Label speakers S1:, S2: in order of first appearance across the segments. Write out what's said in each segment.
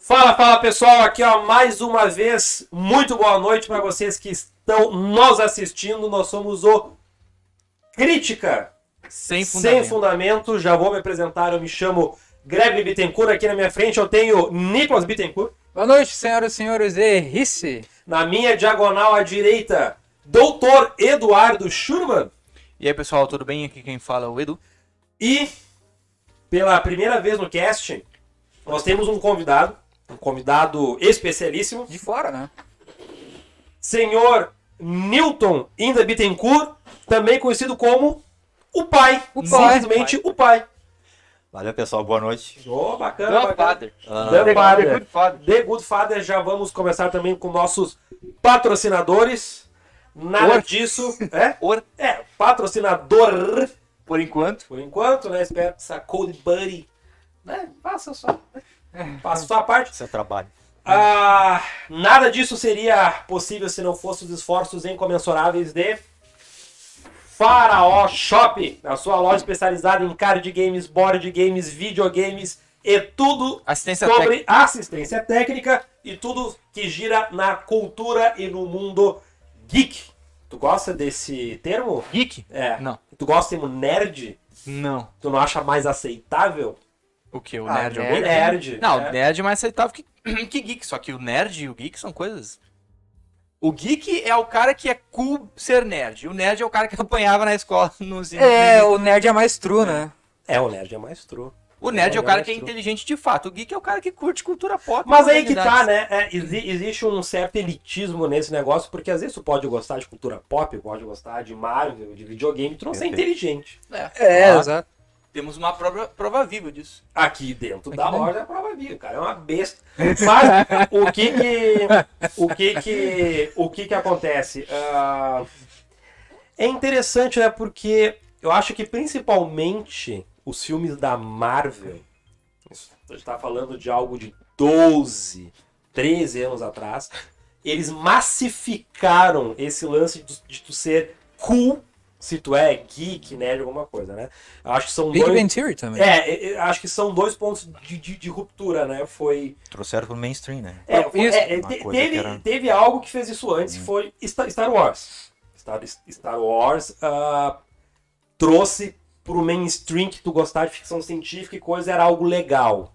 S1: Fala, fala pessoal, aqui ó, mais uma vez, muito boa noite para vocês que estão nos assistindo. Nós somos o Crítica
S2: Sem
S1: Sem
S2: fundamento.
S1: Fundamento. Já vou me apresentar, eu me chamo Gregory Bittencourt, aqui na minha frente eu tenho Nicolas Bittencourt,
S2: Boa noite, senhoras e senhores. E Risse.
S1: na minha diagonal à direita, Doutor Eduardo Schurman
S2: E aí, pessoal, tudo bem? Aqui quem fala é o Edu.
S1: e pela primeira vez no cast, nós temos um convidado, um convidado especialíssimo.
S2: De fora, né?
S1: senhor Newton Inda Bittencourt, também conhecido como o pai.
S2: O pai.
S1: Simplesmente o pai.
S3: Valeu, pessoal. Boa noite.
S1: Oh,
S2: é
S1: bacana,
S4: Meu
S1: bacana.
S4: padre.
S3: Ah,
S1: The Father.
S4: Good father.
S1: The Good Father, já vamos começar também com nossos patrocinadores. Nada
S2: Or.
S1: disso. É?
S4: Or.
S1: É, patrocinador.
S4: Por enquanto.
S1: Por enquanto, né? Espero que essa Cold Buddy. Né? Faça só.
S2: É.
S1: Faça sua parte.
S3: Seu é trabalho.
S1: Ah, nada disso seria possível se não fossem os esforços incomensuráveis de Faraó Shop, a sua loja especializada em card games, board games, videogames e tudo
S2: Assistência técnica.
S1: sobre assistência técnica e tudo que gira na cultura e no mundo geek. Tu gosta desse termo?
S2: Geek?
S1: É.
S2: Não.
S1: Tu gosta do termo nerd?
S2: Não.
S1: Tu não acha mais aceitável?
S2: O que? O
S1: Ah,
S2: nerd? é o
S1: nerd. Nerd,
S2: Não,
S1: é.
S2: o nerd é mais aceitável que, que geek. Só que o nerd e o geek são coisas... O geek é o cara que é cool ser nerd. O nerd é o cara que apanhava na escola nos...
S5: É, o nerd é mais true, né?
S1: É, o nerd é mais true.
S2: O nerd é o cara que é
S1: Nerd.
S2: inteligente de fato. O geek é o cara que curte cultura pop.
S1: Mas aí que tá,
S2: modernidades.
S1: né? É, exi- existe um certo elitismo nesse negócio, porque às vezes tu pode gostar de cultura pop, pode gostar de Marvel, de videogame, tu não ser
S3: Perfeito.
S1: inteligente.
S5: É,
S3: Ah.
S5: exato.
S2: Temos uma prova, prova viva disso.
S1: Aqui dentro da
S5: Aqui
S1: loja é prova viva, cara, é uma besta. Mas o que que o que que o que que acontece? Ah, é interessante, né? Porque eu acho que principalmente os filmes da Marvel, isso, a gente tá falando de algo de 12, 13 anos atrás, eles massificaram esse lance de, de tu ser cool se tu é geek, nerd, alguma coisa, né? Eu acho que são
S5: Big
S1: dois...
S5: Ben Theory também.
S1: É, eu- eu acho que são dois pontos de, de- de ruptura, né? Foi.
S3: Trouxeram pro mainstream, né?
S1: É, foi-
S5: Isso.
S1: é, é,
S3: Uma
S1: te-
S3: coisa
S1: teve,
S3: que era- Uhum.
S1: teve algo que fez isso antes, foi Sta- Star Wars. Star, Star Wars ah, trouxe pro mainstream que tu gostar de ficção científica e coisa, era algo legal.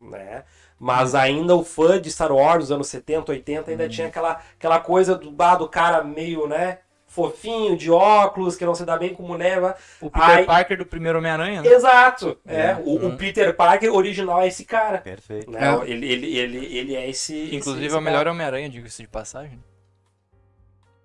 S1: Né? Mas
S3: Uhum.
S1: ainda o fã de Star Wars dos anos 70, 80 ainda tinha aquela, aquela coisa do, ah, do cara meio, né? Fofinho, de óculos, que não se dá bem com mulher. mas-
S2: O Peter
S1: Ai.
S2: Parker do primeiro Homem-Aranha, né? Uhum.
S1: Exato. É, o, o Peter Parker original é esse cara.
S3: Perfeito.
S1: né? Ele, ele, ele, ele é esse.
S2: Inclusive
S1: esse
S2: é o melhor Homem-Aranha, digo-se de passagem.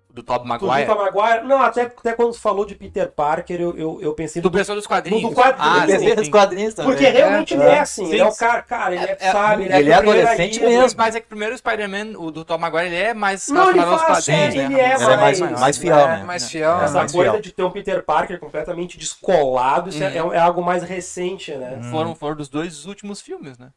S2: Do Tobey
S1: cara. Tu viu
S2: Maguire.
S1: com a Maguire? Não, até, até quando tu falou de Peter Parker, eu, eu, eu pensei.
S2: Do pessoal dos quadrinhos.
S1: Do- do quadro-
S2: Ah,
S1: do-
S2: sim, sim.
S3: quadrinhos
S1: Porque realmente ele é assim.
S2: Sim,
S1: ele é o
S2: sim.
S1: cara, cara, ele é,
S2: É- é-
S1: sabe, ele é,
S3: ele é
S1: a primeira
S3: adolescente
S1: ídolo.
S3: mesmo.
S2: Mas é que primeiro o Spider-Man, o do Tobey Maguire, ele é mais
S1: Não, ele
S2: relacionado aos
S1: fala
S2: quadrinhos,
S1: sério,
S2: né?
S1: ele é
S3: Ele é mais,
S1: Mas-
S3: mais fiel,
S5: É,
S3: né?
S5: mais fiel.
S3: É,
S5: né?
S1: Essa
S3: mais
S1: coisa
S3: fiel.
S1: de ter um Peter Parker completamente descolado, isso
S2: Uhum.
S1: é, é algo mais recente, né?
S2: Foram, foram dos dois últimos filmes, né?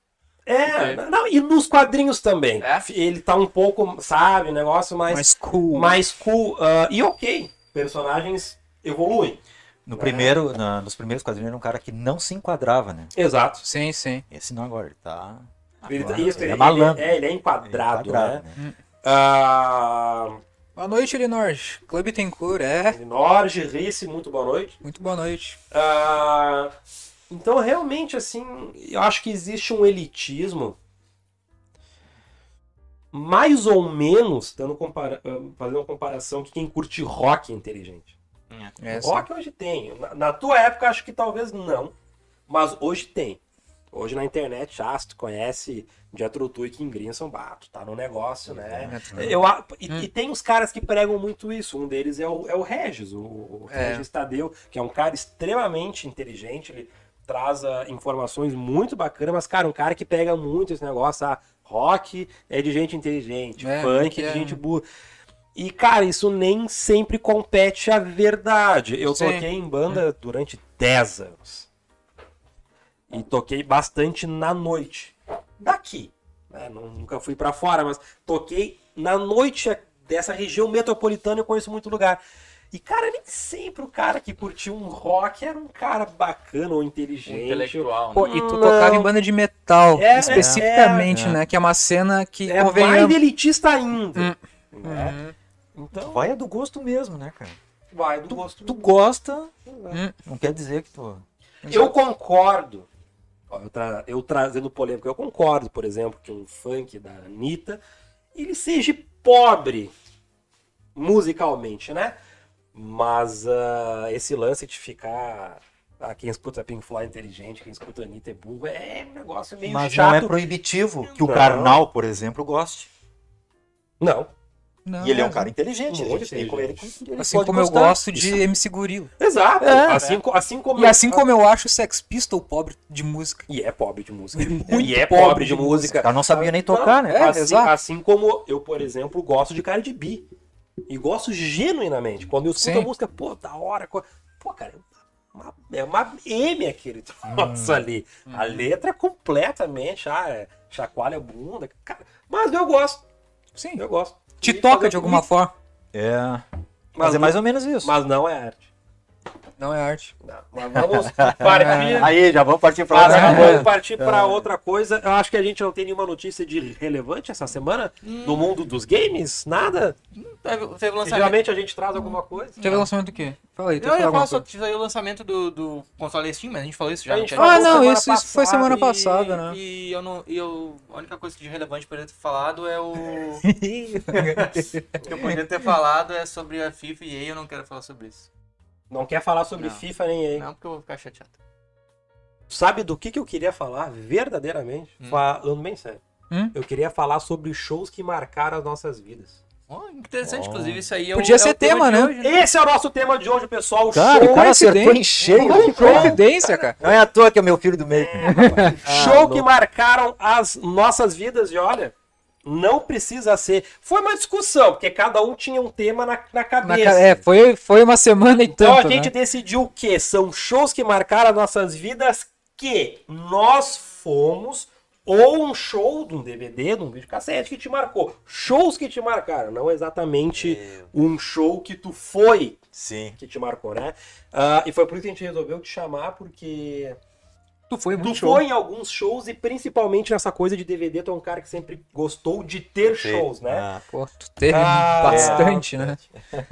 S1: É,
S2: É.
S1: não, e nos quadrinhos também.
S2: É.
S1: Ele tá um pouco, sabe, negócio mais,
S5: Mas cool.
S1: mais cool. ah, e ok, personagens evoluem.
S3: No primeiro, na- nos primeiros quadrinhos era um cara que não se enquadrava, né?
S1: Exato.
S5: Sim, sim.
S3: Esse não agora, ele tá.
S1: Ele,
S3: Agora,
S1: isso,
S3: ele
S1: ele,
S3: é malandro.
S1: ele é, ele é enquadrado, né?
S3: né?
S1: Ah,
S5: Boa noite, Elinor. Clube tem cura, é.
S1: Norge, Risse, muito boa noite.
S5: Muito boa noite.
S1: Ah, então, realmente, assim, eu acho que existe um elitismo. Mais ou menos, dando compara- ah, fazendo uma comparação, que quem curte rock é inteligente.
S5: É, sim.
S1: Rock hoje tem. Na, na tua época, acho que talvez não. Mas hoje tem. Hoje na internet, ah, se tu conhece Jethro Tull e Kim Grinson, bah, tu tá no negócio,
S5: é
S3: é.
S1: né? Eu, a- e,
S5: Hum.
S1: e tem uns caras que pregam muito isso. Um deles é o, é o Regis, o, o
S5: É.
S1: Regis Tadeu, que é um cara extremamente inteligente, ele traz ah, informações muito bacanas, mas, cara, um cara que pega muito esse negócio, ah, rock é de gente inteligente,
S5: É,
S1: punk
S5: que
S1: é de
S5: é-
S1: gente burra. E, cara, isso nem sempre compete à verdade. Eu
S5: Sim. Hum.
S1: toquei em banda durante 10 anos. E toquei bastante na noite. Daqui. né? Nu- Nunca fui pra fora, mas toquei na noite dessa região metropolitana. Eu conheço muito lugar. E, cara, nem sempre o cara que curtiu um rock era um cara bacana ou inteligente.
S4: intelectual,
S5: Pô,
S4: né?
S5: e tu
S1: Não.
S5: tocava em banda de metal,
S1: É,
S5: especificamente,
S3: é, é.
S5: né? Que é uma cena que
S1: é
S5: convenhamos-
S1: mais elitista ainda. né?
S5: Uhum.
S1: Então,
S3: Vai é do gosto mesmo, né, cara?
S1: vai do
S3: Tu,
S1: gosto.
S3: tu gosta,
S2: Hum.
S3: não quer dizer que tu.
S1: Eu concordo. Ó, eu, tra- eu trazendo polêmica, eu concordo, por exemplo, que um funk da Anitta ele seja pobre musicalmente, né? Mas ah, esse lance de ficar. Ah, quem escuta Pink Floyd é inteligente, quem escuta Anitta é burro, é um negócio meio
S3: Mas
S1: chato.
S3: não é proibitivo que o
S1: Não.
S3: carnal, por exemplo, goste.
S1: Não.
S5: Não,
S3: E ele é um
S5: né?
S3: cara inteligente,
S1: Muito
S3: ele, tem como ele, ele
S5: Assim
S3: pode
S5: como eu
S3: gostar.
S5: gosto
S3: Isso.
S5: de MC Gorila.
S1: Exato.
S3: É,
S1: assim, co- assim como.
S5: E
S3: tá
S5: assim como eu acho o Sex Pistol pobre de música.
S1: E é pobre de música.
S5: muito
S1: e é
S5: pobre
S1: pobre de
S5: de
S1: música.
S3: O cara não sabia nem tocar, né?
S5: É,
S1: assim,
S5: exato.
S1: assim como eu, por exemplo, gosto de Cardi B. E gosto genuinamente. Quando eu escuto
S5: Sim.
S1: a música, pô, da hora. co- Pô, cara, é uma, é uma M aquele
S5: Hum.
S1: troço ali. A
S5: Uhum.
S1: letra é completamente, ah, é, chacoalha a bunda. Cara, mas eu gosto,
S5: Sim.
S1: eu gosto.
S5: Te
S1: E
S5: toca
S1: fazer-
S5: de alguma forma.
S3: É. Mas,
S1: Mas
S3: é mais ou menos isso.
S1: Mas não é arte.
S5: Não é arte.
S1: Não, mas vamos partir
S3: Aí, já vamos partir pra
S1: Mas
S3: outra
S5: Caramba.
S1: vamos partir
S5: É.
S1: para outra coisa. Eu acho que a gente não tem nenhuma notícia de relevante essa semana
S5: Hum.
S1: no mundo dos games, nada.
S2: Teve, teve o lançamento.
S1: Geralmente a gente traz alguma coisa.
S5: Teve lançamento do quê? Fala aí, tu
S2: Eu ia falar
S5: falar
S2: só que teve o lançamento do, do console Steam, mas a gente falou isso já.
S1: A gente
S2: tinha-
S1: falou
S5: Ah, não,
S1: semana
S5: isso, isso foi
S1: passada
S5: semana
S2: E-
S5: passada, né?
S2: E eu não. E eu, a única coisa que de relevante poderia ter falado é o.
S5: né?
S2: que eu poderia ter falado é sobre a FIFA e aí eu não quero falar sobre isso.
S1: Não quer falar sobre
S2: Não.
S1: FIFA nem aí.
S2: Não, porque eu vou ficar chateado.
S1: Sabe do que, que eu queria falar verdadeiramente?
S2: Hum.
S1: Falando bem sério.
S5: Hum.
S1: Eu queria falar sobre shows que marcaram as nossas vidas.
S2: Ó, interessante,
S3: Ó.
S2: inclusive, isso aí é o-
S5: Podia
S2: é
S5: ser
S2: o tema,
S5: tema,
S2: de
S5: né?
S2: hoje,
S1: Esse é o nosso tema de hoje, pessoal.
S3: Cara,
S1: show
S3: o cara acertou
S5: coincidência.
S3: em cheio.
S5: Que coincidência, cara.
S3: Não é à toa que é meu filho do meio. Ah,
S1: show que marcaram as nossas vidas e olha, não precisa ser. Foi uma discussão, porque cada um tinha um tema na, na
S5: Na
S1: cabeça.
S5: ca- é, foi, foi uma semana e
S1: Então
S5: tanto,
S1: a gente
S5: né?
S1: decidiu o quê? São shows que marcaram as nossas vidas que nós fomos ou um show de um DVD, de um videocassete que te marcou. Shows que te marcaram, não exatamente
S5: É.
S1: um show que tu foi
S3: Sim.
S1: que te marcou, né? Ah, e foi por isso que a gente resolveu te chamar, porque
S5: Tu foi
S1: tu
S5: muito Um show.
S1: foi em alguns shows e principalmente nessa coisa de DVD, tu é um cara que sempre gostou de ter shows, né?
S3: Ah,
S5: Pô, tu teve
S1: Ah,
S5: bastante, né?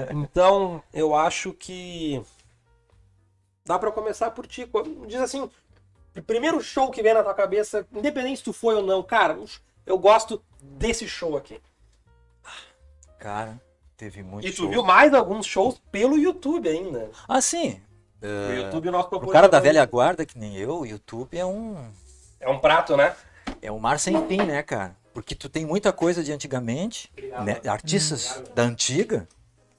S1: Então, eu acho que dá pra começar por ti. Co- Diz assim, o primeiro show que vem na tua cabeça, independente se tu foi ou não, cara, um sh- eu gosto desse show aqui.
S3: cara, teve muito
S1: e tu
S3: show.
S1: viu mais alguns shows pelo YouTube ainda.
S3: Ah, sim.
S1: É. O YouTube nós
S3: Pro
S1: propôs.
S3: cara da velha guarda, que nem eu, o YouTube é um.
S1: É um prato, né?
S3: É um mar sem fim, né, cara? Porque tu tem muita coisa de antigamente, né? artistas da antiga,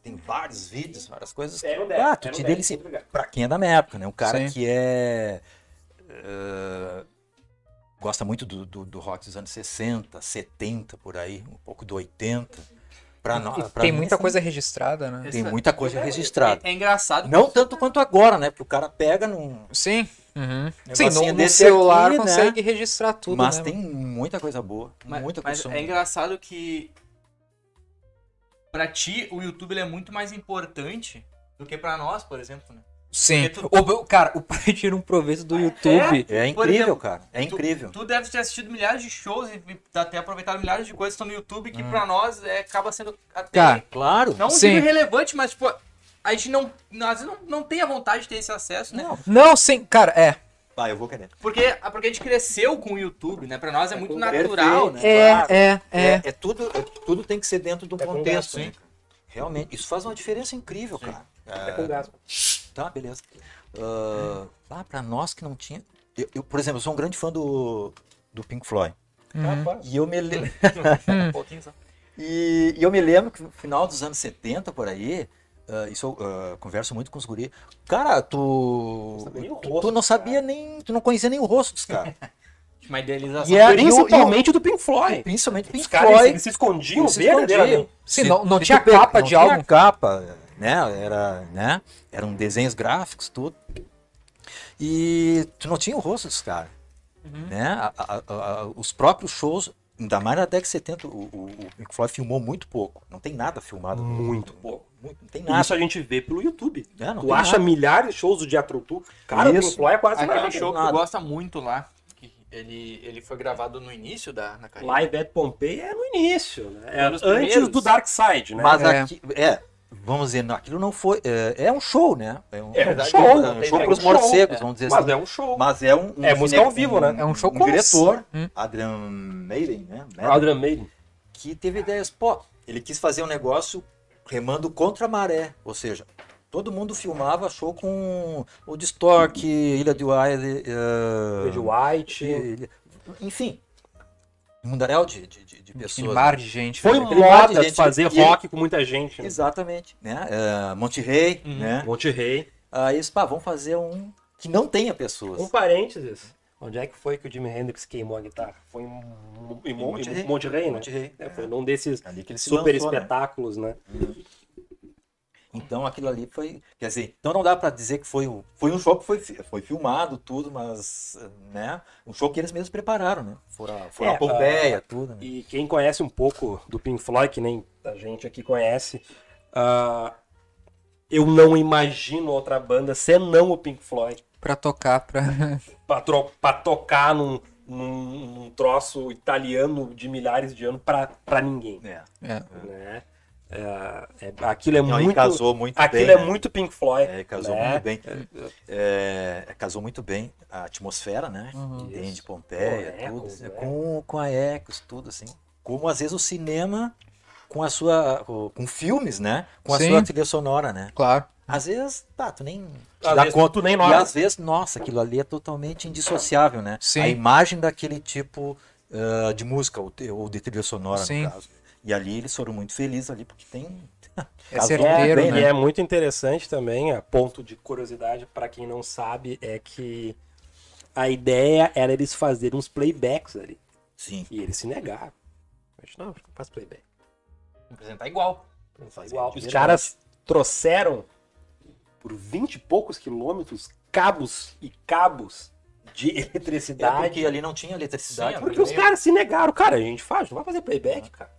S3: tem vários vídeos, várias coisas.
S1: Era um dez,
S3: Ah, tu
S1: era um
S3: te
S1: dez,
S3: delicia.
S1: muito obrigado.
S3: Pra quem é da minha época, né? Um cara
S5: Sim.
S3: que é. eh, gosta muito do, do, do rock dos anos 60, 70 por aí, um pouco do 80. Pra, nó- pra
S5: Tem
S3: mim,
S5: muita
S3: assim,
S5: coisa registrada, né?
S3: Tem muita coisa registrada.
S2: É, é engraçado.
S3: Não tanto quanto agora, né? Porque o cara pega num.
S5: Sim. Uhum. Sim,
S3: Negocinho
S5: no, no
S3: desse
S5: celular
S3: aqui, né?
S5: consegue registrar tudo,
S3: mas
S5: né?
S3: tem muita coisa boa.
S2: Mas,
S3: muita
S2: mas
S3: coisa
S2: é engraçado que pra ti o YouTube ele é muito mais importante do que pra nós, por exemplo, né?
S5: Sim.
S2: Porque
S5: O, cara, o pai tira um proveito do YouTube.
S3: É
S2: Por
S3: incrível,
S2: exemplo,
S3: cara. É
S2: tu-
S3: incrível.
S2: Tu deve ter assistido milhares de shows e e até aproveitado milhares de coisas que estão no YouTube que pra nós é, acaba sendo até
S5: Hum. Cara,
S3: Claro.
S2: não
S5: sim.
S2: digo relevante, mas tipo, a gente não às vezes não, não tem a vontade de ter esse acesso, né?
S5: Não, sim, cara, é.
S3: Vai, eu vou querer.
S2: Porque, ah, porque a gente cresceu com o YouTube, né? Pra nós é, muito
S3: com-
S2: natural,
S3: perfeito.
S2: né?
S3: Claro.
S5: é,
S3: É, é tudo, é- tudo tem que ser dentro de um
S1: É com
S3: contexto.
S1: gasto,
S3: né, cara? Realmente, isso faz uma diferença incrível, cara.
S1: É com gás.
S3: Tá, beleza. Ah, ah, pra nós que não tinha. Eu, eu, por exemplo, eu sou um grande fã do, do Pink Floyd.
S1: Rapaz,
S3: E eu me lembro.
S2: Um pouquinho só.
S3: E, e eu me lembro que no final dos anos 70, por aí, ah, isso eu ah, converso muito com os guris. Cara, tu.
S1: sabia nem o
S3: tu,
S1: rosto
S3: tu não
S1: dos
S3: sabia nem. Tu não conhecia nem o rosto dos caras.
S2: Uma idealização.
S3: E é- e o-
S1: Principalmente do Pink
S3: e o-
S1: Floyd.
S3: Principalmente
S1: Os
S3: Pink
S1: caras
S3: Floyd.
S1: eles se escondiam
S3: eles se escondiam.
S1: verdadeiramente.
S5: Sim,
S3: Se-
S5: não, não
S3: se
S5: tinha
S3: tu pega-
S5: capa
S3: não
S5: de
S3: tinha
S5: álbum.
S3: capa, né? Era, né? Eram desenhos gráficos, tudo. E tu não tinha o rosto dos caras,
S1: Uhum.
S3: né? A- a- a- a- os próprios shows, ainda mais na década de 70, o, o, o Pink Floyd filmou muito pouco. Não tem nada filmado.
S1: Muito pouco.
S3: muito, não tem
S1: E
S3: nada.
S1: Isso a gente vê pelo YouTube.
S3: né? Não
S1: tu
S3: tem
S1: acha milhares de shows do Diatrutu? Cara,
S3: Isso.
S1: o Fly é quase
S2: Aquele
S1: nada.
S2: um show que
S3: nada.
S2: tu gosta muito lá, que ele, ele foi gravado no início da na carreira.
S1: Live at Pompeii é no início, né? É
S2: É nos
S1: antes
S2: primeiros.
S1: do Dark Side, né?
S3: Mas
S5: É.
S3: aqui, é, vamos dizer, não, aquilo não foi. É, é um show, né? É um,
S1: É um
S3: verdade,
S1: show,
S3: é um
S2: tem-
S3: show
S2: é um
S3: para os
S2: show,
S3: morcegos,
S2: é.
S3: vamos dizer
S1: Mas
S3: assim.
S1: é um show.
S3: Mas é um. um
S1: É música
S3: cine-
S1: ao vivo, né?
S5: É um show
S3: um
S5: com
S3: diretor,
S5: Hum.
S3: Adrian Maiden, né? Maiden,
S1: Adrian Maiden.
S3: que teve ideias. Pô, ele quis fazer um negócio remando contra a maré, ou seja, todo mundo filmava show com o Distorque, Ilha de Wilde, eh,
S1: Fred White.
S3: Ilha- enfim, um mundaréu de, de, de- de pessoas.
S5: mar de gente.
S1: Foi um
S5: né?
S3: Aquele monte de
S1: moda
S3: gente
S1: fazer
S3: que-
S1: rock com muita gente. Né?
S3: Exatamente, né? Eh, Monte Rei,
S2: Uhum.
S3: né?
S1: Monte Rei.
S3: Aí eles, pá, vamos fazer um que não tenha pessoas.
S1: Um parênteses. Onde é que foi que o Jimi Hendrix queimou a guitarra? Foi em, em, Mon-
S3: Monte
S1: em
S3: Rei.
S1: Monte Rei, né?
S3: Monte Rei.
S1: É, foi num desses
S3: Ali que ele se
S1: super
S3: lançou, né?
S1: espetáculos, né?
S3: Então aquilo ali foi, quer dizer, então não dá pra dizer que foi um, foi um show que foi, fi- foi filmado tudo, mas né, um show que eles mesmos prepararam, né? Foram, foram
S1: É,
S3: a Pompeia, tudo. Né?
S1: E quem conhece um pouco do Pink Floyd, que nem a gente aqui conhece, ah, eu não imagino outra banda senão o Pink Floyd
S5: Pra tocar, pra.
S1: pra, tro- pra tocar num, num- num troço italiano de milhares de anos pra, pra ninguém.
S3: É.
S5: É.
S1: Né? Ah, é- aquilo é
S3: Não, e
S1: muito.
S3: casou muito
S1: aquilo
S3: bem.
S1: é
S3: né?
S1: muito Pink Floyd.
S3: É, casou
S1: né?
S3: muito bem. É, casou muito bem a atmosfera, né?
S5: Uhum.
S3: Que tem de Pompeia,
S1: Com
S3: tudo,
S1: Ecos, né?
S3: com, com a Ecos, tudo assim. Como às vezes o cinema com a sua. com filmes, né? Com a
S5: Sim.
S3: sua trilha sonora, né?
S5: Claro.
S3: Às vezes, tá, tu nem te
S1: Às
S3: dá
S1: vezes
S3: conta.
S1: tu nem
S3: E
S1: nota.
S3: às vezes, nossa, aquilo ali é totalmente indissociável, né?
S5: Sim.
S3: A imagem daquele tipo ah, de música, ou, te- ou de trilha sonora,
S5: Sim.
S3: no caso. E ali eles foram muito felizes ali, porque tem.
S5: É
S3: Casou
S5: certeiro,
S3: Tá bem,
S1: E
S5: né?
S1: é muito interessante também, a ponto de curiosidade pra quem não sabe, é que a ideia era eles fazerem uns playbacks ali.
S3: Sim. É
S1: E eles se negaram. Mas não, não faz playback.
S2: Apresentar igual.
S1: Não
S3: faz
S1: Igual.
S3: de
S1: Os
S3: verdade.
S1: caras trouxeram por 20 e poucos quilômetros cabos e cabos de
S3: É
S1: eletricidade.
S3: porque ali não tinha eletricidade. né?
S2: Sim, é
S1: porque os caras se negaram. Cara, a gente faz, não vai fazer playback, cara.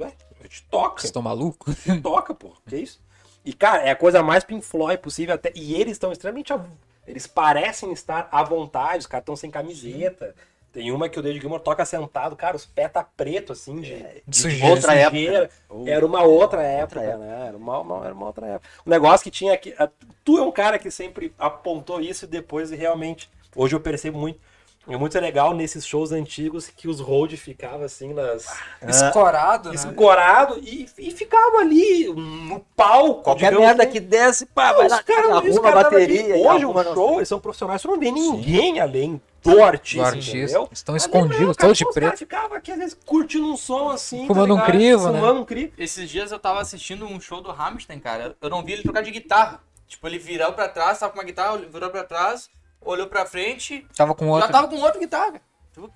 S1: Ué, a gente toca.
S5: Vocês estão malucos?
S1: toca, pô. Que isso? E, cara, é a coisa mais Pink Floyd possível até. E eles estão extremamente. à- Eles parecem estar à vontade, os caras estão sem camiseta. Tem uma que o David Gilmour toca sentado, cara, os pés tá preto, assim, de,
S5: É,
S1: de
S5: sujeira.
S3: Outra época.
S1: sujeira.
S3: Ou-
S1: Era uma outra época,
S3: época.
S1: né? Era uma, uma- era uma outra época. O negócio que tinha que. a- tu é um cara que sempre apontou isso e depois e realmente. Hoje eu percebo muito. É muito legal nesses shows antigos que os road ficavam assim nas
S3: Ah.
S5: Escorado, né?
S1: escorado e, e ficava ali um, no palco.
S3: Qualquer
S1: digamos,
S3: merda
S1: né?
S3: que desce, pá,
S1: Não,
S3: vai
S1: os
S3: lá,
S1: caras- os
S3: arruma a
S1: caras tava ali.
S3: bateria. e
S1: Hoje
S3: arruma
S1: o
S3: não
S1: show,
S3: sei.
S1: eles são profissionais, tu não vê ninguém além do artista,
S5: Do artista.
S1: entendeu?
S5: Estão
S1: Mas
S5: escondidos,
S1: não, cara,
S5: todos de
S1: os
S5: preto.
S1: caras ficavam aqui, às vezes, curtindo um som assim,
S5: Fumando um
S1: ligado?
S5: crivo, né?
S1: Fumando um crivo.
S2: Esses dias eu tava assistindo um show do Rammstein, cara. Eu não vi ele trocar de guitarra. Tipo, ele virou pra trás, tava com uma guitarra, ele virou pra trás, olhou pra frente,
S5: Tava com
S2: já
S5: outra.
S2: tava com outra guitarra. Tipo,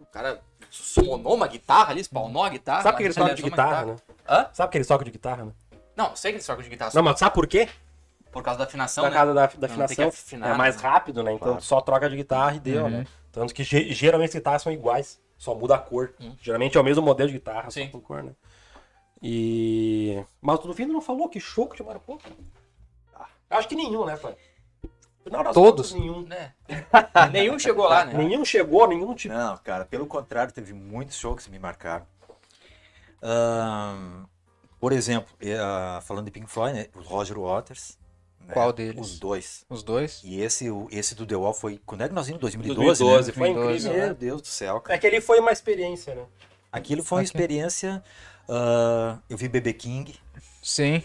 S2: O cara summonou uma guitarra ali, spawnou a
S5: Ah,
S2: guitarra.
S1: Sabe por que eles tocam de
S2: uma
S1: guitarra,
S5: tá.
S1: né?
S2: Hã?
S1: Sabe por que eles tocam de guitarra, né?
S2: Não, eu sei que eles trocam de guitarra,
S1: Não, mas sabe por quê?
S2: por causa da afinação,
S1: Da
S2: né?
S1: casa da, da
S2: Não, tem que
S1: afinação.
S2: afinar,
S1: é mais
S2: né?
S1: rápido, né? Então
S3: Claro.
S1: só troca de guitarra e deu,
S5: Uhum.
S1: né? Tanto que ge- geralmente as guitarras são iguais, só muda a cor.
S2: Hum.
S1: Geralmente é o mesmo modelo de guitarra,
S2: Sim.
S1: só com cor, né? E. Mas no fim tu não falou que show que te marcou? Ah, Acho que nenhum, né, pai? Afinal das
S5: Todos?
S1: contas, Nenhum.
S2: Né? Nenhum chegou lá, né?
S1: Nenhum chegou, nenhum tipo.
S3: Não, cara, pelo contrário, teve muitos shows que me marcaram. Ahn, por exemplo, eh, ah, falando de Pink Floyd, né, o Roger Waters. né,
S5: Qual deles?
S3: Os dois.
S5: Os dois?
S3: E esse, o- esse do The Wall foi. Quando é que nós vimos? 2012?
S1: 2012,
S3: né?
S1: foi
S5: 2012,
S1: incrível.
S3: Meu
S1: né?
S3: Deus do céu, cara.
S1: É que ele foi uma experiência, né?
S3: Aquilo foi uma
S5: Aqui.
S3: experiência. ah, eu vi BB King.
S5: Sim.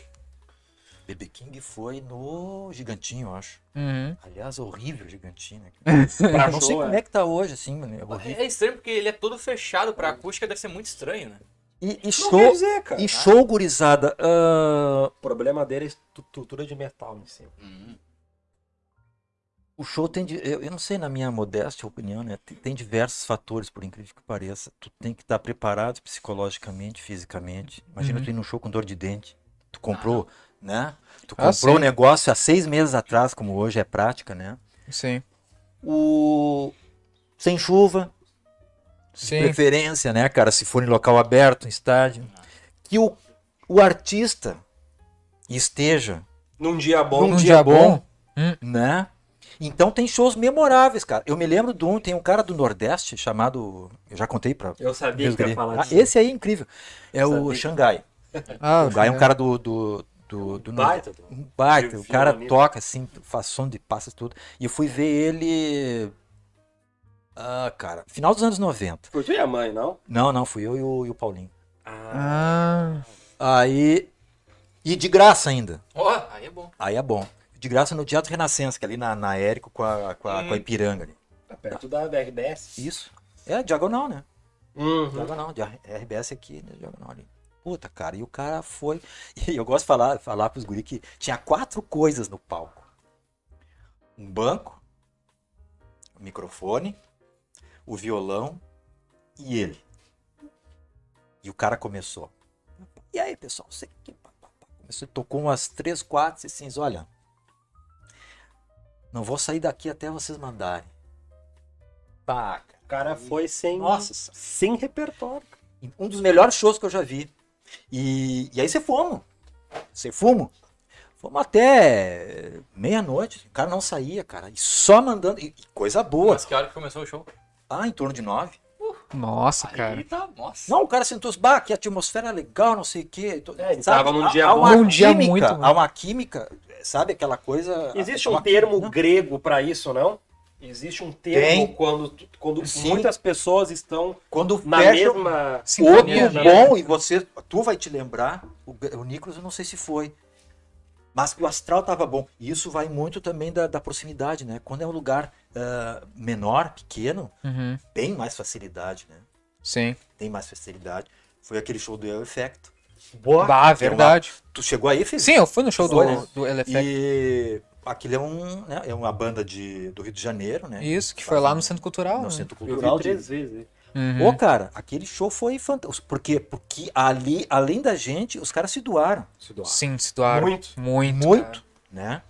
S3: BB King foi no Gigantinho, eu acho.
S5: Uhum.
S3: Aliás, horrível o Gigantinho. né?
S1: Pra
S3: Não
S1: show,
S3: sei como
S1: é.
S3: é que tá hoje, assim, mano. É horrível.
S2: É estranho porque ele é todo fechado pra acústica, deve ser muito estranho, né?
S3: E, e
S1: Não quer
S3: show,
S1: dizer, cara.
S3: e show gurizada. ah,
S1: O problema dele é a estrutura de metal em cima.
S3: O show tem, di- eu, eu não sei, na minha modesta opinião, né? Tem, tem diversos fatores, por incrível que pareça. Tu tem que estar preparado psicologicamente, fisicamente. Imagina
S5: Uhum.
S3: tu ir num show com dor de dente. Tu comprou, né? Tu
S5: Ah,
S3: comprou o
S5: sim.
S3: negócio há seis meses atrás, como hoje é prática, né?
S5: Sim.
S3: O sem chuva, de
S5: Sim.
S3: preferência, né, cara? Se for em local aberto, em estádio, que o, o artista e esteja
S1: Num dia bom.
S3: num
S5: Um
S3: dia,
S5: dia
S3: bom,
S5: bom.
S3: né? Então tem shows memoráveis, cara. Eu me lembro de um, tem um cara do Nordeste chamado, eu já contei pra
S1: Eu sabia
S3: meus
S1: que ia
S3: guri.
S1: falar
S3: Ah,
S1: disso.
S3: esse aí é incrível. É o
S1: Sabia. né?
S3: Xangai.
S5: Ah,
S3: O Xangai é um cara do do, do, do Nordeste.
S1: Baita.
S3: Um baita, o
S1: Violonista.
S3: cara toca assim, faz som de passos tudo. E eu fui ver ele. Ah, cara, final dos anos 90.
S1: Foi tu e a mãe, não?
S3: Não, não, fui eu e o, e o Paulinho.
S1: Ah,
S5: Ah,
S3: Aí. E de graça ainda.
S2: Ó, aí é bom.
S3: Aí é bom. De graça no Teatro Renascença, que é ali na, na Érico com a, com, a, com a Ipiranga. Ali.
S1: tá perto da BRDS.
S3: Ah, Isso. É, diagonal, né?
S1: Uhum.
S3: Diagonal, de RBS aqui, né? Diagonal ali. Puta, cara, e o cara foi. E eu gosto de falar, falar pros guri que tinha quatro coisas no palco: um banco, o microfone, o violão e ele. E o cara começou. E aí, pessoal, você que. pá, pá, pá. Começou, tocou umas três, quatro, e assim, olha. Não vou sair daqui até vocês mandarem. Pá, cara.
S1: O cara foi sem.
S3: Nossa, senhora.
S1: Sem repertório.
S3: Um dos melhores shows que eu já vi. E, e aí você fomos. Você fumo. Fomos até meia-noite. O cara não saía, cara. E só mandando. E, e coisa boa.
S2: Mas que hora que começou o show?
S3: Ah, em torno de nove.
S5: nossa, cara.
S2: Aí tá, nossa.
S3: Não, o cara sentou os bah, que atmosfera legal, não sei o quê.
S1: É, ele tava num dia
S3: há, há
S1: bom.
S3: uma
S5: Num dia
S3: química,
S5: muito bom.
S3: Há uma química, sabe? Aquela coisa.
S1: Existe
S3: uma
S1: um termo
S3: química, né?
S1: grego pra isso, não? Existe um termo
S3: Tem.
S1: quando, tu- quando
S3: Sim.
S1: muitas pessoas estão
S3: Quando
S1: na
S3: fecha
S1: mesma.
S5: Sintonia,
S3: Outro
S5: né?
S3: bom, e você, tu vai te lembrar, o, o Nicolas eu não sei se foi, mas que o astral tava bom. E isso vai muito também da, da proximidade, né? Quando é um lugar ah, menor, pequeno,
S5: Uhum,
S3: tem mais facilidade, né?
S5: Sim.
S3: Tem mais facilidade. Foi aquele show do El Effecto.
S5: Bah, verdade.
S3: Tu chegou aí, filho?
S5: Sim, eu fui no show do,
S3: Foi, né?
S5: do Elefect.
S3: E aquilo é, um, né, é uma banda de, do Rio de Janeiro, né?
S5: Isso, que foi lá no Centro Cultural.
S3: No
S5: né?
S3: Centro
S1: Eu
S3: Cultural
S1: vi
S3: de-
S1: três vezes.
S5: Uhum.
S3: Ô, cara, aquele show foi fantástico. Por quê? Porque ali, além da gente, os caras se doaram. Se doaram.
S5: Sim, se doaram.
S1: Muito.
S5: Muito.
S3: Muito,
S5: cara.
S3: né?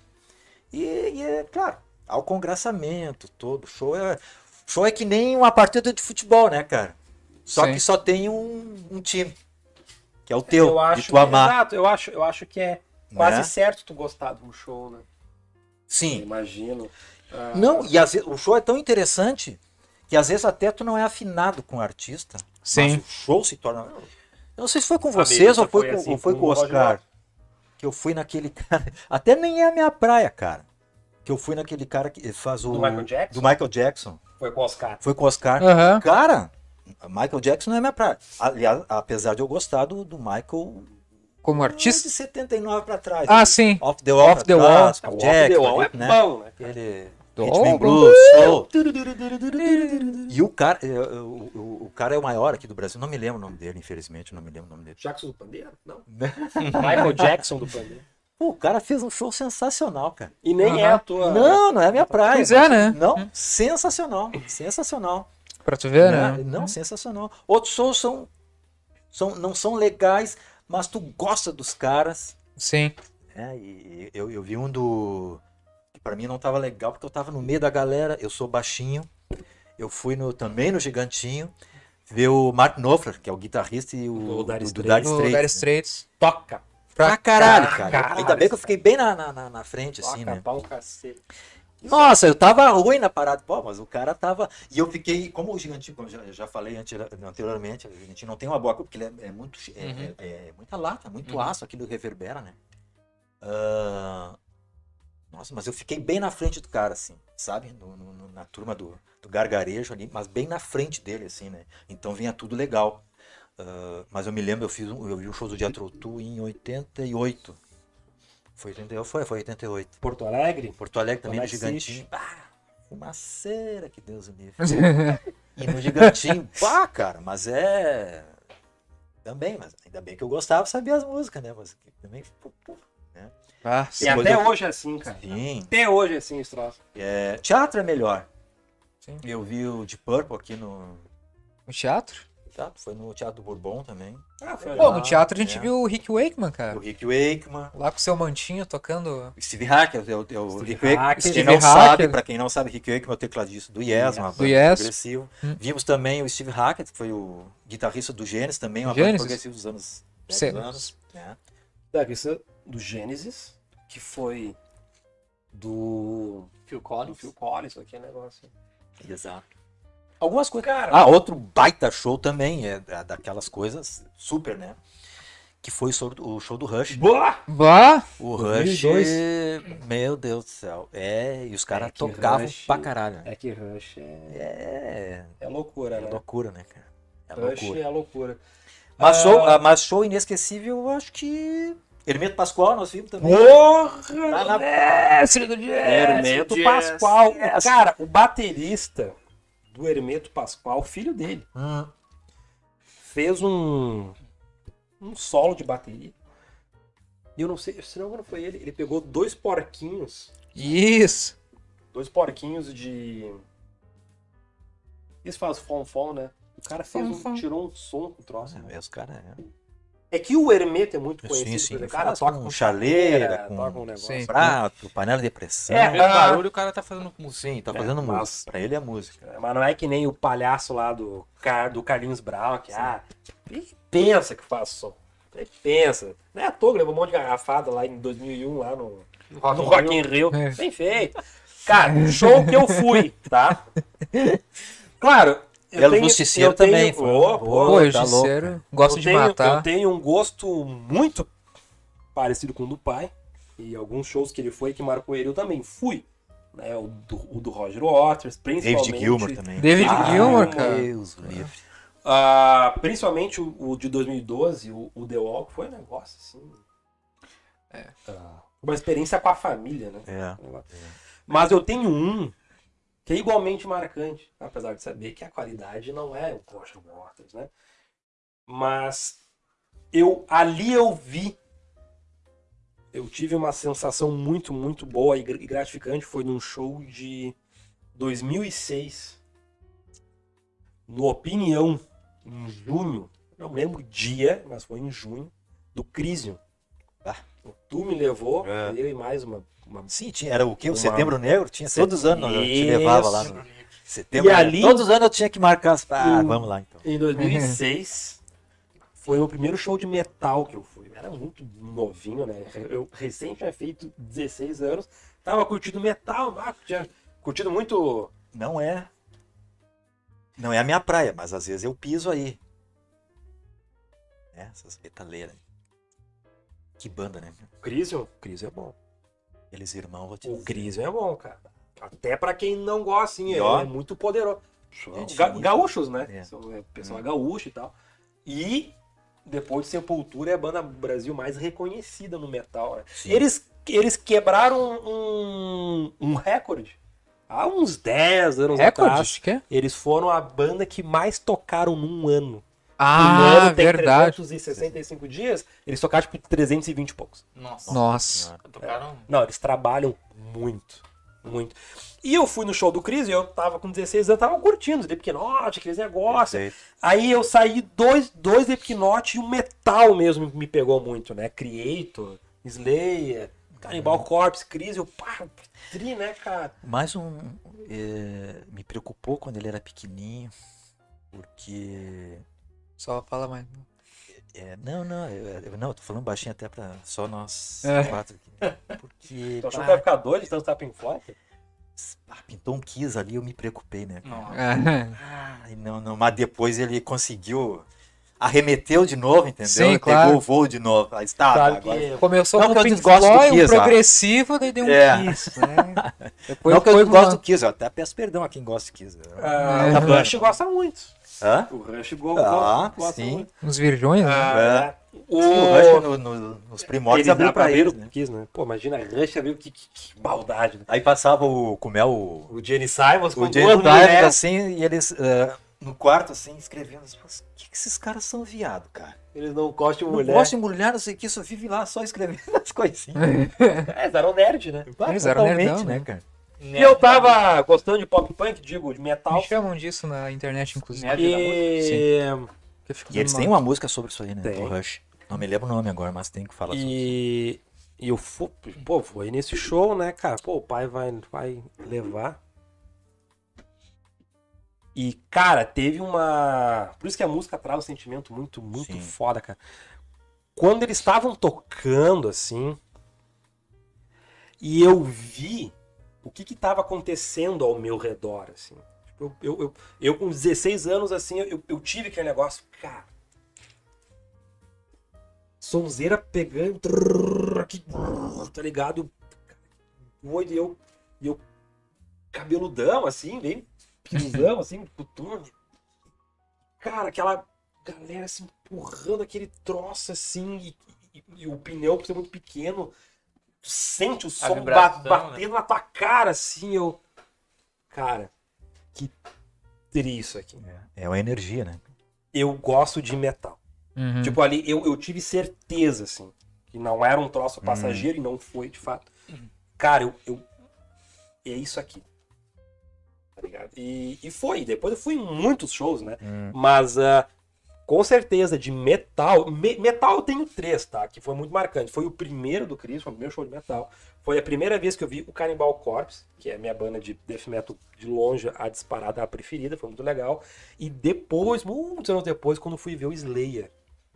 S3: E, e é claro, ao congressamento todo. Show é, show é que nem uma partida de futebol, né, cara? Só
S5: Sim.
S3: que só tem um, um time. Que é o teu, de
S1: acho
S3: tu amar.
S1: Exato, eu acho, eu acho que é quase
S3: né?
S1: certo tu gostar de um show, né? Eu
S3: Sim.
S1: imagino. Ah,
S3: Não, e às vezes, o show é tão interessante que às vezes até tu não é afinado com o artista.
S5: Sim.
S3: Mas o show se torna. Eu não sei se foi com
S1: Amigo,
S3: vocês
S1: já
S3: ou foi,
S1: foi
S3: com,
S1: assim
S3: ou foi
S1: com
S3: com o
S1: o Roger
S3: Oscar.
S1: Waters.
S3: Que eu fui naquele cara. Até nem é a minha praia, cara. Que eu fui naquele cara que faz o.
S1: Do Michael Jackson?
S3: do Michael Jackson.
S1: Foi com o Oscar.
S3: Foi com o Oscar.
S5: Aham.
S3: Cara, Michael Jackson não é minha praia. Aliás, apesar de eu gostar do, do Michael.
S5: Como
S3: De
S5: artista?
S3: 79 pra trás.
S5: Ah, sim.
S3: Off the Wall.
S5: Off
S3: pra
S5: the
S3: trás,
S5: Wall.
S3: com o
S1: O Off
S3: Jackson, ali,
S1: the Wall é
S3: né?
S1: bom, né?
S3: Aquele.
S5: Do-
S3: Rhythm and Blues. soul. E o cara, é, é, o, o- o cara é o maior aqui do Brasil. Não me lembro o nome dele, infelizmente, não me lembro o nome dele.
S1: Jackson do Pandeiro? Não. Michael Jackson do Pandeiro.
S3: Pô, o cara fez um show sensacional, cara.
S1: E nem
S5: Aham.
S1: é a tua.
S3: Não, não é a minha praia.
S5: Pois é, né?
S3: Não, sensacional. Sensacional.
S5: Pra tu ver,
S3: né?
S5: né?
S3: Não, sensacional. Outros shows são, são, não são legais, mas tu gosta dos caras.
S5: Sim.
S3: né? E eu, eu vi um do. que pra mim não tava legal, porque eu tava no meio da galera. Eu sou baixinho. Eu fui no, também no Gigantinho ver o Mark Knopfler, que é o guitarrista e
S1: Do
S3: o
S1: Dire
S3: do, do
S1: Straits.
S5: No
S3: Dire Straits,
S5: Lugar
S3: né?
S5: Straits.
S1: Toca.
S3: Pra caralho, cara.
S1: caralho,
S3: Ainda bem que eu fiquei bem na, na, na- na frente, assim,
S1: Toca
S3: né?
S1: pau cacete.
S3: Nossa, eu tava ruim na parada. Pô, mas o cara tava. E eu fiquei. Como o Gigantinho, como eu já, já falei ante- anteriormente, o Gigantinho não tem uma boa porque ele é, é muito. É,
S2: Uhum.
S3: é- é muita lata, muito
S2: Uhum.
S3: aço, aquilo reverbera, né? Ah, Nossa, mas eu fiquei bem na frente do cara, assim, sabe? No- no- no- na turma do, do gargarejo ali, mas bem na frente dele, assim, né? Então vinha tudo legal. Ah, mas eu me lembro, eu fiz um, eu vi um show do Diatrotu em 88. Foi 88, foi, foi 88.
S1: Porto Alegre?
S3: Porto Alegre também no
S1: Porto Alegre
S3: Gigantinho. é Bah, uma cera que Deus o livre. E no Gigantinho, pá, cara, mas é. Também, mas ainda bem que eu gostava, sabia as músicas, né? Mas que também. pô, pô,
S5: Ah,
S1: E
S5: sim.
S3: Depois
S1: até
S3: eu-
S1: hoje é assim, cara.
S3: Sim.
S1: Até hoje é assim esse troço.
S3: É, teatro é melhor.
S5: Sim.
S3: Eu vi o de Purple aqui no.
S5: O teatro?
S3: Tá, foi no Teatro do Bourbon também.
S1: Ah, foi
S5: Pô,
S1: legal.
S5: no teatro a gente
S3: é.
S5: viu o Rick Wakeman,
S3: O
S5: cara.
S3: Rick Wakeman.
S5: Lá com seu mantinho tocando.
S3: Steve Hacker, é o, é o
S1: Steve
S3: Rick Wakeman.
S1: Hackett,
S3: Quem
S5: Steve
S3: não sabe,
S5: Hackett.
S3: pra quem não sabe, Rick Wakeman é o tecladista do Yes, uma
S1: Do
S3: banda
S5: Yes.
S3: progressiva.
S5: Hum.
S3: Vimos também o Steve Hackett, que foi o guitarrista do Genesis, também uma
S5: Genesis?
S1: É.
S3: banda progressiva dos anos 10
S5: Sei.
S3: anos. né?
S1: Deve ser do Gênesis, que foi do,
S2: Phil
S1: do
S2: Collins.
S1: Phil Collins, aquele negócio.
S3: Exato.
S1: Algumas coisas. Cara,
S3: Ah, outro baita show também, é da- daquelas coisas super, né? Que foi o show do, o show do Rush.
S1: boa!
S5: Bah!
S3: O Rush,
S5: 2002.
S3: meu Deus do céu. É, e os caras
S1: que
S3: tocavam
S1: Rush-
S3: pra caralho. né?
S1: É que Rush é,
S3: É,
S1: é loucura,
S3: é
S1: né?
S3: loucura, né, cara? É
S1: Rush
S3: loucura.
S1: é loucura.
S3: Mas
S1: Ah.
S3: show, ah, mas show inesquecível, eu acho que. Hermeto Pascoal, nós vimos também.
S1: Porra!
S3: Lá Tá na-
S1: Mestre do jazz! Hermeto
S2: jazz,
S1: Pascoal.
S3: yes.
S1: Cara, o baterista do Hermeto Pascoal, filho dele,
S3: Hum.
S1: fez um, um solo de bateria. E eu não sei, se não me engano foi ele, ele pegou dois porquinhos,
S5: Isso!
S1: dois porquinhos de... Isso faz fonfon, né? O cara fez um-
S5: Fonfon.
S1: tirou um som com o troço.
S3: Nossa, os caras. é.
S1: É que o Hermeto é muito
S3: Sim,
S1: conhecido.
S3: sim.
S1: por exemplo, O
S3: Cara,
S1: cara toca com
S3: chaleira,
S1: chaleira,
S3: com
S1: toca um negócio.
S5: Sim.
S3: prato, panela de pressão.
S1: É,
S2: O
S1: Ah.
S2: barulho o cara tá fazendo com
S3: Sim, tá
S1: É,
S3: fazendo
S1: mas-
S3: música. Pra ele é música.
S1: É, Mas não é que nem o palhaço lá do, Car- do Carlinhos Brown, que ah, ele pensa que faz som. Ele pensa. Não é à toa que levou um monte de garrafada lá em 2001, lá no, no Rock in Rio.
S5: É.
S1: Bem feito. Cara, show que eu fui, tá? Claro, eu
S3: Belo
S1: tenho...
S3: Justiceiro
S1: eu tenho-
S3: também, foi.
S1: Ô,
S3: Pô,
S5: Pô,
S1: pô,
S5: eu
S3: tá louco,
S5: sincero, gosto
S1: eu
S5: de
S1: tenho- Eu
S5: matar.
S1: tenho um gosto muito parecido com o do pai. E alguns shows que ele foi que marcou ele, eu também fui. Né, o, do, o do Roger Waters, principalmente.
S3: David Gilmour também. Ah,
S5: David
S1: Gilmour,
S5: cara.
S3: Meu Deus, livre.
S1: Ah, principalmente o, o de 2012, o, o The Walk, foi um negócio assim. Ah, uma experiência com a família, né?
S3: É.
S1: Mas eu tenho um que é igualmente marcante, apesar de saber que a qualidade não é o Roger Waters, né? Mas eu ali eu vi, eu tive uma sensação muito, muito boa e gr- e gratificante. Foi num show de 2006, no Opinião, em junho. Não lembro o dia, mas foi em junho, do Crisium.
S3: Ah.
S1: Tu me levou,
S3: É.
S1: eu e mais uma- uma
S3: Sim, tinha, era o quê? O
S1: Uma-
S3: Setembro Negro? Tinha todos os anos, né, eu te levava lá no Setembro
S1: E
S3: Negro.
S1: ali-
S3: Todos os anos eu tinha que marcar as... Ah,
S1: Hum.
S3: vamos lá então.
S1: Em 2006, foi o primeiro show de metal que eu fui. Eu Era muito novinho, né? Eu recém tinha feito 16 anos, tava curtindo metal, ah, tinha curtido muito.
S3: Não é... Não é a minha praia, mas às vezes eu piso aí. É, essas metaleiras. Que banda, né?
S1: Crisium? Crisium é bom.
S3: Eles irmãos, vou te
S1: O
S3: dizer.
S1: Crisium é bom, cara. Até pra quem não gosta, assim,
S3: E
S1: ele
S3: ó.
S1: é muito poderoso.
S3: Gente
S1: Ga-
S3: bonita.
S1: gaúchos, né?
S3: É.
S1: São- é, Pessoal é gaúcho e tal. E depois de Sepultura é a banda Brasil mais reconhecida no metal, né?
S3: Sim.
S1: Eles, eles quebraram um, um recorde. Há uns 10 anos
S5: Recorde,
S1: atrás,
S5: acho que é?
S1: eles foram a banda que mais tocaram num ano. um
S5: Ah,
S1: ano tem
S5: verdade.
S1: 365 dias, eles tocaram tipo 320 e poucos.
S2: Nossa.
S3: Ah.
S5: Nossa.
S2: Tocaram. um-
S1: Não, eles trabalham muito, muito. E eu fui no show do Cris e eu tava com 16 anos, tava curtindo, os Slipknot, aqueles negócios. Aí eu saí dois, dois Slipknot e o metal mesmo me pegou muito, né? Creator, Slayer, Cannibal Corpse, Crise, eu pá, tri, né, cara?
S3: Mais um. eh, me preocupou quando ele era pequenininho, porque.
S5: Só fala mais.
S3: eh, não, não, eu, eu- não, eu tô falando baixinho até pra só nós
S5: É.
S3: quatro aqui. Porque.
S1: Tu achou que vai
S3: pá,
S1: ficar doido de tanto tapa em Floyd?
S3: ah, pintou um quis ali, eu me preocupei, né? cara?
S2: Nossa.
S5: É.
S3: Ai, não, não, mas depois ele conseguiu. Arremeteu de novo, entendeu?
S5: Sim,
S3: Ele
S5: claro.
S3: pegou o voo de novo. Aí está,
S1: Claro
S3: agora.
S1: que...
S5: Começou
S3: Não
S5: com
S3: que eu
S5: o Pink
S3: desgosto do
S5: Floyd, um
S3: Kiss, ah.
S5: progressivo, daí deu um
S3: É.
S5: Kiss, né? Depois
S3: Não que eu
S5: foi
S3: não gosto do
S5: uma-
S3: Kiss, eu até peço perdão a quem gosta do Kiss. eu-
S1: Ah,
S5: É.
S1: O Rush gosta muito.
S3: Hã?
S1: O Rush go-
S3: Ah,
S1: gosta, gosta
S3: sim. É.
S1: muito.
S5: uns virgões, né?
S1: Ah, o...
S3: Sim, o Rush no- no- nos primórdios
S1: Eles
S3: abriu pra
S1: abriram
S3: eles, né?
S1: Kiss, né? Pô, imagina, Rush abriu, que, que, que maldade, né?
S3: Aí passava o. Como é o.
S1: O né? Jenny Simons com
S3: O
S1: duas
S3: James Diamond,
S1: mulheres.
S3: assim, e eles ah, no quarto, assim, escrevendo. assim, "Mas Por que, que esses caras são viado, cara?
S1: Eles não gostam de
S3: Não
S1: mulher.
S3: gosta de mulher, não sei o que, só vive lá só escrevendo as coisinhas.
S1: É, eles eram nerd, né?
S3: Ah,
S5: Eles eram
S3: totalmente,
S5: nerdão, né?
S3: cara?
S1: E
S2: Né?
S1: eu tava gostando de pop punk, digo, de metal.
S5: Me chamam disso na internet, inclusive.
S2: Nerd.
S1: E...
S5: porque eu fico
S3: E eles
S5: dando
S3: têm
S5: uma-
S3: uma música sobre isso aí, né?
S1: Tá Tem.
S3: Do Rush. Não me lembro o nome agora, mas tem que falar sobre isso.
S1: E... e eu fui, pô, foi nesse show, né, cara? Pô, o pai vai, vai levar. E, cara, teve uma. Por isso que a música traz um sentimento muito, muito
S3: Sim.
S1: foda, cara. quando eles estavam tocando assim, e eu vi o que que estava acontecendo ao meu redor, assim. Tipo, Eu, eu, eu, eu com 16 anos, assim, eu, eu tive aquele negócio, cara. Sonzeira pegando, trrr, aqui, trrr, tá ligado? O olho e eu, e eu cabeludão, assim, bem piruzão, assim, coturno. Cara, aquela galera se empurrando aquele troço assim, e, e- e o pneu por ser muito pequeno, tu sente o som
S2: vibração,
S1: ba- batendo na tua cara, assim, eu. Cara, que tri isso aqui.
S3: É uma energia, né?
S1: Eu gosto de metal.
S5: Uhum.
S1: Tipo, ali eu, eu tive certeza, assim, que não era um troço passageiro e não foi, de fato. Cara, eu. eu- é isso aqui. Tá ligado? E, e foi. Depois eu fui em muitos shows, né? Mas. ah, com certeza, de metal. me- metal eu tenho três, tá? Que foi muito marcante. Foi o primeiro do Chris, foi o primeiro show de metal. Foi a primeira vez que eu vi o Cannibal Corpse, que é a minha banda de death metal de longe, a disparada, a preferida, foi muito legal. E depois, muitos anos depois, quando eu fui ver o Slayer.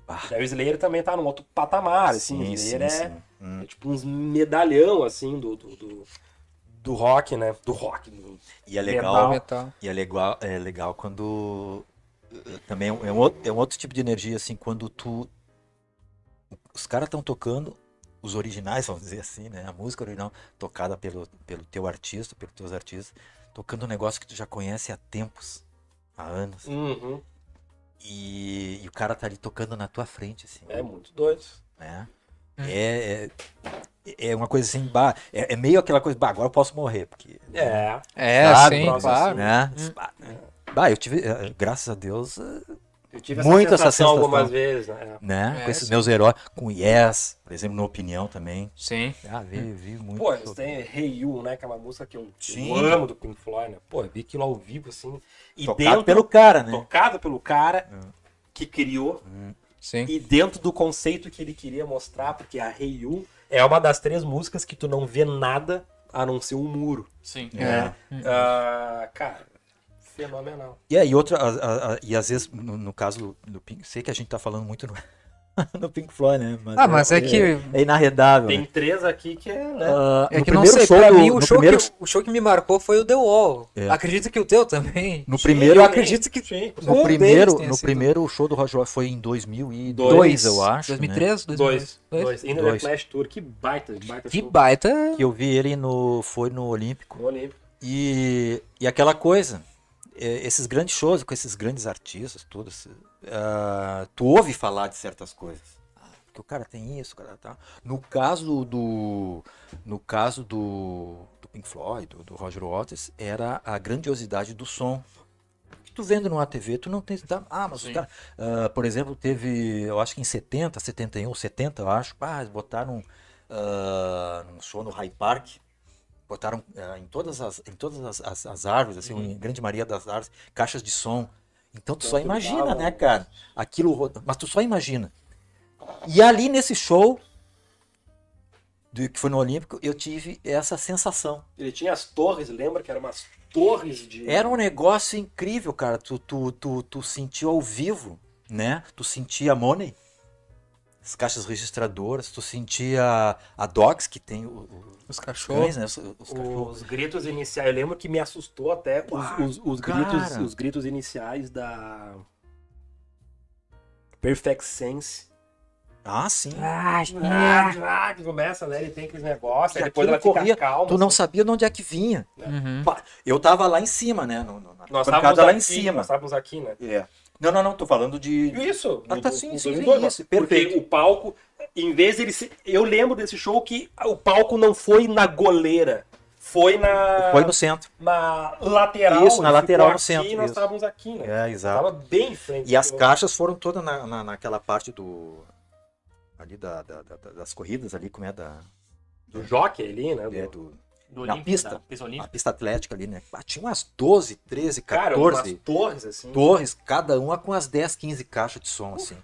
S3: Ah.
S1: Daí o Slayer também tá num outro patamar, assim. o Slayer é,
S3: Hum.
S1: é tipo uns medalhão, assim, do, do, do, do rock, né? Do rock. do-
S3: E é
S1: Metal.
S3: legal,
S5: metal.
S3: e é legal, é legal quando eh, também é um, é um outro, é um outro tipo de energia assim, quando tu os caras estão tocando os originais, vamos dizer assim, né? A música original tocada pelo pelo teu artista, pelos teus artistas, tocando um negócio que tu já conhece há tempos, há anos.
S1: Uhum,
S3: E, e o cara tá ali tocando na tua frente assim,
S1: é muito doido.
S3: né?
S5: Hum.
S3: É, é é uma coisa assim, bah, é, é meio aquela coisa, bah, agora eu posso morrer, porque
S1: É.
S5: É,
S3: Sabe,
S5: sim,
S1: troço
S5: claro. Uhum.
S3: né? Bah, Bah, eu tive, eh, graças a Deus, eh,
S1: Eu tive
S3: Muito
S1: essa
S3: essa
S1: sensação
S3: sensação.
S1: algumas vezes, né?
S3: né?
S5: É,
S3: com esses
S5: sim.
S3: meus heróis, com o Yes, por exemplo, na opinião também.
S5: Sim.
S3: Ah, vi, vi muito.
S1: Pô, eles têm Hey You, né? Que é uma música que eu, que eu
S3: Sim.
S1: amo do Pink Floyd, né? Pô, eu vi aquilo ao vivo, assim. E
S3: Tocado
S1: dentro,
S3: pelo cara, né?
S1: tocado pelo cara
S3: Hum.
S1: que criou.
S5: Sim.
S1: E dentro do conceito que ele queria mostrar, porque a Hey You é uma das três músicas que tu não vê nada a não ser um muro.
S2: Sim.
S3: É.
S1: Ah, cara, fenomenal.
S3: E aí, outra, a- a- a- e às vezes, no, no caso do Pink, sei que a gente tá falando muito no, no Pink Floyd, né?
S5: Ah, mas é que.
S3: É inarredável.
S1: Tem
S3: Né?
S1: três aqui que é, né?
S3: Ah,
S5: É
S3: no
S5: que não
S3: primeiro
S5: sei,
S3: show
S5: pra
S3: do-
S5: mim o
S3: no
S5: show,
S3: primeiro,
S5: que, o show que me marcou foi o The Wall.
S3: É.
S5: Acredito que o teu também.
S3: no primeiro,
S5: Eu acredito que
S1: Sim,
S3: no
S5: um deles
S3: primeiro,
S5: tenha
S3: no
S5: sido.
S3: primeiro show do Roger Waters foi em 2002,
S1: Dois.
S3: eu acho, né?
S5: 2003, 2002.
S1: dois. Dois. Ainda The
S3: Dois.
S1: Flash Tour, que baita, baita
S5: Que
S1: show.
S5: baita.
S3: que eu vi ele no foi no Olímpico.
S1: No Olímpico.
S3: E, e aquela coisa, é, esses grandes shows com esses grandes artistas, tudo, esse- ah, tu ouve falar de certas coisas. Ah, Porque o cara tem isso, o cara tá. No caso do, no caso do, do Pink Floyd, do, do Roger Waters, era a grandiosidade do som. Que tu vendo numa TV, tu não tem. tá, ah, mas os
S2: Sim.
S3: caras. ah, por exemplo, teve, eu acho que em 70, 71, 70, um, eu acho, pá, eles botaram ah, num show no Hyde Park botaram eh, em todas as em todas as, as- as árvores assim em grande maioria das árvores caixas de som então tu só
S1: Então,
S3: imagina
S1: tocava-
S3: né cara aquilo ro- mas tu só imagina e ali nesse show do que foi no Olímpico eu tive essa sensação
S1: Ele tinha as torres, lembra que eram umas torres de.
S3: era um negócio incrível cara tu tu tu, tu sentiu ao vivo né tu sentia a Money as caixas registradoras tu sentia a Dogs que tem o- o-
S5: Os
S3: os
S5: cachorros.
S3: cães né os, os cachorros
S1: Os gritos iniciais, eu lembro que me assustou até os-
S3: Uau,
S1: os, os
S3: cara.
S1: gritos, os gritos iniciais da Perfect Sense.
S3: ah sim
S5: É.
S1: Ah, ah, que começa, né? Ele tem aqueles negócios,
S3: Que
S1: aí depois ela
S3: aquilo corria,
S1: fica calma.
S3: Tu não
S1: assim.
S3: sabia de onde é que vinha.
S5: Uhum.
S3: Eu tava lá em cima, né? No, no, na
S1: Nós
S3: bancada
S1: estávamos
S3: lá
S1: aqui,
S3: em cima.
S1: Nós estávamos aqui, né?
S3: É. Não, não, não, tô falando de.
S1: Isso.
S3: Ah,
S1: no-
S3: tá,
S1: no-
S3: sim,
S1: no
S3: sim,
S1: 2002,
S3: isso,
S1: porque
S3: perfeito.
S1: o palco, em vez dele ser... Eu lembro desse show que o palco não foi na goleira, foi na...
S3: Foi no centro.
S1: na lateral.
S3: Isso, na
S1: ele
S3: lateral,
S1: ficou
S3: no centro,
S1: aqui, nós
S3: isso.
S1: estávamos aqui, né?
S3: É, exato.
S1: Tava bem em frente.
S3: E as
S1: do-
S3: caixas foram todas na, na, naquela parte do. Ali da, da- da- da- das corridas ali, como é da.
S1: do jockey ali, né?
S3: é,
S1: Do-
S3: do
S2: Do
S3: Na
S2: Olímpico,
S3: pista.
S2: da pista
S3: a
S2: olímpica.
S3: pista atlética ali, né? Ah, Tinha umas 12, 13,
S1: Cara,
S3: 14
S1: umas torres, assim.
S3: torres, cada uma com as 10, 15 caixas de som, assim.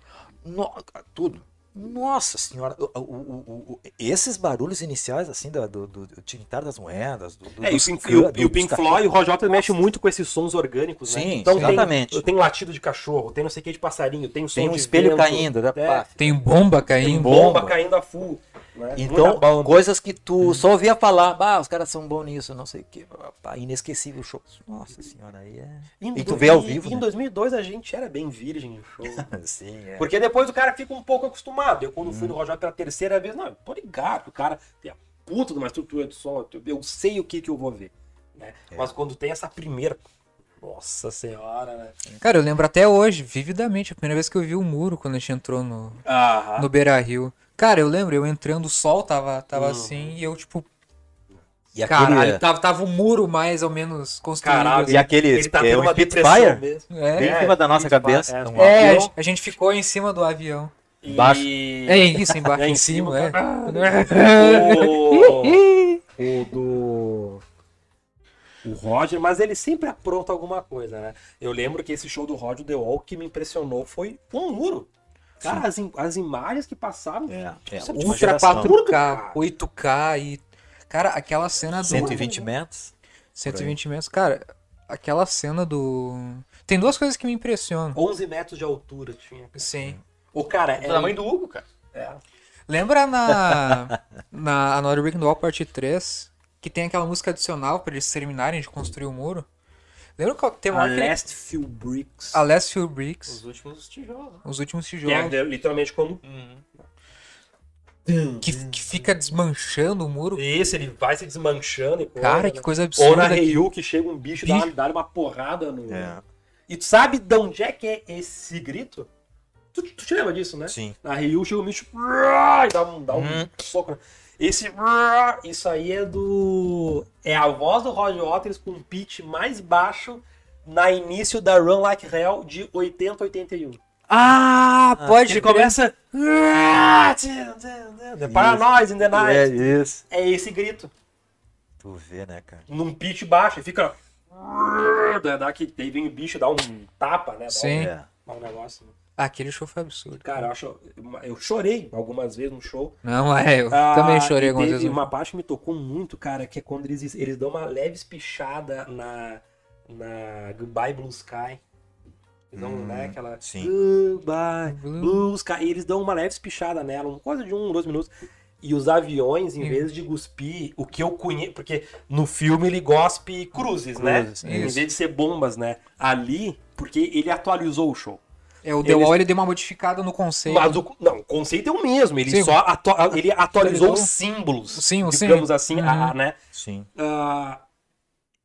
S3: No- tudo. Nossa senhora, o- o- o- o- esses barulhos iniciais, assim, da- do, do, do tilintar das moedas, do, do,
S1: É, e o
S3: dos
S1: Pink,
S3: can-
S1: e o- e o
S3: dos
S1: Pink
S3: ca-
S1: Floyd, o Roger Waters mexe muito com esses sons orgânicos, né?
S3: Sim,
S1: tem-
S3: exatamente.
S1: Tem latido de cachorro, tem não sei o que de passarinho, tem som
S3: Tem um
S1: de
S3: espelho
S1: vento,
S3: caindo, né?
S1: é,
S3: Pá.
S5: Tem bomba
S1: tem
S5: caindo.
S1: bomba,
S3: bomba.
S1: caindo a full. né? Muita
S3: Então,
S1: bomba.
S3: coisas que
S1: Uhum.
S3: tu só ouvia falar, ah, os caras são bons nisso, não sei o quê, pá, inesquecível o show. Nossa senhora, aí é.
S1: Em
S3: e tu
S1: dois-
S3: vê ao
S1: em-
S3: vivo,
S1: Em
S3: né?
S1: 2002 a gente era bem virgem no show.
S3: Sim, é. Hum.
S1: Porque depois o cara fica um pouco acostumado. Eu, quando fui no Roger pela terceira vez, não, eu tô ligado, que o cara tem a puta de uma estrutura de som, eu- eu sei o que, que eu vou ver. né?
S3: É.
S1: Mas quando tem essa primeira. Nossa senhora, né?
S5: Cara, eu lembro até hoje, vividamente, a primeira vez que eu vi o muro quando a gente entrou no,
S1: Aham.
S5: no Beira Rio. Cara, eu lembro, eu entrando, o sol tava, tava
S1: Uhum.
S5: assim, e eu, tipo,
S3: E aquele, é.
S5: caralho,
S1: tá-
S5: tava, tava o muro mais ou menos construído.
S1: Caralho,
S5: assim.
S3: e aquele
S1: Ele tá
S3: é,
S1: tendo
S3: o
S1: uma
S3: Spitfire,
S1: depressão mesmo.
S5: É,
S3: bem
S1: É,
S3: em cima da nossa
S1: Spitfire,
S3: cabeça.
S1: é.
S3: um
S5: é, a
S3: avião.
S5: gente- a gente ficou em cima do avião.
S3: Embaixo.
S1: E-
S5: É isso, embaixo,
S1: É, em
S5: em cima,
S1: cima,
S5: é.
S1: o, o do o Roger, mas ele sempre apronta alguma coisa, né? Eu lembro que esse show do Roger The Wall que me impressionou foi com o muro. Cara, as, im- as imagens que passavam.
S3: É, é,
S1: Isso é
S3: última
S5: Ultra
S3: geração.
S5: 4K, 8K e. Cara, aquela cena do.
S3: 120 metros.
S5: 120 metros. Cara, aquela cena do. Tem duas coisas que me impressionam.
S1: 11 metros de altura tinha.
S5: Sim.
S1: O cara
S2: Do
S1: é.
S2: tamanho do Hugo, cara.
S1: é.
S5: Lembra na. na Another Breaking the Wall Parte 3? Que tem aquela música adicional pra eles terminarem de construir o muro? Lembra qual tem uma
S1: A
S5: hora que ele-
S1: Last Few Bricks.
S5: A Last Few Bricks,
S2: Os últimos tijolos.
S5: os últimos
S1: Que
S5: tijolos.
S1: é literalmente quando.
S2: Uhum.
S5: Que, que fica desmanchando o muro.
S1: Isso, ele vai se desmanchando e coisa,
S5: Cara,
S1: né?
S5: que coisa
S1: Ou na
S5: absurda. que-
S1: Ryu que chega um bicho, e Dá,
S5: Bicho.
S1: dá uma porrada no.
S3: É.
S1: E tu sabe de onde é que é esse grito? Tu, tu te lembra disso, né?
S3: Sim.
S1: Na Ryu chega um bicho e dá um, dá um soco. né? Esse isso aí é do. É a voz do Roger Waters com um pitch mais baixo na início da Run Like Hell de 80 81.
S5: Ah, pode
S1: Ele
S5: crer.
S1: começa.
S3: Ah,
S1: Para nós, in the
S3: É
S1: night.
S3: isso.
S1: É esse grito.
S3: Tu vê, né, cara?
S1: Num pitch baixo, e fica. Dá que daí vem o bicho, dá um tapa, né? Dá um-
S5: Sim.
S3: É.
S1: Dá um negócio. né?
S5: Aquele show foi absurdo.
S1: Cara, eu, acho, eu chorei algumas vezes no show.
S5: Não, é, eu
S1: Ah,
S5: também chorei
S1: e
S5: algumas
S1: teve
S5: vezes.
S1: uma parte que me tocou muito, cara, que é quando eles, eles dão uma leve espichada na, na Goodbye Blue Sky. Eles dão,
S3: Hum,
S1: né, aquela...
S3: sim.
S5: né?
S1: Goodbye Blue Sky. E eles dão uma leve espichada nela, uma coisa de um, dois minutos. E os aviões, em
S5: Sim.
S1: vez de cuspir, o que eu conheço... Porque no filme ele gospe cruzes, né?
S3: Cruzes,
S1: Em
S5: isso.
S1: vez de ser bombas, né? Ali, porque ele atualizou o show.
S5: É, o The
S1: Eles-
S5: Wall ele deu uma modificada no conceito.
S1: Mas o, não, o conceito é o mesmo, ele
S5: Sim.
S1: só atua- ele atualizou
S5: Atualizou.
S1: os símbolos,
S5: Sim, o
S1: digamos assim,
S5: Uhum.
S1: a- a, né?
S3: Sim.
S1: Ah,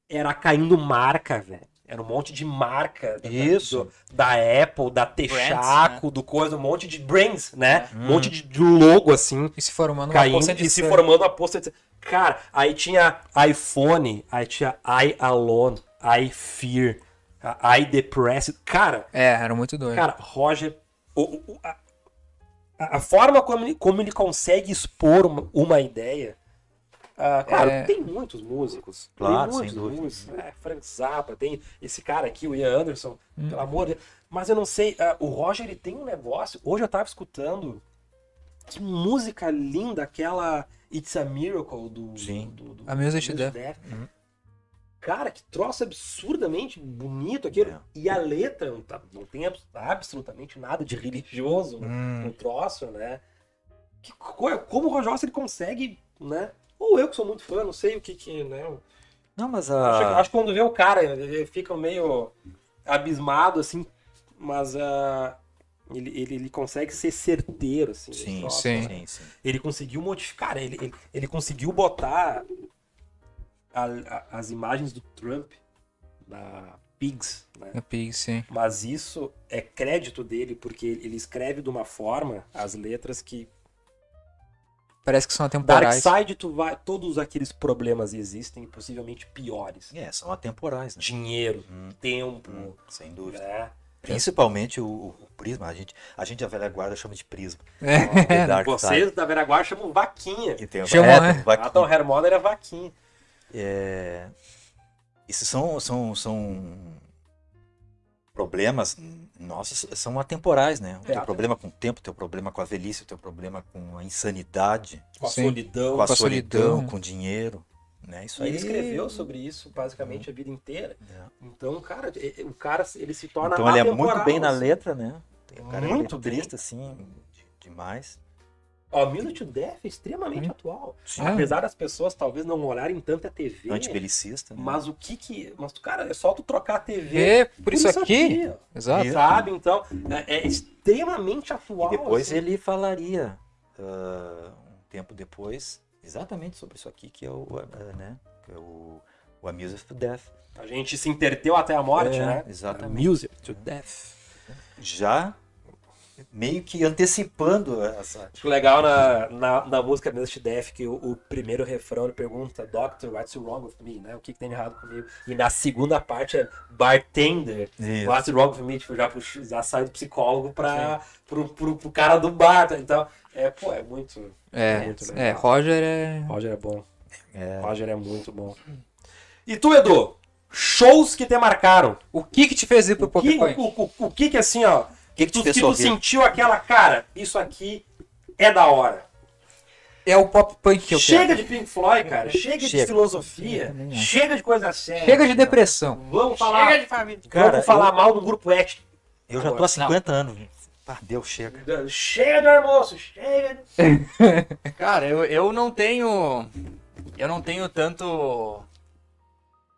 S1: era caindo marca, velho. Era um monte de marca da-
S3: Isso.
S1: da Apple, da
S2: Brands,
S1: Texaco, do coisa, um monte de brands, né? Um monte de, de logo assim,
S5: E se formando Uhum. uma
S1: caindo
S5: poça de
S1: e se
S5: sangue.
S1: formando uma poça de... Cara, aí tinha iPhone, aí tinha I Alone, I Fear, I Depressed. Cara,
S5: É, era muito doido.
S1: Cara, Roger. o- o- a, a- a forma como ele, como ele consegue expor uma, uma ideia. ah, claro,
S5: É.
S1: tem muitos músicos. tem
S3: Claro, sem
S1: muitos
S3: dúvida.
S1: músicos. É, Frank Zappa, tem esse cara aqui, o Ian Anderson,
S5: Hum.
S1: pelo amor de Deus. Mas eu não sei, ah, o Roger ele tem um negócio. Hoje eu tava escutando. Que música linda aquela It's a Miracle do.
S3: Sim.
S1: do, do-
S5: A Music
S1: do
S5: Death.
S3: Uhum.
S1: Cara, que troço absurdamente bonito aquilo.
S3: É.
S1: E a letra não, tá- não tem abs- absolutamente nada de religioso no-
S3: Hum.
S1: no troço, né? Que co- como o Rojas ele consegue, né? Ou eu que sou muito fã, não sei o que que, né? eu-
S3: Não, mas
S1: Acho,
S3: a.
S1: acho que quando vê o cara, ele fica meio abismado, assim, mas ah, ele, ele, ele consegue ser certeiro, assim. no
S3: Sim,
S1: troço,
S5: sim.
S1: né?
S3: Sim, sim.
S1: ele conseguiu modificar, ele, ele, ele conseguiu botar a- a- as imagens do Trump da Pigs, né?
S5: Eu peguei, É sim.
S1: Mas isso é crédito dele, porque ele escreve de uma forma as letras que.
S5: Parece que são
S1: Dark
S5: atemporais.
S1: Side, tu vai. Todos aqueles problemas existem, possivelmente piores.
S3: É, são atemporais, né?
S1: Dinheiro,
S3: Hum.
S1: tempo,
S3: Hum, sem dúvida.
S1: né?
S3: Principalmente o, o- o prisma. A gente, a gente, a velha guarda, chama de prisma. The
S5: É,
S3: Dark Side.
S1: Vocês da Veraguá chamam vaquinha.
S3: E tem o-
S5: Chamam,
S3: é,
S5: né?
S3: tem o Black-
S1: Adam Hermoder era vaquinha.
S3: É, Esses são, são, são problemas, nossa, são atemporais, né? O teu
S1: É.
S3: problema com o tempo, o teu problema com a velhice, o teu problema com a insanidade,
S1: Com Tipo, a
S5: Sim.
S1: solidão.
S3: com a
S5: com a
S3: solidão,
S5: solidão.
S3: com o dinheiro, né? Isso aí
S1: Ele escreveu sobre isso basicamente a vida inteira.
S3: É.
S1: Então, cara, e- e- o cara ele se torna
S3: Então ele é
S1: atemporal,
S3: muito bem na
S1: assim.
S3: letra, né? Tem- O cara é
S1: Muito bem.
S3: letrista, assim, de- demais.
S1: Ó, Minute to Death é extremamente atual.
S3: Sim.
S5: É.
S1: Apesar das pessoas talvez não olharem tanto a TV,
S3: Antibelicista, né?
S1: mas o que que... Mas, cara, é só tu trocar a TV
S5: Vê É, por isso aqui.
S1: ó.
S5: Exato.
S1: Sabe? Então, é, é extremamente atual.
S3: E depois
S1: assim.
S3: ele falaria, ah, um tempo depois, exatamente sobre isso aqui, que é o, ah, né? Que é o, o Amusement to Death.
S1: A gente se interteu até a morte,
S3: É,
S1: né?
S3: Exatamente.
S1: Music to Death.
S3: Já meio que antecipando essa...
S1: Acho legal na, na, na música Music to Death que o, o primeiro refrão ele pergunta Doctor, what's wrong with me? Né? O que, que tem de errado comigo? E na segunda parte é Bartender.
S3: Isso.
S1: What's wrong with me? Tipo, já, puxo- já sai do psicólogo pra, pro, pro, pro cara do bar. tá? Então, é, pô, é muito.
S5: É,
S1: muito
S5: é,
S1: legal.
S5: Roger é.
S1: Roger é bom.
S3: É.
S1: Roger é muito bom. E tu, Edu? Shows que te marcaram.
S5: O que que te fez ir pro
S1: O que,
S5: Pokémon?
S1: o, o- o que que assim, ó,
S3: que que te
S1: tu,
S3: fez
S1: que tu
S3: sorrir?
S1: sentiu aquela, cara, isso aqui é da hora.
S5: É o pop punk que eu
S1: chega de Pink Floyd, cara, chega, de
S3: Chega.
S1: filosofia, chega de coisa séria.
S5: quero. Chega de depressão.
S1: Vamos falar,
S2: de família.
S3: Cara, eu-
S1: vamos falar mal do grupo ético.
S3: Eu já tô há 50 anos. Ah, deu, chega.
S1: Chega de almoço, chega de...
S2: Cara, eu, eu não tenho. Eu não tenho tanto.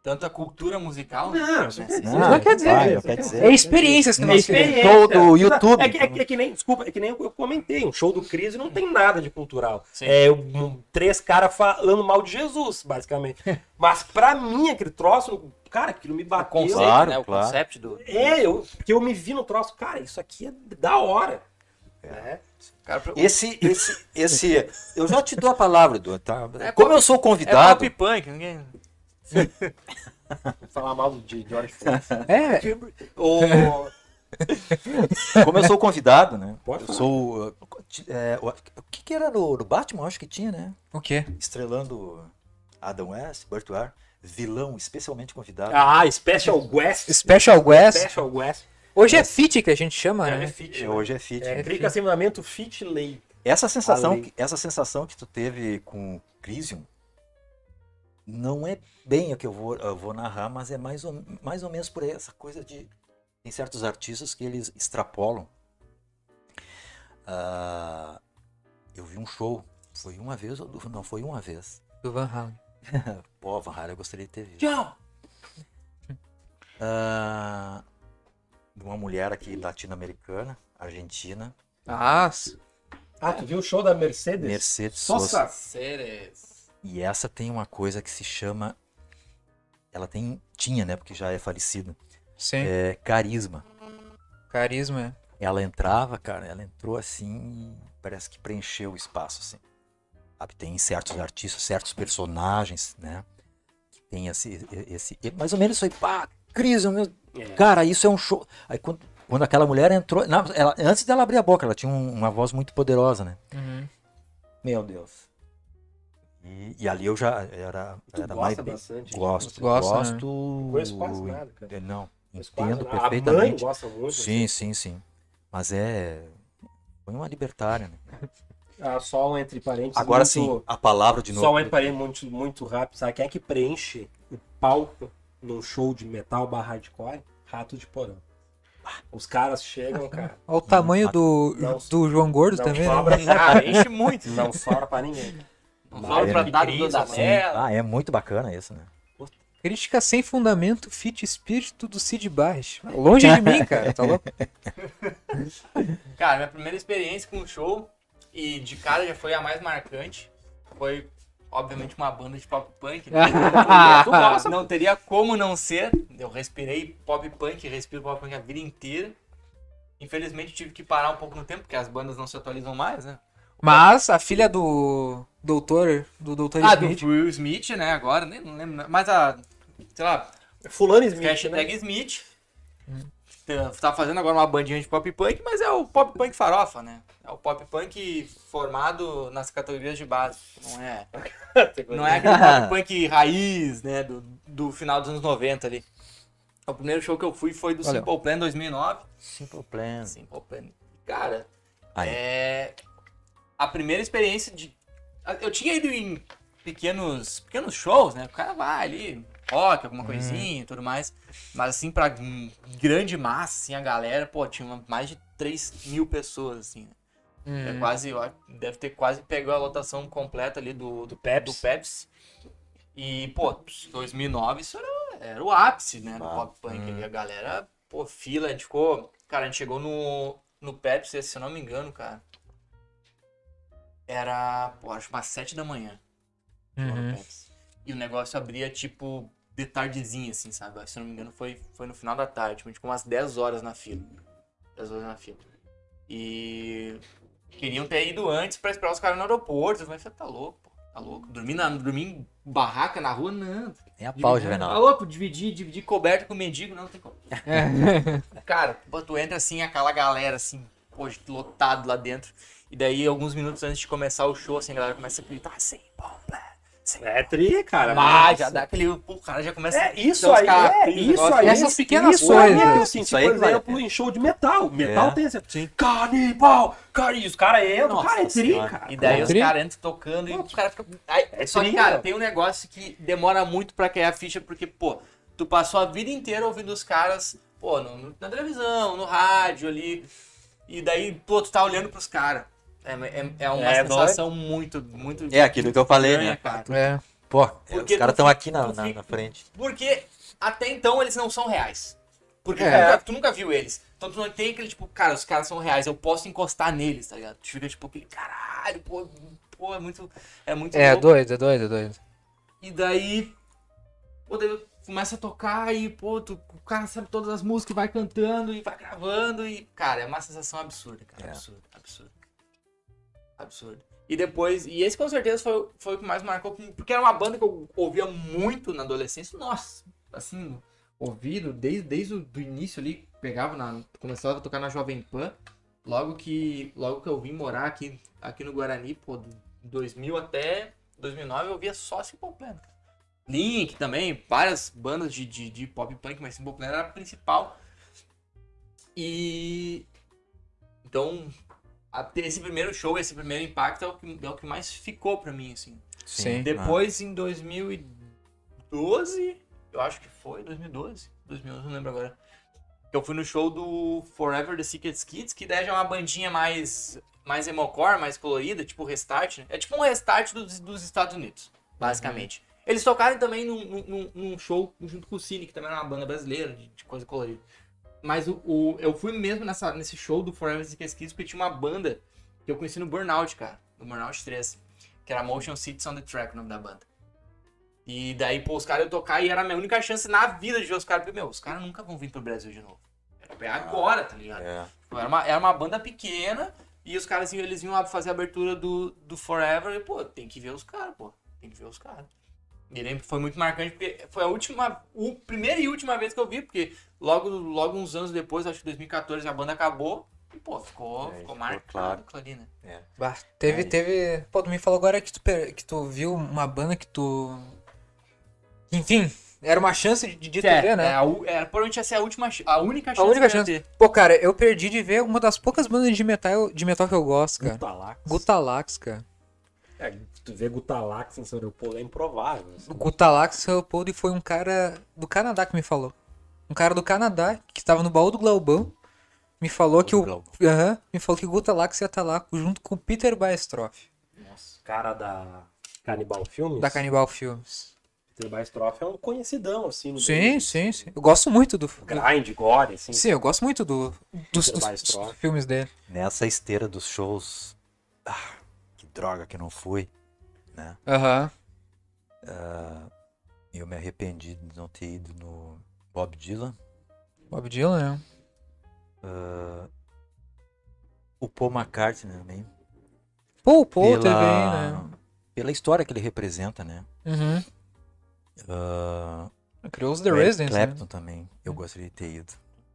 S2: Tanta cultura musical. né?
S1: Não, isso é não quer dizer.
S5: Não, quer dizer,
S3: vai,
S5: né?
S3: não quer dizer.
S5: É experiências que
S3: É
S5: nós
S3: experiência.
S5: queremos.
S3: Show do YouTube.
S1: É que, é que- é que nem, desculpa, é que nem eu comentei, um show do Crise não tem nada de cultural.
S2: Sim.
S1: É um- três caras falando mal de Jesus, basicamente. Mas pra mim, aquele troço, cara, aquilo me
S2: O
S1: bateu.
S2: conceito,
S3: Claro,
S2: né? O
S3: claro.
S2: conceito do.
S1: É, eu, porque eu me vi no troço, cara, isso aqui é da hora. né?
S2: Cara, pra-
S3: Esse, esse, esse... Eu já te dou a palavra, Edu. Tá?
S2: É
S3: Como
S2: pop-
S3: eu sou
S2: é pop
S3: convidado...
S2: punk, ninguém.
S1: Falar mal de George Floyd.
S5: É,
S1: Tipo- Ô,
S3: Como eu sou convidado, né?
S1: Pode
S3: Eu
S1: falar.
S3: sou. uh, é, o o que, que era no, no Batman? Eu Acho que tinha, né?
S5: o quê?
S3: Estrelando Adam West, Burt Ward, vilão especialmente convidado.
S1: Ah, Special Guest.
S5: Special Guest.
S1: Special Guest.
S5: Hoje é fit que a gente chama,
S1: É,
S5: né?
S1: fit.
S3: É,
S1: né?
S3: Hoje é fit.
S1: É, clica assinamento Fit Lei.
S3: Essa sensação,
S1: Além.
S3: que, essa sensação que tu teve com o Crisium não é bem o que eu vou, eu vou narrar, mas é mais ou, mais ou menos por aí, essa coisa de. Tem certos artistas que eles extrapolam. Ah, eu vi um show, foi uma vez, ou du- não foi uma vez.
S1: É.
S5: Do Van Halen.
S3: Pô, Van Halen, eu gostaria de ter visto.
S2: Tchau!
S3: Ah, de uma mulher aqui latino-americana, argentina,
S5: Ah,
S1: Ah, tu viu o show da Mercedes?
S3: Mercedes Sosa.
S1: Sosa.
S2: Seres.
S3: E essa tem uma coisa que se chama. Ela tem. Tinha, né? Porque já é falecida.
S5: sim.
S3: É carisma.
S5: Carisma.
S3: Ela entrava, cara, ela entrou assim e parece que preencheu o espaço, assim. Sabe? Tem certos artistas, certos personagens, né? Que tem esse. esse é mais ou menos isso aí, pá, crise, meu
S1: É.
S3: Cara, isso é um show. Aí quando, quando aquela mulher entrou. na- ela- antes dela abrir a boca, ela tinha um- uma voz muito poderosa, né?
S5: Uhum.
S3: Meu Deus. E, e ali eu já era.
S1: Tu
S3: era mais
S1: gosta
S3: bem-
S1: bastante.
S3: Gosto,
S5: Gosta, né?
S3: gosto.
S1: Não conheço quase
S2: né?
S1: nada, cara.
S3: Eu Não,
S1: Conheço quase
S3: entendo
S1: nada. A mãe
S3: perfeitamente.
S1: gosta muito.
S3: sim, sim, sim. Mas é. Foi uma libertária, né?
S1: Ah, só um entre parênteses.
S3: Agora
S1: muito-
S3: sim, a palavra de novo.
S1: Só um entre parênteses muito, muito rápido. Sabe quem é que preenche o palco num show de metal barra hardcore? Rato de porão. Os caras chegam, cara.
S5: Olha o tamanho do,
S1: Não.
S5: do João Gordo
S1: Não
S5: também, né?
S1: sobra nada, hein?
S2: Ah, Enche muito. né?
S1: Não sobra pra ninguém.
S2: Não
S3: Vai,
S2: fala pra
S1: né?
S2: dar
S1: Que
S2: do
S1: isso,
S2: da
S1: assim.
S2: dela.
S3: Ah, é muito bacana isso, né?
S5: Crítica sem fundamento, fit espírito do Cid Barres. Longe de mim, cara. Tá louco?
S2: Cara, minha primeira experiência com um show, e de cara já foi a mais marcante, foi, obviamente, uma banda de pop punk. né? Tu gosta, não teria como não ser. Eu respirei pop punk, respiro pop punk a vida inteira. Infelizmente tive que parar um pouco no tempo, porque as bandas não se atualizam mais, né?
S5: Mas a filha do doutor, do doutor
S2: Ah, do
S5: Smith,
S2: Will Smith, né? Agora, nem não lembro. Mas a. Sei lá,
S1: Fulano Smith, né?
S2: hashtag Smith. Tá- Tá fazendo agora uma bandinha de pop punk, mas é o pop punk farofa, né? É o pop punk formado nas categorias de base. Não é. Não é aquele pop punk raiz, né? Do, do final dos anos 90 ali. O primeiro show que eu fui foi do
S5: Valeu.
S2: Simple Plan 2009.
S3: Simple Plan.
S2: Simple Plan. Cara,
S3: né? Aí.
S2: é... A primeira experiência de... Eu tinha ido em pequenos, pequenos shows, né? O cara vai ali, rock, alguma coisinha e tudo mais. Mas assim, pra hum, grande massa, assim, a galera, pô, tinha uma- mais de 3 mil pessoas, assim, né? É
S5: Hum.
S2: quase, eu acho- deve ter quase pegou a lotação completa ali do, do, Pepsi. do Pepsi. E, pô, 2009 isso era, era o ápice, né, do
S3: Ah,
S2: pop punk. ali. A galera, pô, fila, a gente ficou... Cara, a gente chegou no, no Pepsi, se eu não me engano, cara. Era, pô, acho umas sete da manhã. lá no
S5: Uhum.
S2: Pepsi. E o negócio abria, tipo, de tardezinha, assim, sabe? Se eu não me engano, foi, foi no final da tarde. Tipo, a gente ficou umas 10 horas na fila. 10 horas na fila. E queriam ter ido antes pra esperar os caras no aeroporto. Eu falei, "Você tá louco, pô. Tá louco? Dormir, na, dormir em barraca na rua, não.
S3: Nem a pau,
S2: Tá
S3: Juvenal.
S2: louco? Dividir, dividir coberto com mendigo, não, não tem como. Cara, pô, tu entra assim, aquela galera assim, hoje lotado lá dentro. E daí, alguns minutos antes de começar o show, assim, a galera começa a gritar, assim, bom,
S1: É tri, cara.
S2: ah, já dá aquele. Pô, o cara já começa.
S1: É, isso
S2: dar os
S1: aí, é,
S2: caracteres,
S1: isso
S2: negócio. assim,
S1: aí.
S5: Essas pequenas
S1: isso aí
S5: coisas.
S1: é que eu senti,
S3: Isso aí
S1: por
S3: vale a
S1: exemplo, em show de metal. Metal
S3: É.
S1: tem esse... Canibal! Cara, e os caras entram.
S3: Nossa
S1: cara, é tri,
S3: Senhora.
S1: cara.
S2: E daí
S5: É
S2: os
S5: tri-
S2: caras entram tocando e os caras ficam. Aí-
S1: É
S2: Só que,
S1: tri,
S2: cara,
S1: meu.
S2: tem um negócio que demora muito pra cair a ficha, porque, pô, tu passou a vida inteira ouvindo os caras, pô, no- no- na televisão, no rádio ali. E daí, pô, tu tá olhando pros caras. É, é, é uma
S1: É, né,
S2: sensação muito, muito.
S3: É aquilo que eu falei,
S2: estranha,
S3: né?
S2: cara.
S5: É.
S3: Pô, é,
S2: Porque
S3: os caras
S2: tu
S3: estão aqui na,
S2: tu
S3: na,
S2: fica-
S3: na frente.
S2: Porque até então eles não são reais. Porque
S5: É.
S2: tu, nunca, tu nunca viu eles. Então tu não tem aquele tipo, cara, os caras são reais, eu posso encostar neles, tá ligado? Tu fica tipo, aquele, caralho, pô, pô, é muito. É muito
S5: É,
S2: louco.
S5: doido, é doido, é doido.
S2: E daí. Pô, daí começa a tocar e, pô, tu, o cara sabe todas as músicas, vai cantando e vai gravando e. Cara, é uma sensação absurda, cara.
S3: É.
S2: Absurda, absurda. Absurdo. E depois. E esse com certeza foi, o- foi o que mais marcou, porque era uma banda que eu ouvia muito na adolescência. Nossa, assim, ouvido desde, desde o do início ali, pegava na. Começava a tocar na Jovem Pan. Logo que, logo que eu vim morar aqui, aqui no Guarani, pô, de 2000 até 2009 eu via só Simple Plan, cara. Link também, várias bandas de, de, de pop punk, mas Simple Plan era a principal. E... Então, a- ter esse primeiro show, esse primeiro impacto é o que, é o que mais ficou pra mim, assim.
S5: Sim.
S2: Depois, em 2012, eu acho que foi, 2012, 2011, não lembro agora. Eu fui no show do Forever The Secret Kids, que daí já é uma bandinha mais, mais emocore, mais colorida, tipo Restart, né? É tipo um Restart dos, dos Estados Unidos, basicamente. Eles tocaram também num, num- num show junto com o Cine, que também era uma banda brasileira, de, de coisa colorida. Mas o, o- eu fui mesmo nessa, nesse show do Forever The Secret Kids, porque tinha uma banda que eu conheci no Burnout, cara, no Burnout 3 que era Motion Cities on the Track, o nome da banda. E daí, pô, os caras iam tocar e era a minha única chance na vida de ver os caras. Porque, meu, os caras nunca vão vir pro Brasil de novo. É agora, tá ligado?
S3: É.
S2: Era uma, era uma banda pequena e os caras iam- eles iam fazer a abertura do, do Forever e, pô, tem que ver os caras, pô. Tem que ver os caras. E lembro que foi muito marcante porque foi a última, o primeira e última vez que eu vi, porque logo, logo uns anos depois, acho que 2014, a banda acabou e, pô, ficou,
S3: É,
S2: ficou
S3: ficou
S2: marcado
S3: claro.
S2: aquilo ali, né?
S3: é.
S5: Bah, teve,
S3: Aí.
S5: teve. Pô, tu me falou agora que tu, per- que tu viu uma banda que tu. Enfim, era uma chance de, de tu
S2: É,
S5: ver,
S2: é
S5: né?
S2: a u- é, provavelmente essa é a última, ch- a única chance.
S5: única
S2: que eu ia
S5: chance.
S2: ter.
S5: Pô, cara, eu perdi de ver uma das poucas bandas de metal, de metal que eu gosto, cara.
S1: Gutalax.
S5: Gutalax, cara.
S1: É, tu vê Gutalax em São Leopoldo é improvável.
S5: O Gutalax Leopoldo foi um cara do Canadá que me falou. Um cara do Canadá que estava no baú do Glaubão me falou que o.
S3: Glauco.
S5: Aham, me falou que o Gutalax ia estar lá junto com o Peter Baestroff,
S1: Nossa, cara da Canibal Filmes.
S5: da Cannibal Films.
S1: Peter Baestroff é um conhecidão, assim. No
S5: Sim,
S1: meio.
S5: sim, sim. Eu gosto muito do.
S1: Grind, gore, assim.
S5: Sim, eu gosto muito do, dos, dos-
S1: Baestroff.
S5: dos filmes dele.
S3: Nessa esteira dos shows. Ah, que droga que eu não fui.
S5: Aham.
S3: Eu me arrependi de não ter ido no Bob Dylan.
S5: Bob Dylan, né?
S3: O Paul McCartney né, também.
S5: Pô, o Paul
S3: pela...
S5: também, né?
S3: Pela história que ele representa, né?
S5: Uhum. Criou os The
S3: O Eric
S5: Residents, né?
S3: Ah, Clapton também. Eu gostaria de ter ido.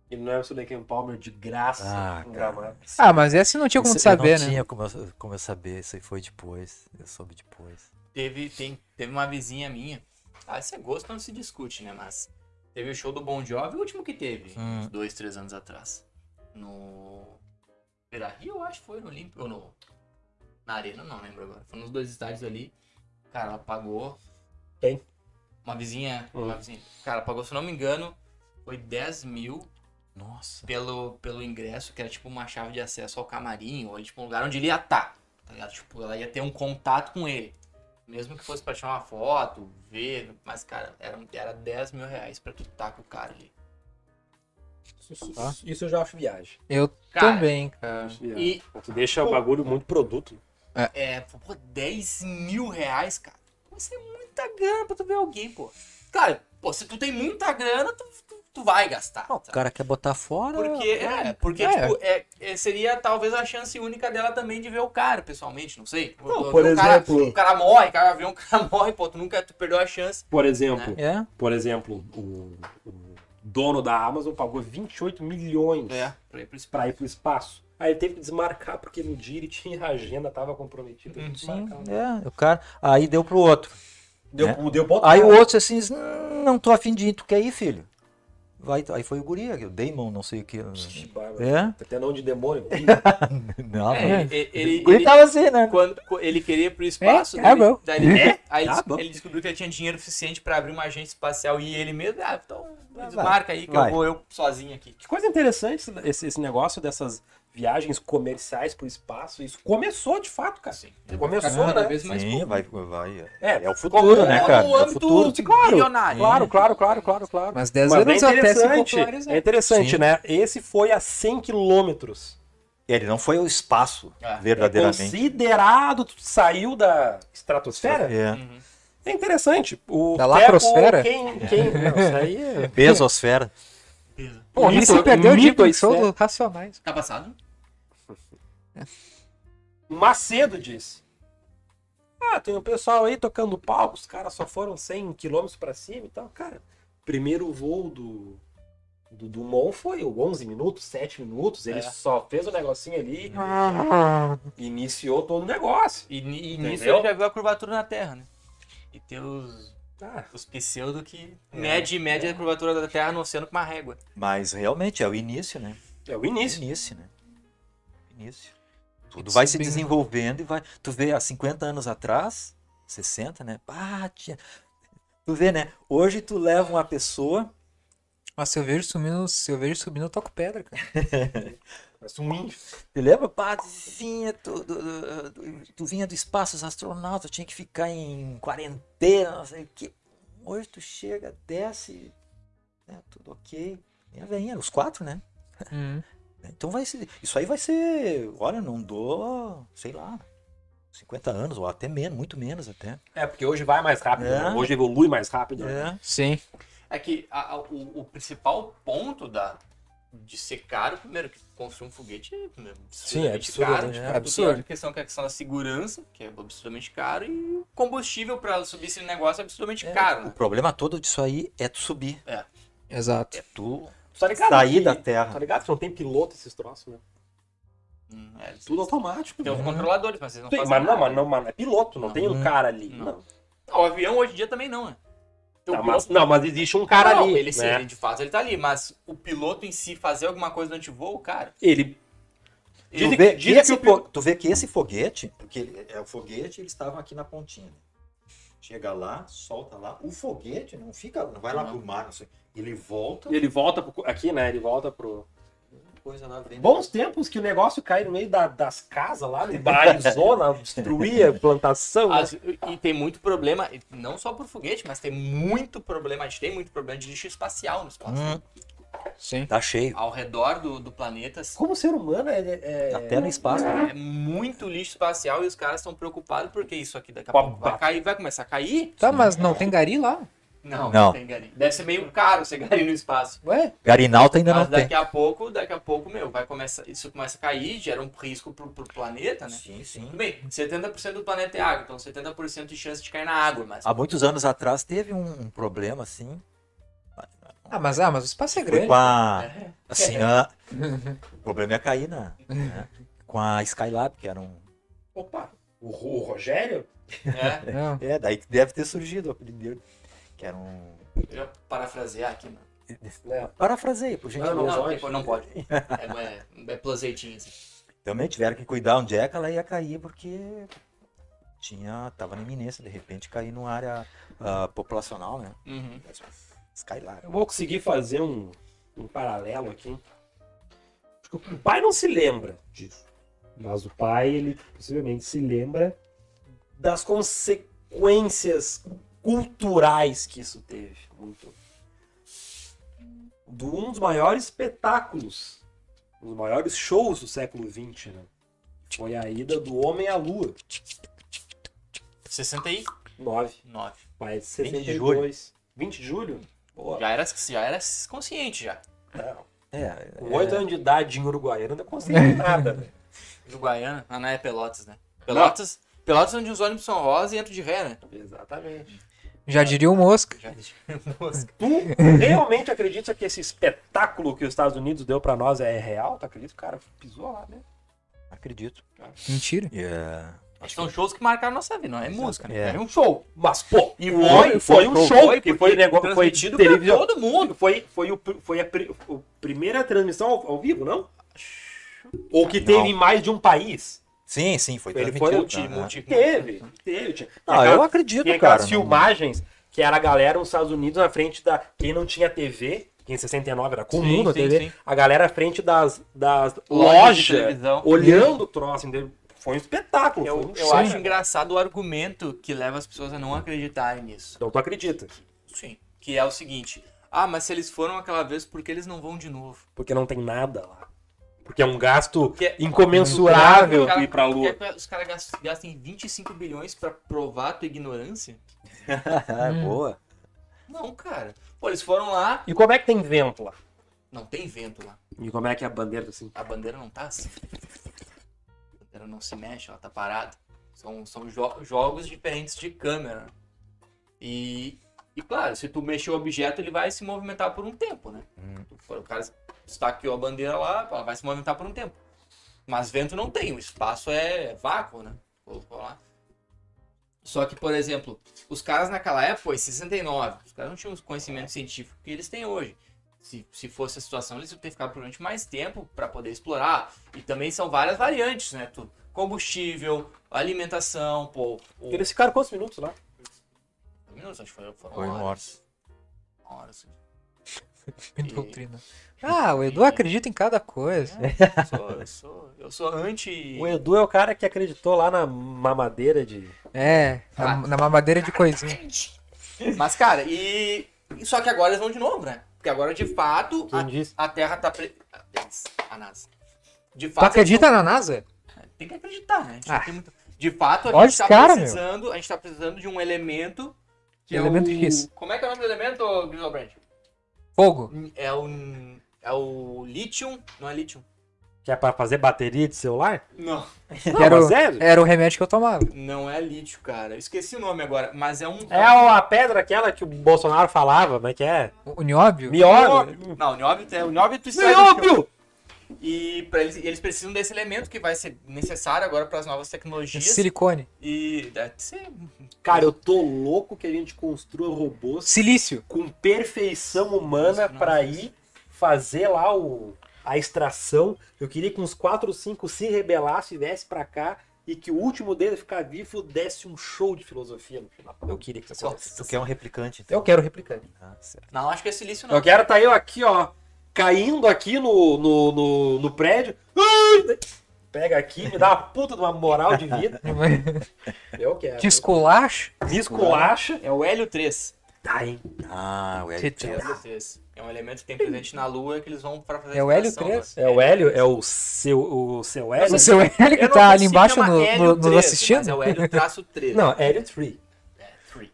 S1: E não é o Sudekin Palmer de graça.
S3: Ah,
S1: em
S3: cara.
S1: Gramado.
S5: Ah, mas essa não tinha como
S3: Isso-
S5: saber,
S3: eu não
S5: né?
S3: tinha como eu, como eu saber. Isso aí foi depois. Eu soube depois.
S2: Teve, tem, teve uma vizinha minha. Ah, esse é gosto não se discute, né? Mas Teve o show do Bon Jovi, o último que teve,
S3: Hum.
S5: Hum.
S2: uns dois, três anos atrás. No. Beira Rio, eu acho que foi, no Olímpico. Ou no. Na Arena, não lembro agora. Foi nos dois estádios ali. Cara, ela pagou.
S1: Tem?
S2: Uma vizinha. Uma
S1: Hum.
S2: vizinha. Cara, pagou, se eu não me engano, foi 10 mil
S3: Nossa.
S2: pelo, pelo ingresso, que era tipo uma chave de acesso ao camarim, ou tipo um lugar onde ele ia estar. Tá ligado? Tipo, ela ia ter um contato com ele. Mesmo que fosse pra tirar uma foto, ver, mas cara, era, era 10 mil reais pra tu estar com o cara ali.
S1: Isso, isso- isso eu já acho viagem.
S5: Eu
S2: Cara,
S5: também, cara.
S2: E
S1: Tu deixa o bagulho muito produto.
S2: é, pô, 10 mil reais, cara. Pô, Isso é muita grana pra tu ver alguém, pô. Cara, pô, se tu tem muita grana, tu, tu, tu vai gastar.
S3: Não, o
S2: sabe?
S3: cara quer botar fora.
S2: Porque, é, porque
S5: É.
S2: tipo, é, é, seria talvez a chance única dela também de ver o cara, pessoalmente, não sei. Não,
S1: por
S2: o cara,
S1: exemplo-
S2: O cara morre, o cara vê um cara morre, pô, tu nunca tu perdeu a chance.
S1: Por exemplo,
S3: É.
S1: por exemplo, o, o dono da Amazon pagou 28 milhões
S2: É, pra ir pro espaço.
S1: pra ir pro espaço. Aí ele teve que desmarcar porque no dia ele tinha a agenda, tava comprometida. ele
S3: Sim,
S1: desmarcava.
S3: é. O cara. Aí deu pro outro.
S1: Deu,
S3: É.
S1: deu botão.
S3: Aí o outro assim, diz, "Hum, não tô afim de ir, tu quer ir, filho? Vai, aí foi o guria, o Damon, não sei o que.
S1: Que bárbaro.
S3: É?
S1: Até não de demônio.
S3: Não,
S2: É,
S3: não.
S2: ele, ele-
S3: O guri
S2: ele-
S3: tava assim, né?
S2: quando co- ele queria ir pro espaço,
S3: É,
S2: daí
S3: tá
S2: ele-
S3: bom.
S2: daí ele-
S3: É,
S2: aí ele,
S3: tá bom.
S2: ele descobriu que ele tinha dinheiro suficiente pra abrir uma agência espacial e ele mesmo, ah, então
S3: Vai,
S2: desmarca aí que
S3: vai.
S2: eu vou eu sozinho aqui. Tipo
S1: Que coisa interessante esse- esse, esse negócio dessas viagens comerciais pro espaço. Isso começou de fato, cara.
S2: Assim,
S1: Começou,
S2: cada
S1: né?
S2: vez mais
S3: Sim,
S2: pouco.
S3: vai, vai.
S1: É,
S3: o futuro, né,
S2: Como
S3: cara?
S2: no
S3: É o
S2: um âmbito
S3: futuro.
S2: bilionário.
S1: Claro, claro, claro, claro, claro.
S5: Mas 10
S1: Mas é
S5: anos até se
S1: interessante,
S5: popularizar.
S1: é interessante,
S3: Sim.
S1: né? Esse foi a 100 quilômetros.
S3: Ele não foi o espaço,
S2: É.
S3: verdadeiramente.
S1: Considerado, tu saiu da estratosfera.
S3: É.
S2: Uhum.
S1: É interessante. O
S5: Da
S1: Teco,
S5: lacrosfera?
S1: Quem, quem, não, isso aí é...
S3: Bezosfera.
S2: Beleza.
S5: Pô,
S1: Mito-
S5: isso perdeu de
S1: mito,
S5: pensão
S1: isso
S5: do Racionais.
S2: Tá passado?
S1: Macedo disse. Ah, tem o pessoal aí tocando palco, os caras só foram 100 km pra cima e tal. Cara, primeiro voo do, do Dumont foi o 11 minutos, 7 minutos. Ele
S2: É.
S1: só fez o negocinho ali,
S5: Ah.
S1: iniciou todo o negócio.
S2: E, ni- e
S1: Entendeu?
S2: nisso ele já viu a curvatura na Terra, né? E tem os,
S1: Ah,
S2: os pseudo que
S1: É.
S2: mede e mede a curvatura da Terra no oceano com uma régua.
S3: Mas realmente é o início, né?
S1: é o início.
S3: Início, né? Início. Tudo
S5: It's
S3: vai se
S5: been-
S3: desenvolvendo e vai. Tu vê há 50 anos atrás, 60, né? Ah, tinha... Tu vê, né? Hoje tu leva uma pessoa
S5: Mas se eu vejo subindo, se eu vejo subindo, eu toco pedra, cara.
S1: Mas um índio.
S3: Te lembra? Pá, tu vinha, tu, tu- tu- tu vinha do espaço, os astronautas tinha que ficar em quarentena, não sei o quê. Hoje tu chega, desce, né, tudo ok. E a veinha, os quatro, né?
S5: Uhum.
S3: Então vai ser. Isso aí vai ser. Olha, não dou, sei lá, 50 anos, ou até menos, muito menos até.
S1: É, porque hoje vai mais rápido,
S3: É.
S1: né? hoje evolui mais rápido. né?
S3: É.
S5: Sim.
S2: É que a- a- o, o principal ponto da, de ser caro, primeiro, que construir um foguete é meu, absurdamente
S1: absurdo,
S2: caro.
S1: né?
S2: tipo,
S1: É
S2: tu tem
S5: absurdo.
S2: A questão, que é a questão da segurança, que é absurdamente caro, e o combustível pra subir esse negócio é absurdamente caro.
S3: O
S2: né?
S3: problema todo disso aí é tu subir.
S5: Exato.
S3: É tu
S1: Tá ligado?
S3: sair
S1: que-
S3: da
S1: Tá
S3: terra.
S1: ligado? que Não tem piloto esses troços, né?
S2: Hum, é,
S1: Tudo automático.
S2: tem os
S1: né?
S2: controladores, mas eles não
S1: Tem-
S2: fazem
S1: mas não,
S2: nada.
S1: mas não, mas não é piloto, não,
S2: Não.
S1: tem um cara ali.
S2: Não.
S1: Não.
S2: Não, O avião hoje em dia também não, né? Tem o
S1: Não, mas,
S2: piloto-
S1: não, mas existe um cara
S2: Não,
S1: ali.
S2: Ele, sim,
S1: né?
S2: ele, de fato, ele tá ali, mas o piloto em si fazer alguma coisa durante o voo, cara.
S1: Ele.
S3: Tu
S1: Dizem
S3: vê,
S1: que- dizem
S3: esse
S1: que o
S3: fo- tu vê que esse foguete, porque ele- é o foguete, eles estavam aqui na pontinha. né? Chega lá, solta lá. O foguete não fica, não vai lá
S2: Não.
S3: pro mar, não sei. Ele volta,
S1: Ele volta pro- aqui, né? Ele volta pro.
S3: coisa lá vem.
S1: Bons tempos que o negócio cai no meio da- das casas lá, de Arizona, destruía a plantação. né?
S2: As- e tem muito problema, e não só por foguete, mas tem muito problema. A gente tem muito problema de lixo espacial no espaço.
S3: Hum,
S5: Sim.
S3: tá cheio.
S2: Ao redor do, do planeta assim,
S1: Como ser humano é. é-
S3: Até tá no espaço.
S2: é muito lixo espacial e os caras estão preocupados porque isso aqui daqui a
S1: Com a
S2: pouco vai
S1: ba-
S2: cair, vai começar a cair?
S5: Tá, mas não tem gari lá?
S2: Não,
S3: Não.
S2: tem gari. Deve ser meio caro ser gari no espaço.
S5: Ué?
S3: Garinalta ainda
S2: Mas
S3: não tem.
S2: daqui a pouco, daqui a pouco, meu, vai começar, isso começa a cair, gera um risco pro, pro
S1: tá,
S2: planeta, né?
S3: Sim,
S2: Tudo
S3: sim.
S2: bem, 70% do planeta é água, então 70% de chance de cair na água, mas.
S3: Há muitos anos atrás teve um problema assim.
S5: Ah, mas, ah, mas o espaço é
S3: Foi
S5: grande.
S3: com a.
S2: É.
S3: Assim, a- o problema é cair na. né? Com a Skylab, que era um.
S1: Opa! O, Ro- o Rogério?
S2: É.
S5: Não.
S3: É, daí que deve ter surgido o apelido dele. Que era um.
S2: Eu ia parafrasear aqui, mano.
S1: né?
S3: Parafraseia, por
S1: Não,
S3: gentileza.
S2: Não, não,
S1: pode.
S2: tipo, não pode. É, é, é plazeitinho, assim.
S3: Também tiveram que cuidar onde é que ela ia cair, porque tinha, tava na iminência, de repente, cair numa área ah, populacional, né?
S2: Uhum.
S3: Skylar.
S1: Eu vou conseguir fazer um, um paralelo aqui. Acho que O pai não se lembra disso. Mas o pai, ele possivelmente se lembra das consequências culturais que isso teve. Muito. De um dos maiores espetáculos, um dos maiores shows do século XX, né? Foi a ida do Homem à Lua,
S2: 69.
S1: 9, mas
S3: 20
S1: 62.
S3: de julho.
S1: 20 de julho? Boa.
S2: Já era, já era consciente, já.
S1: Não.
S3: É,
S1: Com 8 anos de idade em Uruguaiana, não consegui nada, né?
S2: Uruguaiana. Ah, não, é Pelotas, né? Pelotas, Pelotas é onde os ônibus são rosa e entram de ré, né?
S1: Exatamente.
S5: Já diria o Mosca.
S2: Já deixa
S1: Tu realmente acredita que esse espetáculo que os Estados Unidos deu pra nós é real? Tu acredita? Cara, pisou lá, né?
S3: acredito.
S5: Mentira.
S3: É, acho
S2: São shows que marcaram nossa vida, não é música, né?
S3: É.
S2: É um show.
S1: Mas, pô,
S2: E
S1: foi,
S2: foi,
S1: foi um
S2: foi,
S1: show,
S2: foi,
S1: que
S2: porque
S1: foi negócio, foi
S2: transmitido pra
S1: televisão.
S2: todo mundo.
S1: Foi, foi, o, pr- foi a, pri- o- primeira transmissão ao, ao vivo, não? Ou que
S3: Não.
S1: teve em mais de um país?
S3: Sim, sim, foi
S1: Ele
S3: transmitido,
S1: foi
S2: Multi,
S3: né?
S2: multi-
S1: Teve, teve. Tinha,
S3: Não,
S1: tinha
S3: Ah, eu
S1: aquelas-
S3: acredito,
S1: tinha
S3: cara.
S1: aquelas
S3: não-
S1: filmagens que era a galera nos Estados Unidos na frente da. Quem não tinha TV, que em 69 era comum
S2: Sim,
S1: na
S2: sim,
S1: TV,
S2: sim.
S1: a galera à frente das, das
S2: Loja de
S1: lojas,
S2: televisão.
S1: olhando o troço, entendeu? Foi um espetáculo. foi
S2: Eu,
S1: um
S2: eu
S1: show.
S2: acho engraçado o argumento que leva as pessoas a não acreditarem nisso.
S1: Então tu acredita,
S2: Sim. Que é o seguinte. Ah, mas se eles foram aquela vez, por que eles não vão de novo?
S1: porque não tem nada lá. Porque é um gasto
S2: Porque-
S1: incomensurável
S2: Cara,
S1: ir pra
S2: porque
S1: lua.
S2: os caras gastam- gastem 25 bilhões pra provar a tua ignorância?
S5: Hum.
S3: Boa.
S2: Não, cara. Pô, eles foram lá.
S1: E como é que tem vento lá?
S2: Não tem vento lá.
S1: E como é que é a bandeira assim?
S2: A bandeira não tá assim. A bandeira não se mexe, ela tá parada. São, são jo- jogos diferentes de câmera. E, e claro, se tu mexer o objeto, ele vai se movimentar por um tempo, né?
S3: Hum.
S2: O cara estaqueou a bandeira lá, ela vai se movimentar por um tempo. Mas vento não tem, o espaço é vácuo, né? Colocou lá. Só que, por exemplo, os caras naquela época, foi 69, os caras não tinham os conhecimentos científicos que eles têm hoje. Se, se fosse a situação, eles iam ter ficado durante mais tempo para poder explorar. E também são várias variantes, né? Tu, combustível, alimentação, pô. O...
S1: Eles ficaram quantos minutos lá?
S2: Minutos, acho que foram, foram
S3: Foi um
S2: horas.
S3: morto.
S2: Horas.
S5: Me doutrina. Ah, o Edu acredita em cada coisa.
S2: Eu sou, eu sou, eu sou anti.
S1: O Edu é o cara que acreditou lá na mamadeira de.
S5: É,
S2: Ah.
S5: na, na mamadeira de coisinha.
S2: Mas, cara, e. e Só que agora eles vão de novo, né? Porque agora, de fato,
S1: Quem disse?
S2: a, a Terra tá. Pre... a- eles- A NASA. De
S5: Tu
S2: fato.
S5: acredita na NASA?
S2: eles não- Tem que acreditar, né? A gente não
S5: Ah.
S2: tem muito- De fato, a
S5: Olha
S2: gente
S5: os
S2: tá
S5: cara, meu.
S2: precisando. A gente tá precisando de um elemento. Que
S5: Elemento
S2: é o...
S5: X.
S2: Como é que é o nome do elemento, ô, Grisalbrand?
S5: Fogo.
S2: É o. É o lítio. Não é lítio.
S1: Que é pra fazer bateria de celular?
S2: Não.
S1: Não,
S5: Quero-
S1: mas sério?
S5: Era o remédio que eu tomava.
S2: Não é lítio, cara. Eu esqueci o nome agora, mas é um.
S1: É a pedra aquela que o Bolsonaro falava, mas que é?
S5: O o nióbio?
S1: Nióbio.
S2: Não, o nióbio é o nióbio tu sai do
S1: Nióbio!
S2: E pra eles, eles precisam desse elemento que vai ser necessário agora para as novas tecnologias.
S5: É Silicone.
S2: E deve ser.
S1: Cara, eu tô louco que a gente construa robôs
S5: Silício.
S1: com perfeição humana
S2: Nossa.
S1: pra ir fazer lá o, a extração. Eu queria que uns 4 ou 5 se rebelassem e viessem pra cá e que o último deles ficar vivo desse um show de filosofia no final. Eu queria que isso acontecesse.
S3: Tu quer um replicante, então?
S1: Eu quero replicar.
S3: Ah, certo.
S2: Não, acho que é silício não.
S1: Eu quero tá eu aqui, ó, caindo aqui no, no, no, no prédio. Ai! Pega aqui, me dá uma puta de uma moral de vida. Eu quero.
S5: Te É, esculacho.
S1: Descolacha.
S2: É o Hélio 3.
S1: Tá, hein?
S3: Ah, o
S5: Tchê,
S3: Eric.
S5: tchê.
S2: Hélio 3. É um elemento que tem presente na Lua que eles vão para fazer.
S5: É o
S2: a
S5: Hélio
S2: extração,
S5: 3?
S2: né?
S1: É o Hélio? É o seu, É o seu Hélio?
S5: O seu Hélio que
S2: Eu não
S5: tá ali
S2: consigo
S5: embaixo
S2: chamar
S5: no-
S2: Hélio
S5: no- nos
S2: 3,
S5: assistindo.
S2: Mas é o Hélio traço 3.
S1: Não, Hélio 3.
S2: É, 3.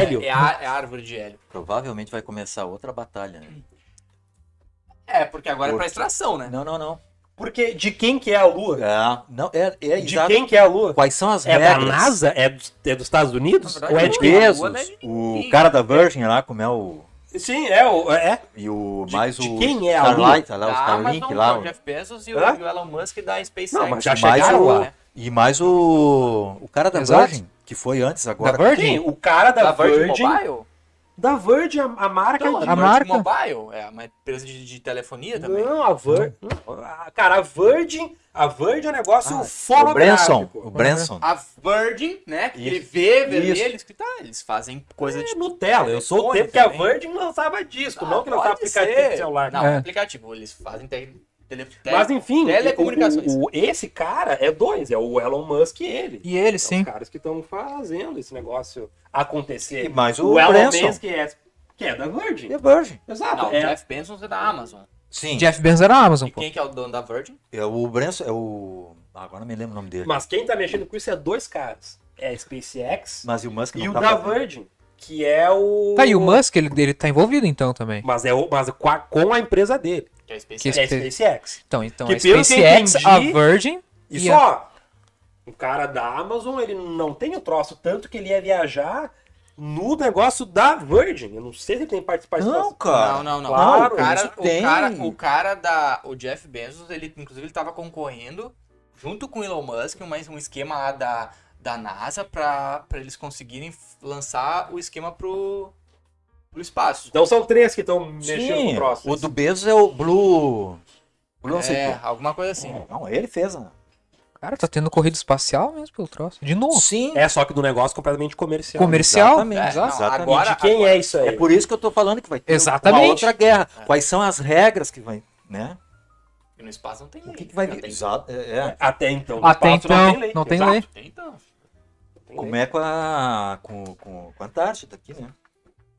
S1: Hélio?
S2: É, a, é a árvore de Hélio.
S3: Provavelmente vai começar outra batalha,
S2: Hum.
S3: né?
S2: É, porque agora é pra extração, né?
S3: Não, não, não.
S1: Porque de quem que é a Lua?
S3: Ah, não, é, é
S1: De
S3: exato.
S1: quem que é a Lua?
S3: Quais são as
S1: É da
S3: regras?
S1: NASA? É, dos- é dos Estados Unidos?
S2: Na
S1: Ou é
S2: verdade,
S1: de
S2: não.
S1: quem?
S2: Boa, né?
S3: Bezos, o cara da Virgin lá, como é o...
S1: Sim, é. o- é.
S3: E o
S1: De-
S3: mais
S1: de
S3: o
S1: quem é a
S3: Starlight, lá, o
S2: da
S3: Starlink
S2: Amazon, então,
S3: lá,
S2: do
S3: o-
S2: Jeff Bezos e o,
S1: Hã?
S2: e o Elon Musk da SpaceX.
S1: Não, mas já
S3: Mais
S1: chegaram
S2: um.
S3: o-
S1: lá.
S3: e mais o o cara da
S5: Exato.
S3: Virgin, que foi antes
S5: Da
S3: agora.
S5: Virgin?
S1: Sim, o cara da,
S2: Da Virgin
S1: Virgin
S2: Mobile?
S1: Da Verge, a, a marca
S2: Então,
S1: de-
S5: a marca?
S2: Mobile, é uma empresa de, de telefonia também.
S1: Não, a Verge. Cara, a Verge, a Verge é um negócio
S3: O Branson.
S1: fonográfico.
S3: O Branson.
S2: A Virgin, né? Que
S3: Isso.
S2: vê
S3: Isso.
S2: vermelho, escrito, ah, eles fazem coisa
S1: É
S2: de.
S1: Nutella. Eu sou o
S2: Telefone
S1: tempo que a
S2: também.
S1: Virgin lançava disco,
S2: Ah,
S1: não que lançava
S2: pode
S1: aplicativo de
S2: ser.
S1: celular.
S2: Não,
S5: É.
S2: aplicativo, eles fazem tele... tele...
S1: Mas enfim,
S2: Telecomunicações.
S1: o- o- esse cara é dois, é o Elon Musk e ele.
S5: E ele,
S1: São
S5: sim.
S1: os caras que estão fazendo esse negócio acontecer.
S2: É.
S3: E mais o
S1: Elon
S3: Branson.
S1: Musk é, que é da Virgin.
S3: The Virgin.
S1: Exato.
S2: Não, o
S1: é.
S2: Jeff Bezos é da Amazon.
S3: Sim.
S5: Jeff Bezos era a Amazon,
S2: E
S5: pô.
S2: quem que é o dono da Virgin?
S3: É o Branson. É o. Agora não me lembro o nome dele.
S1: Mas quem tá mexendo com isso é dois caras. É a SpaceX
S3: Mas e o Musk não
S1: e o
S3: tá
S1: da
S3: fazendo.
S1: Virgin, que é o...
S5: Tá, e o Musk, ele, ele tá envolvido então também.
S1: Mas, é o, mas com, a, com a empresa dele,
S2: Que é a SpaceX.
S5: Que
S1: que é a
S5: Spa-
S1: SpaceX.
S5: Então, então
S1: Que
S5: a
S1: pelo que
S5: SpaceX, a
S1: entendi- é
S5: Virgin
S1: E
S5: e a...
S1: só, o cara da Amazon, ele não tem o troço, tanto que ele ia viajar no negócio da Virgin. Eu não sei se ele tem participação.
S3: Não, cara.
S2: Não, não, não.
S1: Claro,
S2: o, cara,
S3: isso
S2: o,
S3: tem.
S2: cara, o cara da. O Jeff Bezos, ele, inclusive, ele tava concorrendo junto com o Elon Musk, mas um esquema lá da, da NASA pra, pra eles conseguirem f- lançar o esquema pro, pro espaço.
S1: Então são três que estão mexendo com o
S3: Sim,
S1: troço.
S3: o do Bezos é o Blue. Blue não sei
S2: É,
S3: o quê.
S2: alguma coisa assim.
S3: Não, ele fez, né?
S5: Cara, tá tendo corrida espacial mesmo pelo troço. De novo.
S3: Sim.
S1: É, só que do negócio completamente comercial.
S5: Comercial.
S3: Exatamente.
S2: É, não,
S3: exatamente.
S2: agora-
S1: De quem é isso aí?
S3: É por isso que eu tô falando que vai ter
S5: Exatamente.
S3: uma outra guerra. Quais são as regras que vai, né?
S2: E no espaço não tem
S3: O
S2: lei.
S3: que, que vai
S2: Não
S3: vir?
S2: tem-
S3: Exato, é, é.
S1: Até então. no
S5: Até
S1: espaço
S5: então, não
S1: Não
S5: tem
S1: tem
S2: Exato,
S5: lei.
S2: tem então.
S1: lei.
S3: Como é com a, com, com, com a Antártida aqui, né?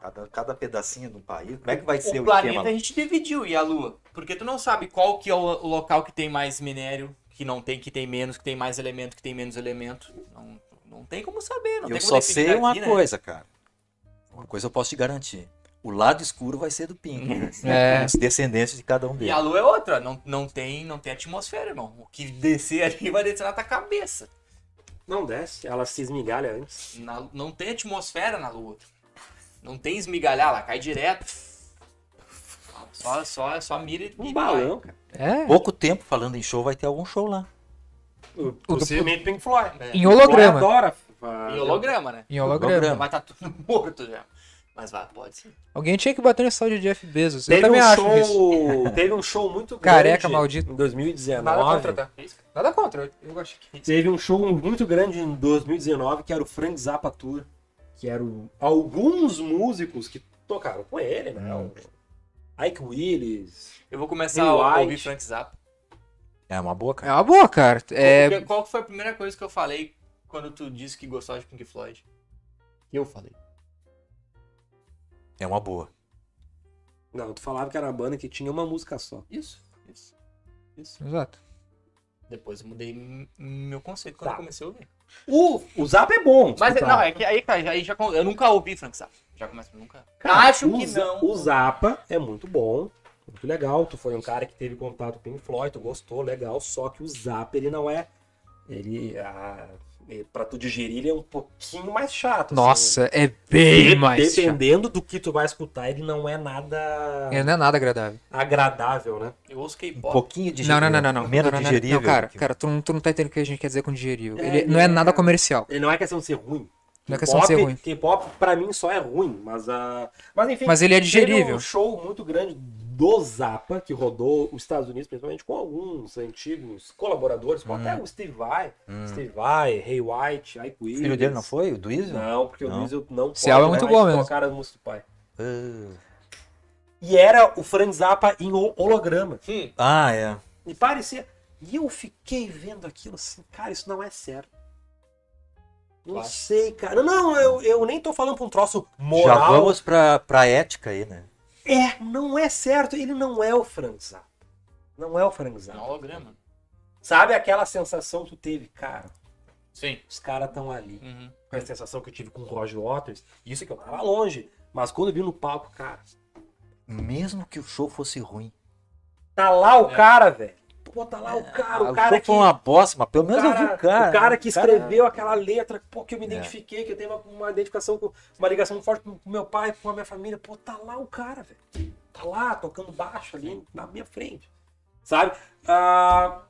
S3: Cada, cada pedacinho do país. Como é que vai ser
S2: O
S3: o
S2: planeta
S3: esquema?
S2: a gente dividiu e a Lua. Porque tu não sabe qual que é o o local que tem mais minério, que não tem, que tem menos, que tem mais elemento, que tem menos elemento. Não, não tem como saber, não
S3: Eu
S2: tem como
S3: só
S2: definir
S3: sei uma
S2: aqui, né?
S3: coisa, cara. Uma coisa eu posso te garantir. O lado escuro vai ser do Pink.
S5: É.
S3: Os descendentes de cada um
S2: E a
S3: deles.
S2: Lua é outra, não, não, tem, não tem atmosfera, irmão. O que descer ali vai descer na tua cabeça.
S1: Não desce, ela se esmigalha antes.
S2: Na- não tem atmosfera na Lua. Não tem esmigalhar, ela cai direto. Só, só, só mira e
S1: Um
S2: e
S1: balão, cara.
S5: É.
S3: Pouco tempo falando em show, vai ter algum show lá.
S5: do-
S1: Possivelmente Pink Floyd. né?
S2: vai. É.
S5: Em holograma.
S1: Adora.
S2: Em holograma, né?
S5: Em holograma.
S3: Holograma.
S2: Mas tá tudo morto já. Mas vai, pode ser.
S5: Alguém tinha que bater nesse tal de Jeff Bezos. Eu
S1: Teve
S5: também
S1: um,
S5: acho isso.
S1: show, teve um show muito grande.
S5: Careca maldito.
S1: Em
S5: Nada
S1: 2019.
S5: contra, tá?
S2: É
S5: Nada contra. Eu, eu acho que...
S1: Teve um show muito grande em 2019 que era o Frank Zappa Tour, que eram alguns músicos que tocaram com ele, né? O Ike Willis.
S2: Eu vou começar
S1: Bill
S2: a
S1: White.
S2: ouvir Frank Zappa.
S3: É uma boa,
S5: É
S3: cara.
S5: uma boa, cara. É...
S2: Qual, qual foi a primeira coisa que eu falei quando tu disse que gostava de Pink Floyd? Eu falei.
S3: É uma boa.
S1: Não, tu falava que era uma banda que tinha uma música só.
S2: Isso, isso, isso.
S5: Exato.
S2: Depois eu mudei m- meu conceito quando
S1: Tá.
S2: eu comecei a ouvir.
S1: O, o Zappa é bom.
S2: Mas
S1: escutar.
S2: não, é que aí, cara, aí já, con- eu nunca ouvi Frank Zappa. Já começa nunca.
S1: Cara,
S2: Acho
S1: o
S2: que
S1: Za-
S2: não.
S1: O Zappa é muito bom, muito legal. Tu foi um cara que teve contato com o Pink Floyd, tu gostou, legal. Só que o Zappa, ele não é. Ele. ah, eh, pra tu digerir, ele é um pouquinho mais chato. assim.
S5: Nossa, é
S1: De-
S5: bem mais chato.
S1: Dependendo do que tu vai escutar, ele não é nada
S5: Ele não é nada agradável.
S1: agradável, né?
S2: Eu ouço
S3: Um
S2: K-pop.
S3: pouquinho de
S5: Não, não, não, não, não.
S3: Menos
S5: não, não, não,
S3: digerível.
S5: Não, cara,
S3: que-
S5: cara, tu não, tu não tá entendendo o que a gente quer dizer com digerível.
S1: É,
S5: Ele não é
S1: é.
S3: um
S5: nada comercial.
S1: Ele não é questão de ser ruim.
S5: Não é questão de ser
S1: K-pop-
S5: ruim.
S1: K-pop, pra mim, só é ruim, mas a. Mas enfim.
S5: Mas ele é
S1: Teve
S5: digerível.
S1: um show muito grande do Zappa, que rodou os Estados Unidos, principalmente com alguns antigos colaboradores,
S5: Hum.
S1: com até o Steve Vai.
S3: Hum.
S1: Steve Vai, Ray White, Ike
S3: O
S1: Williams.
S3: filho dele não foi? O do Izzy?
S1: Não, porque o
S3: Não.
S1: Diesel não
S5: Esse álbum é muito bom mesmo.
S1: tocar as músicas do pai.
S3: Ah.
S1: E era o Frank Zappa em ho- holograma.
S2: Hum,
S3: Ah, é.
S1: E parecia... E eu fiquei vendo aquilo assim, cara, isso não é sério. Não
S2: Claro.
S1: sei, cara. Não, eu, eu nem tô falando pra um troço moral.
S3: Já vamos pra, pra ética aí, né?
S1: É, não é certo. Ele não é o Frank Zappa. Não é o Frank
S2: é um
S1: Zappa.
S2: holograma.
S1: Sabe aquela sensação que tu teve, cara?
S2: Sim.
S1: Os caras estão ali.
S2: Uhum.
S1: Com a sensação que eu tive com o Roger Waters. Isso é que eu tava longe. Mas quando eu vi no palco, cara,
S3: Mesmo que o show fosse ruim.
S1: tá lá o
S2: É.
S1: cara, velho. Pô, tá lá o cara,
S3: Ah,
S1: o cara
S3: show
S1: que.
S3: foi uma bosta, mas pelo menos eu vi
S1: cara-
S3: o cara.
S1: o cara que
S3: O cara-
S1: escreveu aquela letra, pô, que eu me
S3: É.
S1: identifiquei, que eu tenho uma, uma identificação com uma ligação forte com o meu pai, com a minha família. Pô, tá lá o cara, velho. Tá lá tocando baixo ali na minha frente. Sabe? Ah,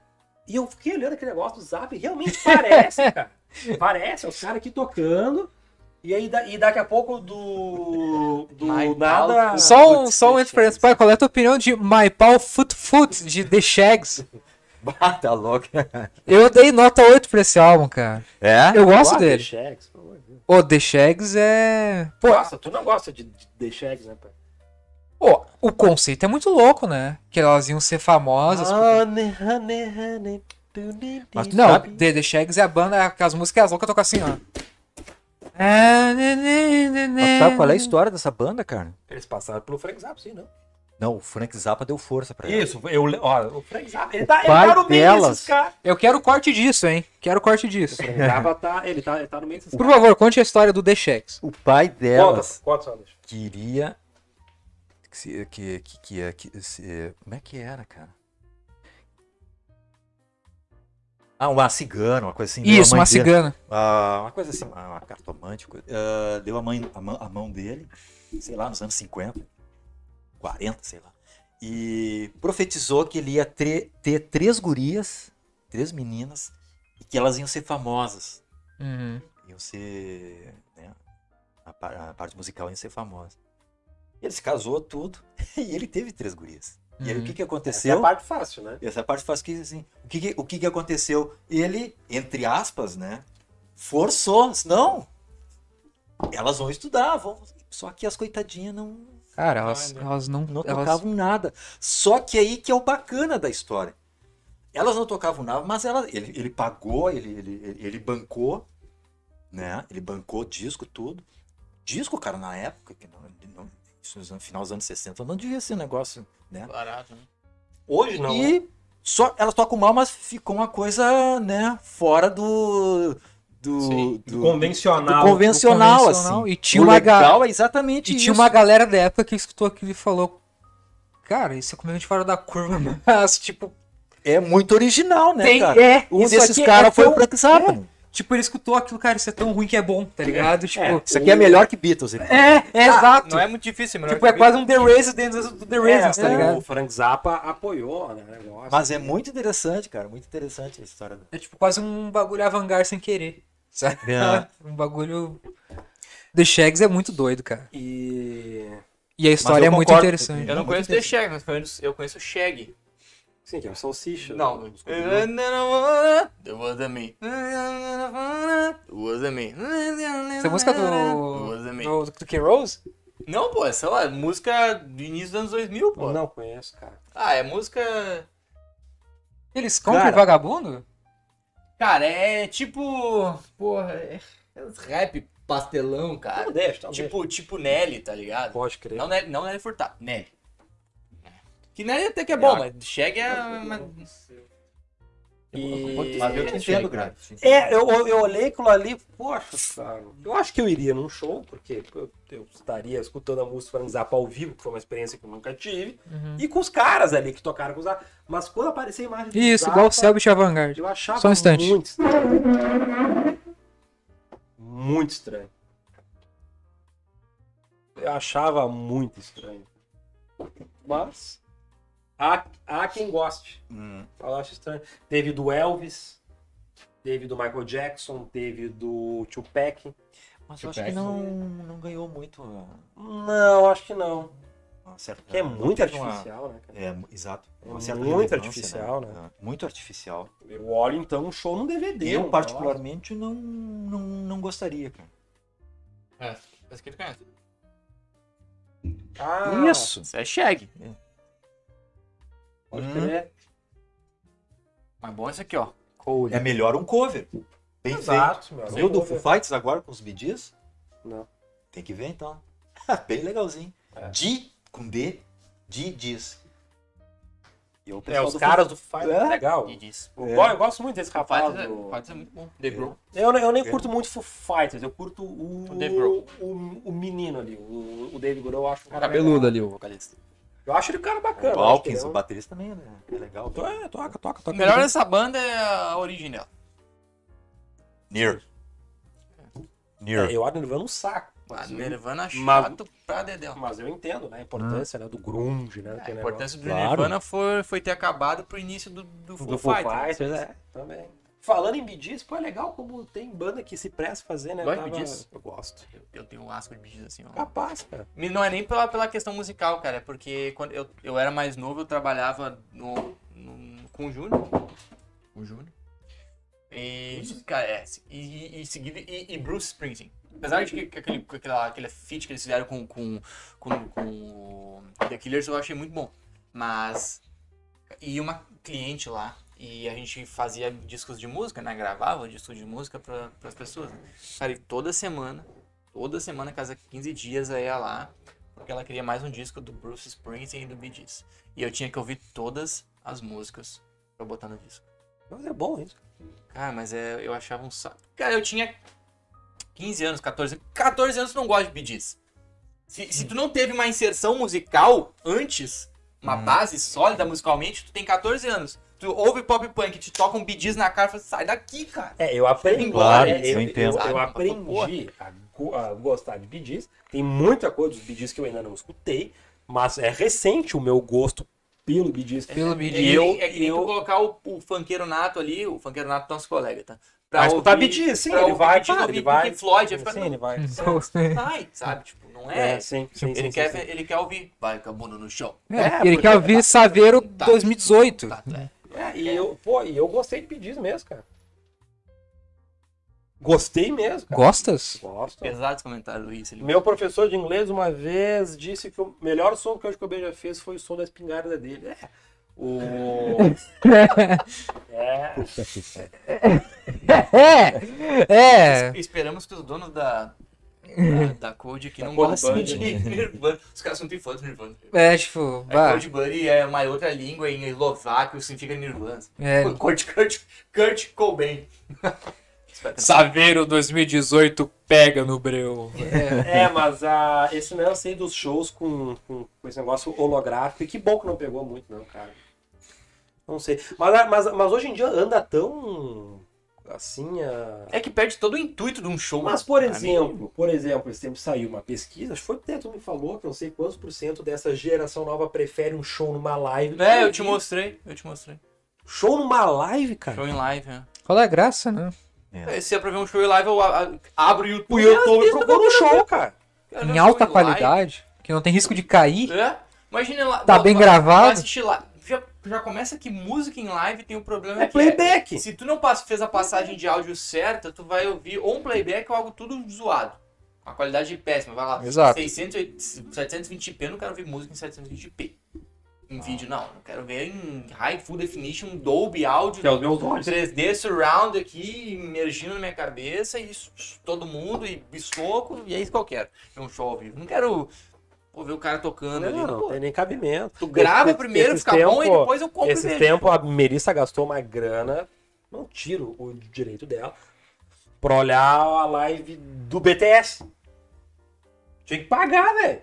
S1: e eu fiquei olhando aquele negócio do zap, e realmente parece, cara. Parece, é os caras aqui tocando. E aí, da- e daqui a pouco, do, do
S2: My
S1: nada...
S5: Só um,
S2: putz,
S5: só uma
S2: deixa
S5: diferença. Pai, qual é a tua opinião de My Pau Foot Foot de The Shags?
S3: Bata logo.
S5: Eu dei nota 8 pra esse álbum, cara.
S3: É?
S5: Eu gosto
S1: Gosta de
S5: dele.
S1: Shags, pelo amor de Deus.
S5: Ô, The Shags é. Pô,
S3: Ah.
S1: Nossa, tu não gosta de, de, de Shags, né, pai?
S5: pô, o conceito é muito louco, né? Que elas iam ser famosas.
S1: Honey, honey, honey, do need
S3: Mas tu
S5: Não,
S3: Ah, sabe?
S5: The, The Shags é a banda, aquelas músicas loucas tocam assim, ó. Mas
S3: Mas sabe qual é a história dessa banda, cara?
S1: Eles passaram pelo Frank Zappa, sim, não?
S3: Não, o Frank Zappa deu força pra ela.
S1: Isso, eu, le- ó, o Frank Zappa, ele tá, ele
S3: É. pai
S1: tá no meio
S3: delas.
S1: desses caras.
S5: Eu quero o corte disso, hein? Quero o corte disso.
S1: O Frank Zappa tá, ele tá, ele tá no meio desses
S5: Por
S1: caras.
S5: favor, conte a história do The Shags.
S3: O pai delas
S1: Conta, conta só, deixa.
S3: queria que, se- que, que, que, que se- como é que era, cara? Ah, uma cigana, uma coisa assim. deu a
S5: Isso,
S3: mãe
S5: uma
S3: dele.
S5: cigana.
S3: Ah, uma coisa assim, uma, uma cartomante, coisa- ah, deu a, mãe, a, mão, a mão dele, sei lá, nos anos 50, 40, sei lá, e profetizou que ele ia tre- ter três gurias, três meninas, e que elas iam ser famosas,
S5: Uhum.
S3: iam ser, né, a, par- a parte musical ia ser famosa. Ele se casou, tudo, e ele teve três gurias. E aí o
S5: Uhum.
S3: que,
S1: Essa
S3: que
S1: é a
S3: aconteceu?
S1: parte fácil, né?
S3: Essa parte faz que assim, o que, que- o que que aconteceu? Ele, entre aspas, né, forçou, disse, não. Elas vão estudar, vão, só que as coitadinhas não
S5: Cara, elas,
S2: Olha.
S5: elas não.
S3: não
S5: elas...
S3: tocavam nada. Só que aí que é o bacana da história. Elas não tocavam nada, mas ela, ele, ele pagou, ele, ele, ele- ele bancou, né? Ele bancou disco, tudo. Disco, cara, na época, que não, não, isso no final dos anos 60, não devia ser um negócio, né?
S2: Barato, né?
S1: Hoje não. né?
S3: E só, ela toca o mal, mas ficou uma coisa, né, fora do. Do,
S2: Sim,
S1: Do
S3: do- do
S1: convencional.
S3: convencional,
S5: convencional.
S3: assim.
S5: E tinha
S3: o
S5: uma ga-
S3: legal é exatamente
S5: E
S3: isso.
S5: tinha uma galera da época que escutou aquilo e falou. Cara, isso é completamente fora da curva, mas, tipo,
S3: É muito original, né,
S5: tem,
S3: cara?
S5: é.
S3: Um
S5: isso
S3: desses
S5: aqui é
S3: caras foi o
S5: tão-
S3: Frank Zappa.
S5: é. Tipo, ele escutou aquilo, cara, isso é tão ruim que é bom, tá ligado? Tipo,
S1: é.
S3: Isso aqui é melhor que Ah, Beatles. ele-
S5: é, é exato.
S2: Não é muito difícil, é melhor
S5: Tipo, é
S2: que
S5: quase um The Raisins dentro do The Raisins, tá
S3: é.
S5: ligado?
S1: O Frank Zappa apoiou, né? o negócio.
S3: Mas é muito interessante, cara. Muito interessante a história. do-
S5: É tipo quase um bagulho avangar sem querer. Sabe?
S3: É.
S5: Um bagulho. The Shags é muito doido, cara.
S1: E.
S5: E a história é
S3: eu
S5: muito
S3: concordo.
S5: interessante.
S2: Eu não
S3: Muito
S2: conheço The
S3: interessante.
S2: Shag, mas pelo menos eu conheço o Shag.
S1: Sim, que é o Salsicha.
S2: Não.
S1: né?
S2: It wasn't me. It wasn't me.
S5: Essa música do.
S2: Duas também.
S5: Do, do K. Rose?
S2: Não, pô, é, sei lá, música do início dos anos 2000, pô.
S1: Não conheço, cara.
S2: Ah, é música...
S5: Eles compram
S3: Cara.
S5: vagabundo?
S2: Cara, é tipo... Porra, é... é uns rap pastelão, cara.
S1: Não Ah, deixa, não
S2: Tipo, tipo Nelly, tá ligado?
S1: Pode crer.
S2: Não Nelly, não Nelly Furtado, Nelly. Que Nelly até que é bom, mas Shag é... uma-
S1: E-
S3: Mas eu te entendo, cara.
S1: É, eu, eu eu olhei aquilo ali, poxa, cara. Eu acho que eu iria num show, porque eu, eu estaria escutando a música Frank Zappa ao vivo, que foi uma experiência que eu nunca tive,
S5: Uhum.
S1: e com os caras ali que tocaram com os Zappa. Mas quando apareceu a imagem do
S5: Isso,
S1: Zappa,
S5: igual o Selbit Avangard.
S1: eu achava
S5: Só um instante.
S1: muito estranho. Muito estranho. Eu achava muito estranho. Mas há, há quem goste.
S3: Hum.
S1: Eu acho estranho. Teve do Elvis, teve do Michael Jackson, teve do Tupac.
S3: Mas eu acho que não, não ganhou muito. ó,
S1: Não, acho que não.
S3: Uma certa,
S1: Que é muito
S3: teve uma-
S1: artificial, né, cara?
S3: É, mu- exato. Uma
S1: É
S3: certa
S1: muito
S3: relevância,
S1: artificial, né?
S3: É, Muito artificial.
S1: Eu olho então um show num DVD.
S3: Eu,
S1: um
S3: particularmente, não, não, não gostaria, cara.
S2: É, mas que ele conhece.
S1: negócio. Ah,
S2: Isso é Shag.
S1: Pode crer.
S2: Mas bom é isso aqui, ó.
S3: É melhor um cover. Bem
S1: Exato, meu
S3: feito.
S1: amigo.
S3: Viu do Foo Fighters agora com os BDs?
S1: Não. É.
S3: Tem que ver então. Bem legalzinho. D com D, D diz. E o
S1: É,
S3: pessoal
S1: os
S3: do
S1: caras do Foo Fighters.
S3: É.
S1: Legal.
S2: E diz.
S1: Eu,
S3: É.
S1: go- Tipo, eu gosto muito desse rapaz. né?
S2: Rapaz, é,
S1: do-
S2: rapaz é muito bom. The Bro.
S1: Eu, eu nem
S3: É.
S1: curto muito Foo Fighters, eu curto o,
S2: O Dave Grohl.
S1: o, o menino ali, o, o Dave Grohl, eu acho um cara
S2: Cabeludo
S1: legal.
S2: ali, o vocalista.
S1: Eu acho ele um cara
S3: Foo-
S1: bacana. eu
S3: O
S1: acho que
S3: Hawkins,
S1: ele é
S3: o
S1: um-
S3: baterista também é né? É legal.
S1: To- é, toca, toca,
S2: O
S1: toca.
S2: melhor dessa banda é a origem dela.
S3: Near.
S1: É,
S3: Near.
S1: Eu acho Nirvana um saco.
S2: A
S1: Mas,
S2: Nirvana é
S1: Mas-
S2: chato pra dedéu.
S1: mas eu entendo, né? A importância né, do grunge, né?
S2: É, A
S1: daquele
S2: importância do
S3: Claro.
S2: Nirvana foi, foi ter acabado pro início do, do
S1: negócio.
S2: Foo
S1: do Foo
S2: Fighters. né?
S1: Fighters, é. Também. Falando em bidis, pô, é legal como tem banda que se presta a fazer, né?
S2: Gosta de
S1: Tava-
S2: bidis?
S1: Eu gosto.
S2: Eu, eu tenho um lasco de bichos assim, ó.
S1: Capaz, cara.
S2: Me- Não é nem pela, pela questão musical, cara. É porque quando eu, eu era mais novo, eu trabalhava no, no- com o Júnior. Com o Júnior. E, cara, é, e, e, e seguido, e, e Bruce Springsteen. Apesar de que, que aquele, que aquela, aquele feat que eles fizeram com, com, com, com o The Killers eu achei muito bom. Mas. E uma cliente lá. E a gente fazia discos de música, né? Gravava discos de música para as pessoas. né? Cara, e toda semana, toda semana, casa 15 dias, eu ia lá porque ela queria mais um disco do Bruce Springsteen e do Bee Gees. E eu tinha que ouvir todas as músicas pra botar no disco.
S1: Mas é bom isso.
S2: Cara, mas é, eu achava um saco. Cara, eu tinha 15 anos, 14 anos. 14 anos tu não gosta de Bee Gees. Se, se tu não teve uma inserção musical antes, uma base sólida musicalmente, tu tem 14 anos. Tu ouve pop punk, te toca um Bee Gees na cara e fala, sai daqui, cara.
S1: É, eu aprendi.
S2: Claro,
S1: é,
S3: eu entendo.
S1: Eu,
S2: Sabe?
S1: aprendi a, go- a gostar de bidis. Tem muita coisa dos bidis que eu ainda não escutei, mas é recente o meu gosto pelo bidis.
S5: Pelo
S2: É,
S5: Bee
S2: que
S5: Gees.
S2: nem-
S1: eu-
S2: é que nem
S1: eu-
S2: tu colocar o, o funkeiro nato ali, o funkeiro nato nosso colega, tá?
S1: Pra escutar
S2: ouvir-
S1: Bee Gees, sim,
S2: pra
S1: ele
S2: ouvir
S1: vai,
S2: Bee Gees,
S1: claro,
S2: ouvir
S1: ele vai.
S2: Pink Floyd, vai ficar,
S1: Sim, ele vai.
S2: Ai, sabe? Tipo, não é.
S1: É, sim, sim, sim,
S2: ele, quer,
S1: sim, sim.
S2: ver- ele quer ouvir. Vai com a bunda no chão.
S5: É,
S1: porque
S5: ele quer ouvir Saveiro
S2: tá.
S5: 2018.
S2: Tá, tá.
S1: É, e eu, pô, e eu gostei de bidis mesmo, cara. Gostei mesmo, cara.
S5: Gostas?
S1: Gosto.
S2: Pesado esse comentário, Luiz. Ele...
S1: Meu professor de inglês uma vez disse que o melhor som que o Anjo já fez foi o som da espingarda dele. É. O. é.
S5: É, é.
S2: Esperamos que os donos da. Da, da Code que não
S1: Code
S2: gostam
S1: Buddy,
S2: de Nirvana. Os caras não têm fãs de Nirvana.
S5: É, tipo,
S2: É,
S5: bah,
S2: Code Buddy é uma outra língua em eslovaco, significa Nirvana.
S5: É.
S2: Kurt, Kurt, Kurt Cobain.
S5: Saveiro 2018 pega no breu.
S1: É, mas ah, esse lance aí dos shows com, com, com esse negócio holográfico, e que bom que não pegou muito, não, cara. Não sei. Mas, ah, mas, mas hoje em dia anda tão. Assim. ah,
S2: É que perde todo o intuito de um show.
S1: Mas, por
S2: pra mim.
S1: exemplo, por exemplo, esse tempo saiu uma pesquisa, acho que foi até tu me falou que não sei quantos por cento dessa geração nova prefere um show numa live.
S2: É, eu te mostrei, eu te mostrei.
S1: Show numa live, cara?
S2: Show em live, né?
S5: Qual é a graça, né?
S2: É, Se é pra ver um show em live, eu a- a- abro o
S1: O
S2: YouTube.
S1: YouTube procura um show, cara.
S2: Cara,
S5: Em
S2: show
S5: alta
S2: live.
S5: qualidade, que não tem risco de cair.
S2: É? Imagina lá.
S5: Tá
S2: lá-
S5: bem
S2: lá-
S5: gravado?
S2: lá assistir lá. Já, já começa que música em live tem um problema
S1: É
S2: que
S1: playback.
S2: Se tu não passa- fez a passagem de áudio certa, tu vai ouvir ou um playback ou algo tudo zoado. A qualidade é péssima, vai lá.
S5: Exato.
S2: 600, e- 720p, eu não quero ouvir música em 720p. Em vídeo, não. Eu quero ver em High Full Definition, Dolby Audio,
S1: Que é os meus olhos.
S2: 3D Surround aqui, imergindo na minha cabeça, e isso, todo mundo, e bisoco, e é isso que eu quero. É um show ao vivo. Não quero ouvir o cara tocando ali.
S1: Não, não é
S2: Pô,
S1: tem nem cabimento.
S2: tu grava primeiro,
S1: esses
S2: fica bom, e
S1: tempo-
S2: depois eu compro e
S1: Esse
S2: vejo.
S1: tempo a Melissa gastou uma grana, não tiro o direito dela, pra olhar a live do BTS. Tinha que pagar, velho.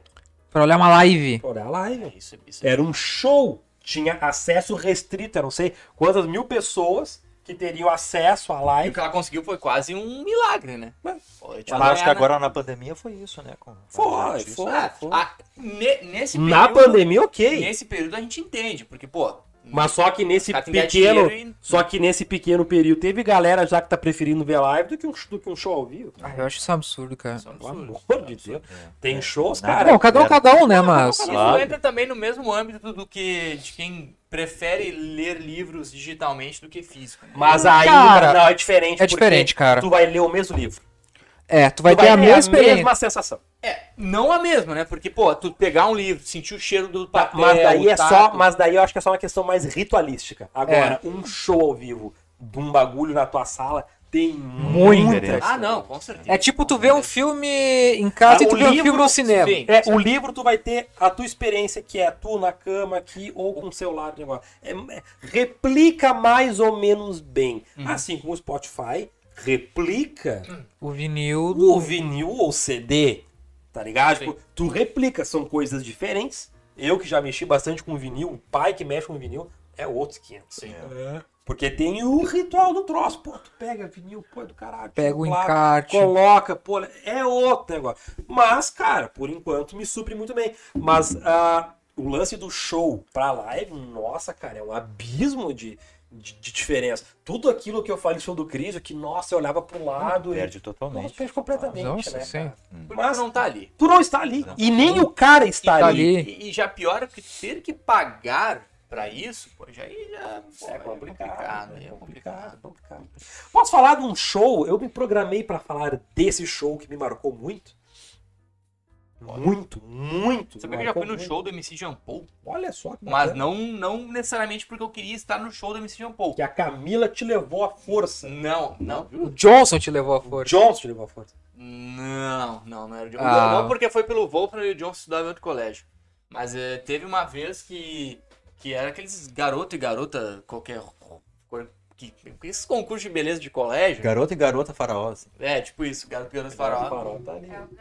S5: Pra olhar é uma live.
S1: Pra olhar a live.
S2: É Isso, isso.
S1: Era um show. Tinha acesso restrito, eu não sei quantas mil pessoas que teriam acesso à
S2: E o
S1: live.
S2: que ela conseguiu foi quase um milagre, né? Pô, eu te
S3: Ela Tipo, acho que
S2: apoiar, né?
S3: agora na pandemia foi isso, né? Com vários
S1: é Foi,
S3: artistas.
S1: foi.
S2: Ah, ah, ne- nesse período,
S1: Na pandemia, ok.
S2: Nesse período a gente entende, porque, pô.
S1: Mas só que nesse
S2: Cara, tem
S1: pequeno.
S2: dinheiro e-
S1: Só que nesse pequeno período teve galera já que tá preferindo ver live do que um, do que um show ao vivo.
S5: Ah, eu acho isso um absurdo, cara.
S2: Isso é um
S1: Pelo
S2: absurdo. é.
S1: amor de Deus. Tem shows, cara.
S5: Bom, cada um,
S3: é.
S5: cada um, né, mas...
S2: Isso
S3: Claro.
S2: entra também no mesmo âmbito do que de quem prefere ler livros digitalmente do que físico. né?
S1: Mas ainda
S5: Cara,
S1: não, é diferente.
S5: É
S1: porque
S5: diferente, cara.
S1: Tu vai ler o mesmo livro.
S5: É, tu vai
S1: Tu
S5: ter a mesma
S1: a
S5: experiência.
S1: mesma sensação.
S2: É, não a mesma, né? Porque, pô, tu pegar um livro, sentir o cheiro do papel.
S1: mas daí
S2: o
S1: é
S2: tato,
S1: só, mas daí eu acho que é só uma questão mais ritualística. Agora,
S5: É.
S1: um show ao vivo de um bagulho na tua sala tem
S5: Muito
S1: muita.
S3: diferente.
S2: Ah, não, com certeza.
S5: É tipo tu vê um filme em
S1: Ah,
S5: casa e tu
S1: o
S5: vê um
S1: livro-
S5: filme no cinema.
S2: Sim.
S1: É, o livro tu vai ter a tua experiência, que é tu na cama aqui ou com o celular de negócio. É, é, replica mais ou menos bem.
S5: Uhum.
S1: Assim como o Spotify replica
S5: O vinil do...
S1: o vinil ou CD, tá ligado?
S2: Sim.
S1: Tipo, tu replica, são coisas diferentes. Eu que já mexi bastante com vinil, o pai que mexe com vinil é outros 500.
S2: Sim.
S1: Porque tem o ritual do troço. Pô, tu pega vinil, pô, é do caralho.
S5: Pega o
S1: chocolate,
S5: encarte.
S1: Coloca, pô, é outro negócio. Mas, cara, por enquanto me supre muito bem. Mas ah, o lance do show pra live, nossa, cara, é um abismo de, de, de diferença. Tudo aquilo que eu falei sobre do Cris, que, nossa, eu olhava pro lado e.
S3: Perde
S1: Nossa,
S3: totalmente.
S1: perde completamente,
S5: Nossa,
S1: né?
S5: sim.
S1: cara?
S2: Mas não tá ali.
S1: Tu não está ali. E nem o cara está
S5: Tá
S1: ali.
S5: ali.
S2: E, e já pior é que ter que pagar pra isso, pô, já, aí já pô,
S1: É complicado,
S2: aí complicado,
S1: é complicado, é
S2: é complicado.
S1: complicado. Posso falar de um show? Eu me programei pra falar desse show que me marcou muito. Muito, muito.
S2: Sabia que eu já
S1: marcou
S2: fui no
S1: muito.
S2: show do MC Jean Paul,
S1: Olha só que
S2: mas
S1: bacana.
S2: não, não necessariamente porque eu queria estar no show do MC Jean Paul.
S1: Que a Camila te levou à força.
S2: Não, não, viu?
S5: O Johnson te levou a
S1: O
S5: força.
S1: Johnson te levou à força.
S2: Não, não, não era o John.
S5: Ah.
S2: Não, porque foi pelo voo para o John estudar em outro colégio. Mas eh, teve uma vez que, que era aqueles garoto e garota, qualquer. Que, que esses concursos de beleza de colégio.
S3: Garoto e garota faraó. assim.
S2: É, tipo isso, garoto e garota
S1: A
S2: farol.
S1: garota tá ali.
S4: É o garoto,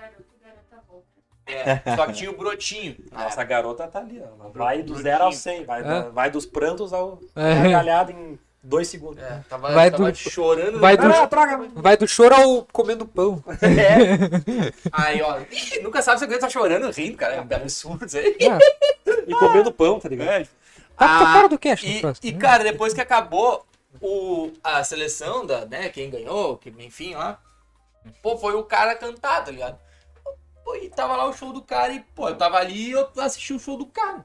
S4: garota roupa.
S2: É, só que tinha o brotinho. na
S1: Nossa, a garota tá ali. ó. Ela vai do
S2: Brutinho.
S1: zero ao 100. Vai,
S5: É.
S1: do- vai dos prantos ao
S5: É.
S1: gargalhado em dois segundos.
S2: É, tava,
S5: Vai
S2: tava
S5: do-
S2: chorando.
S5: vai
S1: Não,
S5: do-
S1: não, traga.
S5: Vai do choro ao comendo pão.
S1: É.
S2: Aí, ó. ih, Nunca sabe se alguém tá chorando, rindo, cara. É um absurdo isso aí.
S1: E comendo pão, tá ligado?
S5: Tá com a
S2: Ah,
S5: cara do cash no
S2: E,
S5: próximo. é
S2: e, cara, depois que acabou o, a seleção da, né, quem ganhou, que, enfim, lá. Pô, foi o cara cantar, tá ligado? Pô, e tava lá o show do cara e, pô, eu tava ali e eu assisti o show do cara.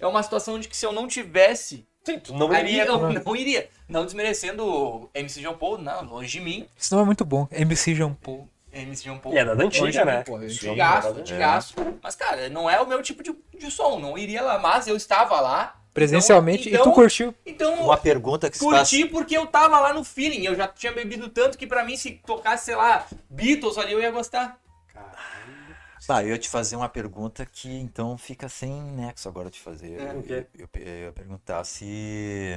S2: É uma situação de que se eu não tivesse,
S1: Sim, tu não
S2: ali
S1: iria. né?
S2: eu não iria. Não desmerecendo o MC João Paul, não, longe de mim.
S5: Isso não é muito bom. MC Jean Paul.
S2: MC João Paul.
S1: É das antigas, né?
S2: De
S1: Sim,
S2: gasto, de gasto. Mas, cara, não é o meu tipo de, de som, não iria lá. Mas eu estava lá,
S5: Presencialmente.
S2: Então-
S5: E tu curtiu.
S2: então
S3: Uma pergunta que se faz.
S2: Curti porque eu tava lá no feeling. Eu já tinha bebido tanto que pra mim, se tocasse, sei lá, Beatles ali, eu ia gostar.
S3: Tá, eu ia te fazer uma pergunta que então fica sem nexo agora de fazer.
S2: É,
S3: eu,
S1: o quê?
S3: eu- eu ia perguntar se.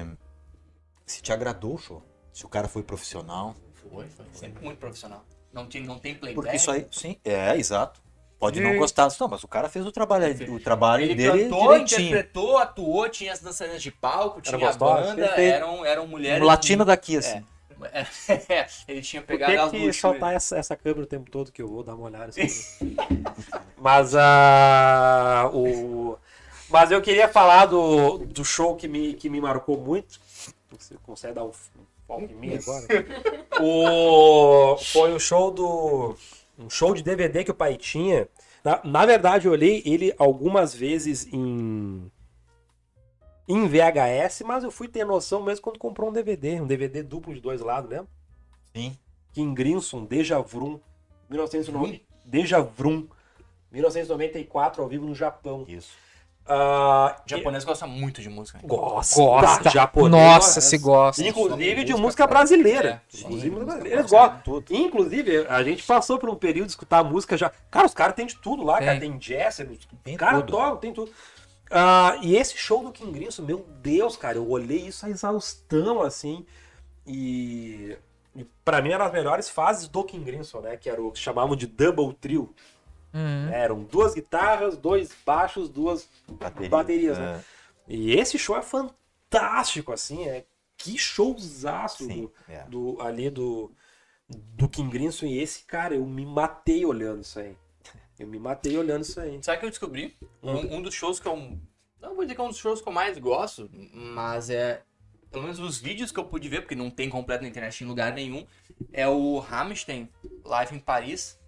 S3: Se te agradou o show. Se o cara foi profissional.
S2: Foi, foi. Sempre muito profissional. Não tem, não tem playback.
S3: Porque isso aí, sim, é, exato. Pode
S5: E-
S3: não gostar, não, mas o cara fez o trabalho,
S2: Fez.
S3: o trabalho
S2: Ele
S3: dele é
S2: cantou,
S3: direitinho.
S2: interpretou, atuou, tinha as dançarinas de palco, tinha
S1: gostosa,
S2: a banda,
S3: perfeito.
S2: eram, eram mulheres.
S3: Um latino daqui, assim.
S2: É, ele tinha
S1: Por
S2: pegado
S1: que,
S2: as né?
S1: que
S2: duas.
S1: soltar essa, essa câmera o tempo todo que eu vou dar uma olhada? sobre? Mas a o mas eu queria falar do, do show que me, que me marcou muito. Você consegue dar um foco em mim agora? O, foi o show do um show de DVD que o pai tinha. Na, na verdade, eu olhei ele algumas vezes em em VHS, mas eu fui ter noção mesmo quando comprou um DVD, um DVD duplo de dois lados, né?
S3: Sim.
S1: King Grinson, Deja Vrum, 1990, Deja Vrum, 1994, ao vivo no Japão.
S3: Isso.
S1: Ah,
S2: O japonês gosta muito de música. né?
S1: gosta,
S5: Gosta.
S1: japonês,
S5: Nossa, se gosta.
S1: Inclusive de
S2: Música
S1: música brasileira.
S2: É, sim,
S1: Inclusive,
S2: música
S1: eles
S2: brasileira.
S1: gostam. Tudo. Inclusive, a gente passou por um período de escutar música já. Cara, os caras têm de tudo lá,
S5: Tem.
S1: cara. Tem jazz, tem
S3: Tem
S1: cara
S3: tudo.
S1: toca, tem tudo. Ah, e esse show do King Grinson, meu Deus, cara, eu olhei isso a exaustão, assim. E, e para mim eram as melhores fases do King Grinson, né? Que era o que chamavam de double trio.
S5: Hum.
S1: né? Eram duas guitarras, dois baixos, duas
S3: Bateria.
S1: baterias, né?
S3: É.
S1: E esse show é fantástico, assim, é que showzaço
S3: Sim,
S1: do,
S3: é.
S1: do- ali do, do King Grinson. E esse, cara, eu me matei olhando isso aí. Eu me matei olhando isso aí.
S2: Sabe o que eu descobri?
S5: Hum.
S2: Um, um dos shows que eu. Não vou dizer que é um dos shows que eu mais gosto, mas é. Pelo menos os vídeos que eu pude ver, porque não tem completo na internet em lugar nenhum, é o Rammstein Live em Paris,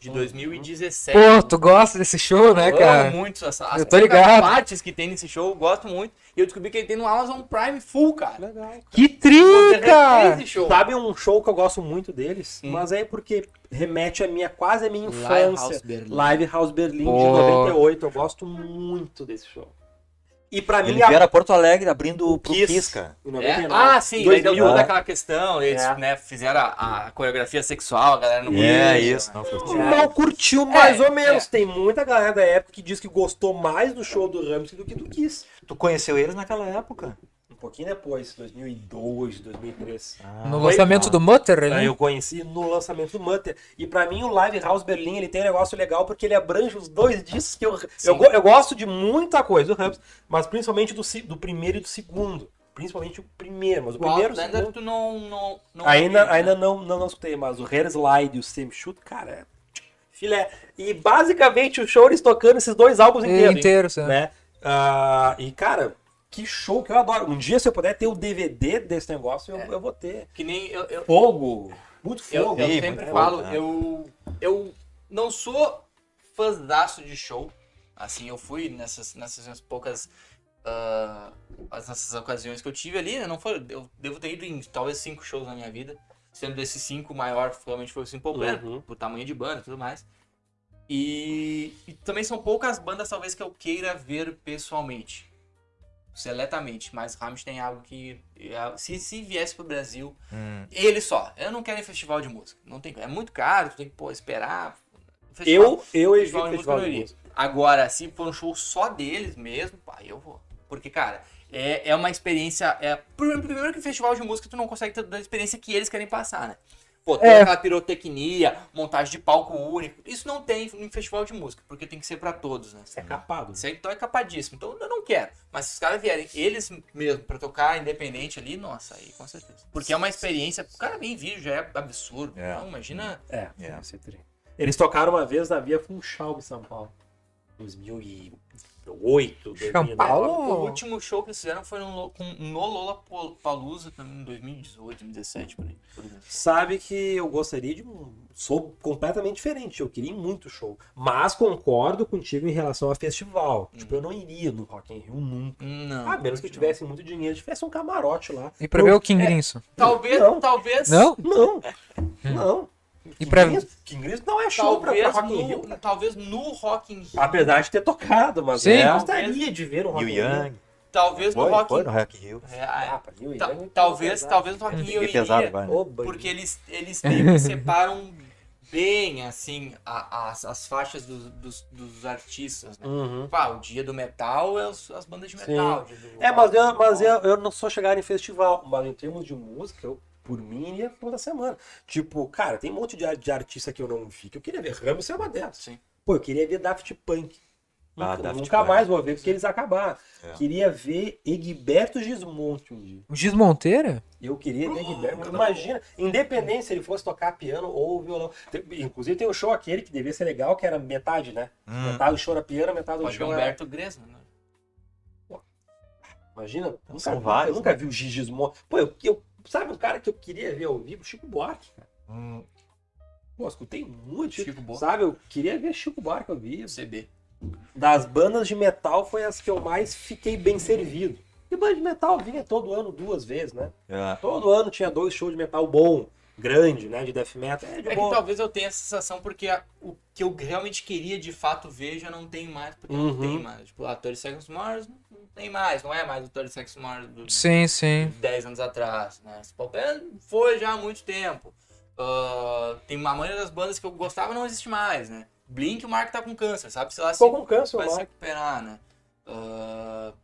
S2: de 2017.
S5: Pô, tu gosta desse show, Hum. né,
S2: eu
S5: cara?
S2: é. amo muito essa, as
S5: Eu tô ligado.
S2: partes que tem nesse show, eu gosto muito. E eu descobri que ele tem no Amazon Prime full, cara.
S1: Legal.
S5: Que
S2: Você
S5: trica!
S2: fez esse show.
S1: Sabe um show que eu gosto muito deles?
S2: Hum.
S1: Mas é porque remete a minha, quase a minha
S2: Livehouse
S5: né?
S1: infância.
S2: Berlin.
S1: Live House Berlim de
S5: Pô.
S1: 98. Eu gosto muito desse show. E pra mim,
S3: Ele
S1: a...
S3: era Porto Alegre abrindo pro
S1: Kiss.
S3: Kiss, cara.
S1: em
S2: É?
S1: 99,
S2: Ah, sim, daí deu
S1: 2000,
S2: toda
S1: né?
S2: aquela questão, eles
S1: É.
S2: né, fizeram a, a coreografia sexual, a galera não
S1: né?
S3: É,
S2: curtiu.
S3: isso. Não, foi
S1: Tu Mal curtiu mais
S2: É,
S1: ou menos. Tem muita galera da época que diz que gostou mais do show do Rams do que do Kiss.
S3: Tu conheceu eles naquela época?
S1: Um pouquinho depois, 2002, 2003.
S5: No
S3: Ah,
S1: Foi-
S5: lançamento do Mutter,
S1: Aí
S5: ele...
S1: Ah, eu conheci no lançamento do Mutter. E pra mim o Live House Berlim ele tem um negócio legal porque ele abrange os dois discos que eu. Eu, go- eu gosto de muita coisa do Ramps, mas principalmente do, se- do primeiro e do segundo. Principalmente o primeiro, mas o
S2: O
S1: primeiro. o
S2: Outlander
S1: segundo,
S2: né? tu não, não, não
S1: ainda
S2: viu, né?
S1: ainda não, não, não escutei, mas o Hair Slide e o Same Shoot, cara, é filé. E
S5: É,
S2: Hum,
S1: basicamente o show eles tocando esses dois álbuns inteiros.
S5: inteiro, sabe?
S1: Né? Ah, e cara, Que show que eu adoro. Um dia, se eu puder ter o DVD desse negócio, eu,
S2: É.
S1: eu vou ter.
S2: Que nem eu, eu,
S1: Fogo! Muito
S2: eu,
S1: fogo.
S2: eu
S3: Ih,
S2: sempre
S3: muito
S2: falo,
S3: fogo, né?
S2: eu, eu não sou fãzaço de show. Assim, eu fui nessas, nessas minhas poucas. ah, as nessas ocasiões que eu tive ali, né? Não foi, eu devo ter ido em talvez cinco shows na minha vida. Sendo desses cinco, o maior realmente foi o Simple Plan,
S1: Uhum.
S2: por tamanho de banda e tudo mais. E, e também são poucas bandas, talvez, que eu queira ver pessoalmente. Seletamente, mas Rammstein é algo que. é- Se, se viesse pro Brasil,
S3: Hum,
S2: ele só. Eu não quero ir em festival de música. Não tem, é muito caro, tu tem que pô, esperar. Festival-
S1: Eu, eu evito
S2: festival de música
S1: festival
S2: eu não
S1: de
S2: iria.
S1: música.
S2: Agora, se for um show só deles mesmo, aí eu vou. Porque, cara, é, é uma experiência. É, primeiro primeiro que festival de música tu não consegue ter toda a experiência que eles querem passar, né? Pô, toda
S1: É.
S2: aquela pirotecnia, montagem de palco único. Isso não tem em festival de música, porque tem que ser pra todos, né?
S1: Você é capado.
S2: Isso aí, então é capadíssimo. Então eu não quero. Mas se os caras vierem, eles mesmo, pra tocar independente ali, nossa, aí com certeza. Porque é uma experiência. O cara vem vídeo, já é absurdo.
S3: É.
S2: Então, imagina.
S1: É,
S3: É.
S1: você tem. Eles tocaram uma vez na Via Funchal em São Paulo. 2008,
S5: São Paulo?
S2: O último show que eles fizeram foi no, Lo- com, no Lola Palusa em 2018, 2017, por aí. Por exemplo.
S1: Sabe que eu gostaria de um show completamente diferente. Eu queria ir muito show. Mas concordo contigo em relação a festival. Tipo, eu não iria no Rock in Rio nunca.
S2: Não.
S1: A Ah, menos que eu
S2: Hum. Ah, não.
S1: tivesse muito dinheiro, tivesse um camarote lá.
S5: E pra ver o King Crimson.
S2: Talvez,
S1: Não.
S2: talvez.
S5: Não?
S1: Não, não.
S5: E pra-
S1: Que inglês não é show pra, pra
S2: Talvez
S1: Rock in Rio.
S2: no, talvez no Rock in Rio.
S1: Apesar de ter tocado, mas é.
S5: Sim.
S1: eu gostaria de ver um
S3: e
S1: Rock
S3: o
S1: in Rio.
S3: Yang.
S2: Talvez no
S3: Foi,
S2: Rock
S3: foi
S2: in
S3: no Rock in Rio.
S2: É, é.
S1: Ah, pra mim, o
S2: Ta-
S1: Yang é
S2: talvez,
S1: pesado.
S2: talvez no Rock in Rio eu
S3: Peguei pesado
S2: iria.
S3: agora. né?
S1: Ô, bandido.
S2: Porque eles, eles meio que separam bem, assim, a- as, as faixas dos, dos, dos artistas, né?
S1: Uhum.
S2: Pá, o dia do metal é os- as bandas de metal. o dia do-
S1: É, mas, eu, mas eu, eu não sou chegar em festival, mas em termos de música, eu, por mim, iria toda semana. Tipo, cara, tem um monte de, ar- de artista que eu não vi, que eu queria ver. Ramos é uma delas.
S2: Sim.
S1: Pô, eu queria ver Daft Punk.
S3: Ah,
S1: nunca
S3: Daft
S1: nunca
S3: Punk.
S1: mais vou ver, porque eles acabaram.
S3: É.
S1: Queria ver Egberto Gismonte um dia.
S5: O Giz Monteira?
S1: Eu queria ver Egberto. Imagina, independente se ele fosse tocar piano ou violão. Tem- inclusive tem um show aquele que devia ser legal, que era metade, né?
S3: Hum,
S1: Metade do show era piano, metade do
S2: Pode ver
S1: show era
S2: Humberto Gresno, né?
S1: Imagina, nunca,
S3: são
S1: vi-
S3: vários, né?
S1: Eu nunca vi o Gigismo. Pô, eu, eu- sabe um cara que eu queria ver ao vivo? Chico Buarque, cara.
S3: hum.
S1: Pô, eu escutei muito. Chico
S2: Chico Boa.
S1: Sabe, eu queria ver Chico Buarque ao vivo.
S2: CB.
S1: Das bandas de metal foi as que eu mais fiquei bem servido. E banda de metal vinha todo ano duas vezes, né?
S3: É.
S1: Todo ano tinha dois shows de metal bom, grande, né? De death metal. É de
S2: É que
S1: boa.
S2: talvez eu tenha essa sensação porque a- o que eu realmente queria de fato ver já não tem mais, porque
S1: Uhum.
S2: não tem mais. Tipo, a 30 Seconds to Mars não tem mais, não é mais o 30 Seconds to Mars do,
S5: Sim, sim.
S2: 10 anos atrás, né? Esse pop- é, Foi já há muito tempo. Ah, tem uma maioria das bandas que eu gostava não existe mais, né? Blink, o Mark tá com câncer, sabe? Sei lá se
S1: Ficou com câncer,
S2: vai se
S1: lá.
S2: recuperar, né? Ah,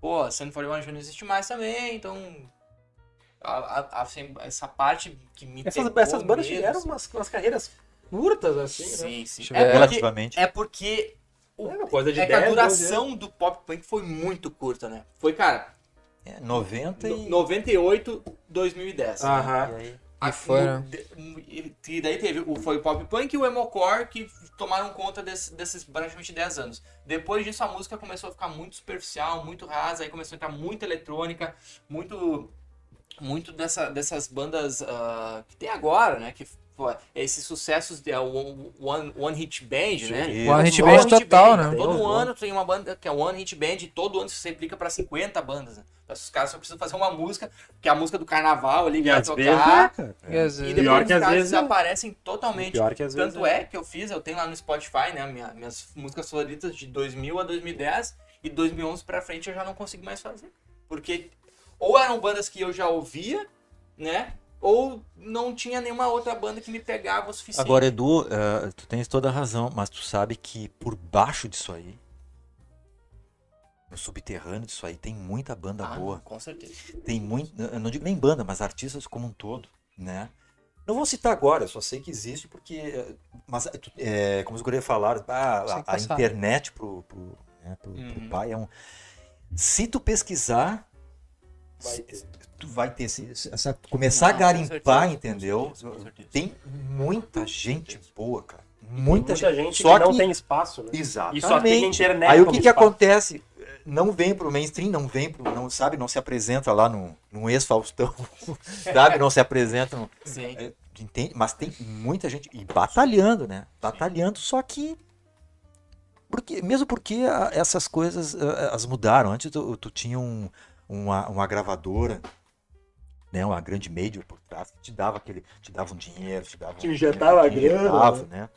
S2: pô, Sun 41 já não existe mais também, então... a- a- a- assim, essa parte que me
S1: Essas,
S2: pegou
S1: essas bandas
S2: mesmo,
S1: tiveram
S2: assim,
S1: umas, umas carreiras curtas, assim, né?
S2: Sim, sim.
S5: Tiveram.
S2: É porque,
S3: Relativamente.
S2: é porque o-
S1: É uma coisa de
S2: é que a
S1: 10, 12
S2: duração do pop punk foi muito curta, né? Foi, cara,
S3: É, 90
S2: no-
S3: e.
S2: 98, 2010. né?
S1: Aham.
S5: E foi, né?
S2: E daí teve o, foi o pop punk e o emocore que tomaram conta desse- desses praticamente 10 anos. Depois disso a música começou a ficar muito superficial, muito rasa, aí começou a entrar muita eletrônica, muito muito dessa- dessas bandas ah, que tem agora, né? Que pô, esses sucessos de é, o One, One- One Hit Band, né?
S3: Isso.
S5: One Hit
S2: Só
S5: Band
S2: One Hit
S5: total,
S2: Band.
S5: né?
S1: Tem
S2: Todo
S1: os
S2: ano tem uma banda que é One Hit Band e todo ano isso se replica pra 50 bandas. Né? Os caras só precisam fazer uma música, que é a música do carnaval ali,
S1: E
S2: vai
S1: às
S2: tocar.
S1: vezes, né, cara?
S5: E às
S2: E
S5: vezes-
S2: depois
S1: Pior
S2: os
S1: que às
S2: caras
S1: vezes é.
S2: desaparecem totalmente.
S1: Pior que às vezes.
S3: né?
S2: Tanto é que eu fiz, eu tenho lá no Spotify, né, minha- minhas músicas favoritas de 2000 a 2010 e 2011 pra frente eu já não consigo mais fazer. Porque ou eram bandas que eu já ouvia, né, ou não tinha nenhuma outra banda que me pegava o suficiente.
S3: Agora, Edu, eh, tu tens toda a razão, mas tu sabe que por baixo disso aí, no subterrâneo disso aí, tem muita é banda
S2: Ah,
S3: boa.
S2: com certeza.
S3: Tem muito, eu não digo nem banda, mas artistas como um todo, né? Não vou citar agora, eu só sei que existe porque, eh, mas eh, tu- eh, como os gurias falaram, ah,
S5: Sem
S3: a, a
S5: passar.
S3: internet pro, pro, né, pro- pro
S2: Uhum.
S3: pai é um... Se tu pesquisar,
S1: Vai
S3: se-
S1: ter.
S3: tu vai ter esse- essa, começar
S2: Não,
S3: a
S2: com
S3: garimpar,
S2: certeza,
S3: entendeu?
S2: com certeza, com certeza.
S3: Tem muita gente boa, cara. Muita,
S1: Muita gente
S3: Só
S1: que não
S3: que-
S1: tem espaço, né?
S3: Exato.
S1: E só tem internet.
S3: Aí o
S1: como
S3: que, que
S1: espaço.
S3: acontece? não vem pro mainstream, não vem pro, não sabe, não se apresenta lá no, no ex-Faustão, sabe, não se apresenta, no-
S2: Sim.
S3: é, entende? Mas tem muita gente e batalhando, né? Batalhando, só que porque mesmo porque a- essas coisas ah, ah, as mudaram. Antes tu, tu tinha um, uma, uma gravadora, né, uma grande major por trás que te dava aquele, te dava um dinheiro, te dava
S4: Te
S3: um
S4: injetava
S3: dinheiro, te
S4: grana,
S3: injetava, né?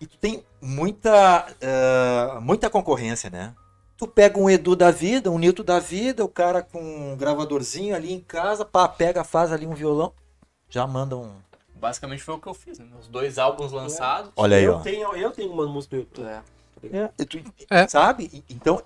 S3: E tu tem muita ah, muita concorrência, né? Tu pega um Edu da vida, um Nilton da vida, o cara com um gravadorzinho ali em casa, pá, pega, faz ali um violão, já manda um.
S2: Basicamente foi o que eu fiz, né? Meus dois álbuns lançados.
S3: Olha aí,
S1: eu
S3: ó.
S1: Tenho, eu tenho uma música no YouTube.
S2: É.
S3: É, tu-
S5: É.
S3: Sabe? E- Então,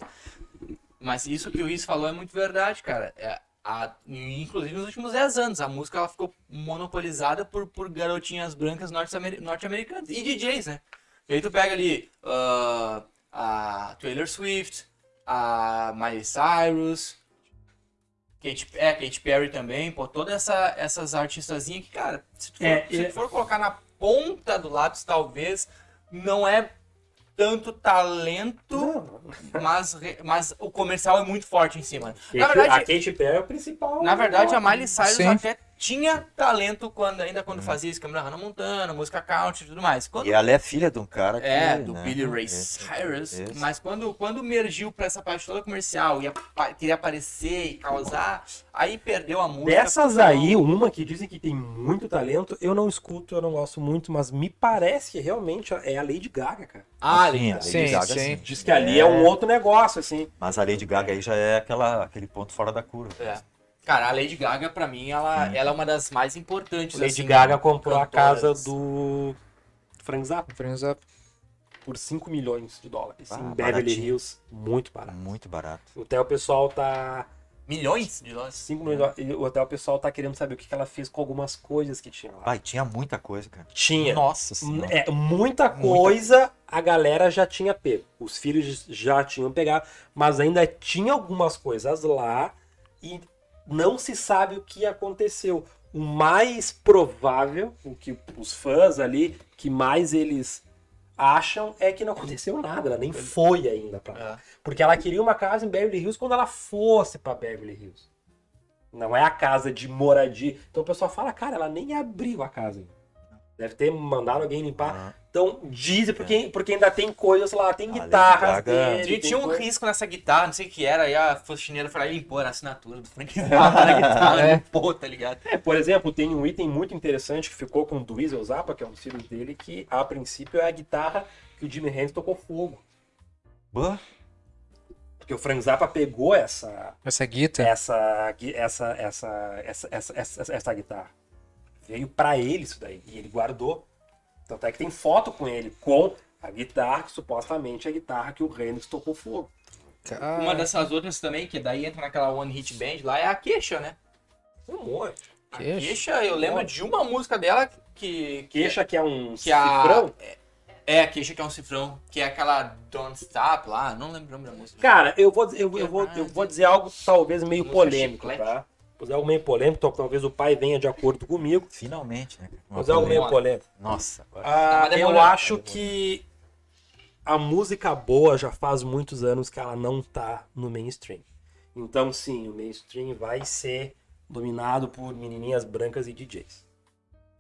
S2: Mas isso que o Riz falou é muito verdade, cara. É, a- inclusive nos últimos 10 anos, a música ela ficou monopolizada por, por garotinhas brancas norte-amer- norte-americanas e DJs, né? E aí tu pega ali ah, a Taylor Swift, a Miley Cyrus, Kate, é, Kate Perry também, pô, todas essa, essas artistazinhas que, cara, se tu, for,
S1: É,
S2: se tu
S1: é.
S2: for colocar na ponta do lápis, talvez não é tanto talento mas, re- mas o comercial é muito forte em cima. Na
S1: a
S2: verdade,
S1: Kate Perry é o principal.
S2: na verdade a
S1: é
S2: Miley Cyrus
S5: Sim.
S2: até tinha talento quando, ainda quando
S1: Hum.
S2: fazia esquema da Hannah Montana, música country e tudo mais. Quando,
S3: e ela é filha de um cara que.
S2: é, do
S3: né, é.
S2: Billy Ray
S3: esse-
S2: Cyrus.
S3: esse.
S2: Mas quando, quando mergiu pra essa parte toda comercial e apa- queria aparecer e causar, aí perdeu a música.
S1: Dessas
S2: Então,
S1: aí, uma que dizem que tem muito talento, eu não escuto, eu não gosto muito, mas me parece que realmente é a Lady Gaga, cara.
S2: Ah,
S3: Sim, a
S2: Lady
S3: Lady
S5: Sim,
S3: Gaga,
S5: sim.
S3: sim.
S1: Diz que ali é um outro negócio, assim.
S3: Mas a Lady Gaga aí já é aquela, aquele ponto fora da curva.
S2: É. Cara, a Lady Gaga, pra mim, ela, ela é uma das mais importantes.
S1: Lady
S2: assim,
S1: Gaga comprou a
S2: cantoras.
S1: casa do Frank Zappa
S5: Friends Up.
S1: por 5 milhões de dólares.
S3: Ah,
S1: em Beverly
S3: baratinho.
S1: Hills, muito barato.
S3: Muito barato.
S1: O Até o pessoal tá.
S2: Milhões de dólares.
S1: 5 milhões de dólares. e O até o pessoal tá querendo saber o que que ela fez com algumas coisas que tinha lá.
S3: Pai, tinha muita coisa, cara.
S1: Tinha.
S3: Nossa
S1: Hum,
S3: senhora.
S1: É, muita
S3: Muita.
S1: coisa a galera já tinha pego. Os filhos já tinham pegado, mas ainda tinha algumas coisas lá e não se sabe o que aconteceu. O mais provável, o que os fãs ali, que mais eles acham é que não aconteceu nada, ela nem foi ainda pra lá.
S2: É.
S1: Porque ela queria uma casa em Beverly Hills quando ela fosse pra Beverly Hills. Não é a casa de moradia. Então o pessoal fala, cara, ela nem abriu a casa. ainda. Deve ter mandado alguém limpar.
S3: Ah,
S1: Então dizem, porque, porque ainda tem coisas lá, tem
S3: A Lady
S1: guitarras
S3: Gaga-
S1: dele,
S2: Tinha,
S1: tem
S2: tinha um
S1: coisa-
S2: risco nessa guitarra, não sei o que era, aí a faxineira foi lá e limpou a assinatura do Frank Zappa na guitarra,
S5: É.
S2: limpou, tá ligado?
S1: É, por exemplo, tem um item muito interessante que ficou com o Dweezil Zappa, que é um filho dele, que a princípio é a guitarra que o Jimmy Hendrix tocou fogo.
S3: bah,
S1: Porque o Frank Zappa pegou essa,
S5: Essa
S1: É.
S5: guita.
S1: essa, gui- essa, essa, essa, essa, essa, essa- essa guitarra. Veio pra ele isso daí. E ele guardou. Tanto é que tem foto com ele, com a guitarra, que supostamente é a guitarra que o Hendrix tocou fogo.
S5: Cara,
S2: Uma dessas outras também, que daí entra naquela One Hit Band lá, é a Queixa, né?
S1: Um monte.
S2: A
S5: Queixa?
S2: Queixa, eu lembro de uma música dela que... que
S1: Queixa que é um
S2: Que a-
S1: cifrão.
S2: É, a Queixa que é um cifrão, que é aquela Don't Stop lá, não lembro o nome da música.
S1: Cara, eu vou, eu, eu vou, eu vou dizer algo talvez meio
S2: Música
S1: polêmico,
S2: chiclete.
S1: tá? Vou dizer algo meio polêmico, então talvez o pai venha de acordo comigo.
S3: finalmente, né? cara? Uma
S1: Vou dizer algo
S3: polêmica.
S1: meio polêmico.
S3: Nossa, agora.
S1: Ah,
S2: Tá
S1: eu
S2: demorando,
S1: acho
S3: tá demorando.
S1: que a música boa já faz muitos anos que ela não tá no mainstream. Então, sim, o mainstream vai ser dominado por menininhas brancas e DJs.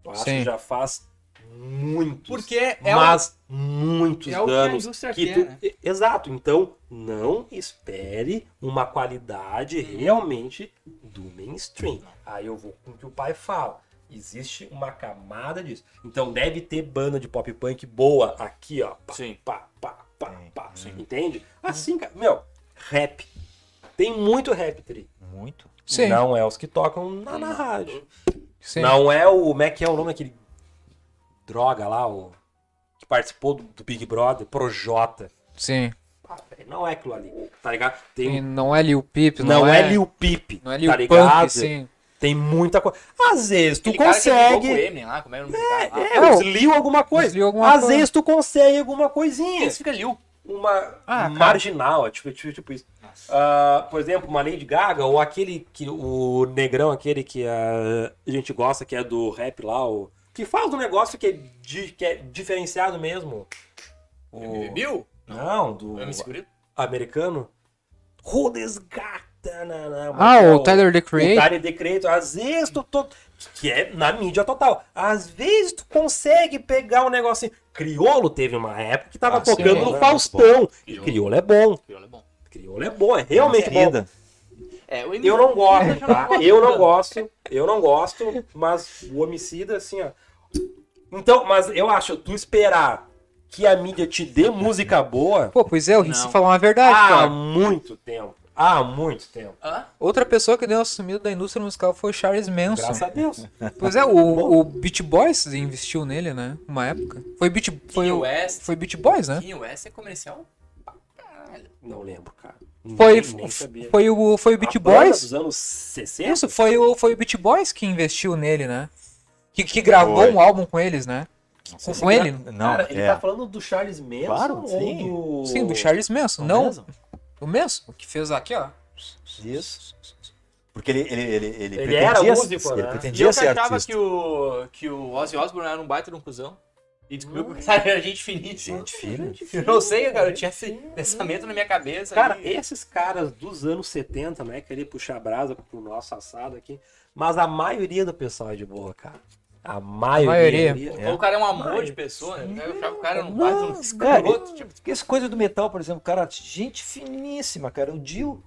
S1: Eu acho
S5: Sim.
S1: que já faz muitos,
S2: Porque é,
S1: mas
S2: o,
S1: muitos
S2: é o que a
S1: anos
S2: indústria
S1: que
S2: quer,
S1: tu-
S2: né?
S1: e- Exato. Então, não espere uma qualidade realmente do mainstream. Aí eu vou com o que o pai fala. Existe uma camada disso. Então deve ter banda de pop punk boa aqui, ó. Pá,
S2: Sim.
S1: pá, pá, pá,
S3: Tem,
S1: pá.
S3: sim.
S1: Entende? Assim, cara. Meu, rap. Tem muito rap tri.
S3: Muito.
S5: Sim,
S1: Não é os que tocam na, na rádio.
S5: sim.
S1: Não é o. Como é que é o nome daquele. Droga lá, o. Que participou do, do Big Brother, Projota.
S5: Sim.
S1: Ah, velho, não é aquilo ali, tá ligado? Tem,
S5: E não é Lil Peep,
S1: não,
S5: não,
S1: é, Lil Peep,
S5: Não é Lil
S1: tá
S5: Pump,
S1: ligado?
S5: sim.
S1: Tem muita coisa. Às vezes tu
S2: Aquele cara que brigou com o
S1: consegue...
S2: Eminem lá, como é o nome do cara lá?
S1: É,
S5: Não,
S1: os Lil alguma coisa.
S5: Lil alguma
S1: Às
S5: coisa.
S1: vezes tu consegue alguma coisinha.
S2: Esse fica Lil.
S1: Uma
S5: Ah, cara.
S1: marginal, é tipo, tipo, tipo isso. Ah, por exemplo, uma Lady Gaga ou aquele que o negrão aquele que a gente gosta, que é do rap lá, o... que faz um negócio que é, di- que é diferenciado mesmo. O...
S2: Bill?
S1: Não, do
S2: MC Guri?
S1: americano. Who this gata? na- na-
S5: Ah,
S1: é
S5: o Tyler, The
S1: O
S5: Creator.
S1: Tyler The Creator, às vezes tu... tu- que é na mídia total. Às vezes tu consegue pegar um negocinho... Criolo teve uma época que tava
S3: Ah, sim,
S1: tocando
S3: Criolo é
S1: no
S3: muito
S1: Faustão. E né? Criolo é bom.
S2: Criolo é bom.
S1: Criolo é bom, é realmente bom.
S3: Querida.
S2: É, o
S1: Eu não gosto, tá? Eu não
S2: gosto.
S1: gosto, eu não gosto, mas o homicida, assim, ó. Então, mas eu acho, tu esperar que a mídia te dê música boa
S5: Pô, pois é, o Rissi
S2: Não.
S5: falou uma verdade,
S1: há
S5: cara.
S1: muito tempo. Há muito tempo.
S2: Hã?
S5: Outra pessoa que deu uma sumida da indústria musical foi Charles Manson.
S1: Graças a Deus.
S5: Pois é, o, o Beat Boys investiu nele, né? Uma época. Foi Beat, foi,
S2: Kanye
S1: é?
S5: o-
S2: West.
S5: foi Beat Boys, né?
S2: Kanye West é comercial?
S1: Não lembro, cara.
S5: Foi,
S1: Nem- nem sabia.
S5: foi o, foi o Beat
S1: A banda
S5: Boys.
S1: dos anos 60?
S5: Isso, foi o, foi o Beat Boys que investiu nele, né? Que, que gravou
S3: Foi.
S5: um álbum com eles, né? Com, com ele?
S3: Não,
S1: Cara, ele
S3: é.
S1: tá falando do Charles Manson
S3: Claro,
S1: ou
S3: sim.
S1: do...
S5: Sim, do Charles Manson.
S3: Não
S5: Não,
S3: mesmo?
S5: o Manson, que fez aqui, ó.
S3: Isso. Porque ele, ele, ele, ele,
S1: Ele
S3: pretendia,
S1: era
S3: ser-
S1: músico,
S3: ele
S1: né?
S2: E eu
S3: pretendia
S2: que
S3: ser
S2: achava
S3: artista.
S2: que o, que o Ozzy Osbourne era um baita de um cuzão. E descobriu que o cara era gente finíssima.
S3: Gente fina.
S2: Eu não sei, cara, eu tinha esse pensamento na minha cabeça.
S1: Cara,
S2: ali.
S1: esses caras dos anos 70, né? Querer puxar brasa pro nosso assado aqui. Mas a maioria do pessoal é de boa, cara. A maioria.
S5: maioria.
S2: Ou o cara é um amor
S1: Mas-
S2: de pessoa, né? Eu achava que o cara era um baita de um
S3: Não, cara,
S2: escroto. Tipo,
S3: porque essa coisa do metal, por exemplo, cara, gente finíssima, cara, o Dio.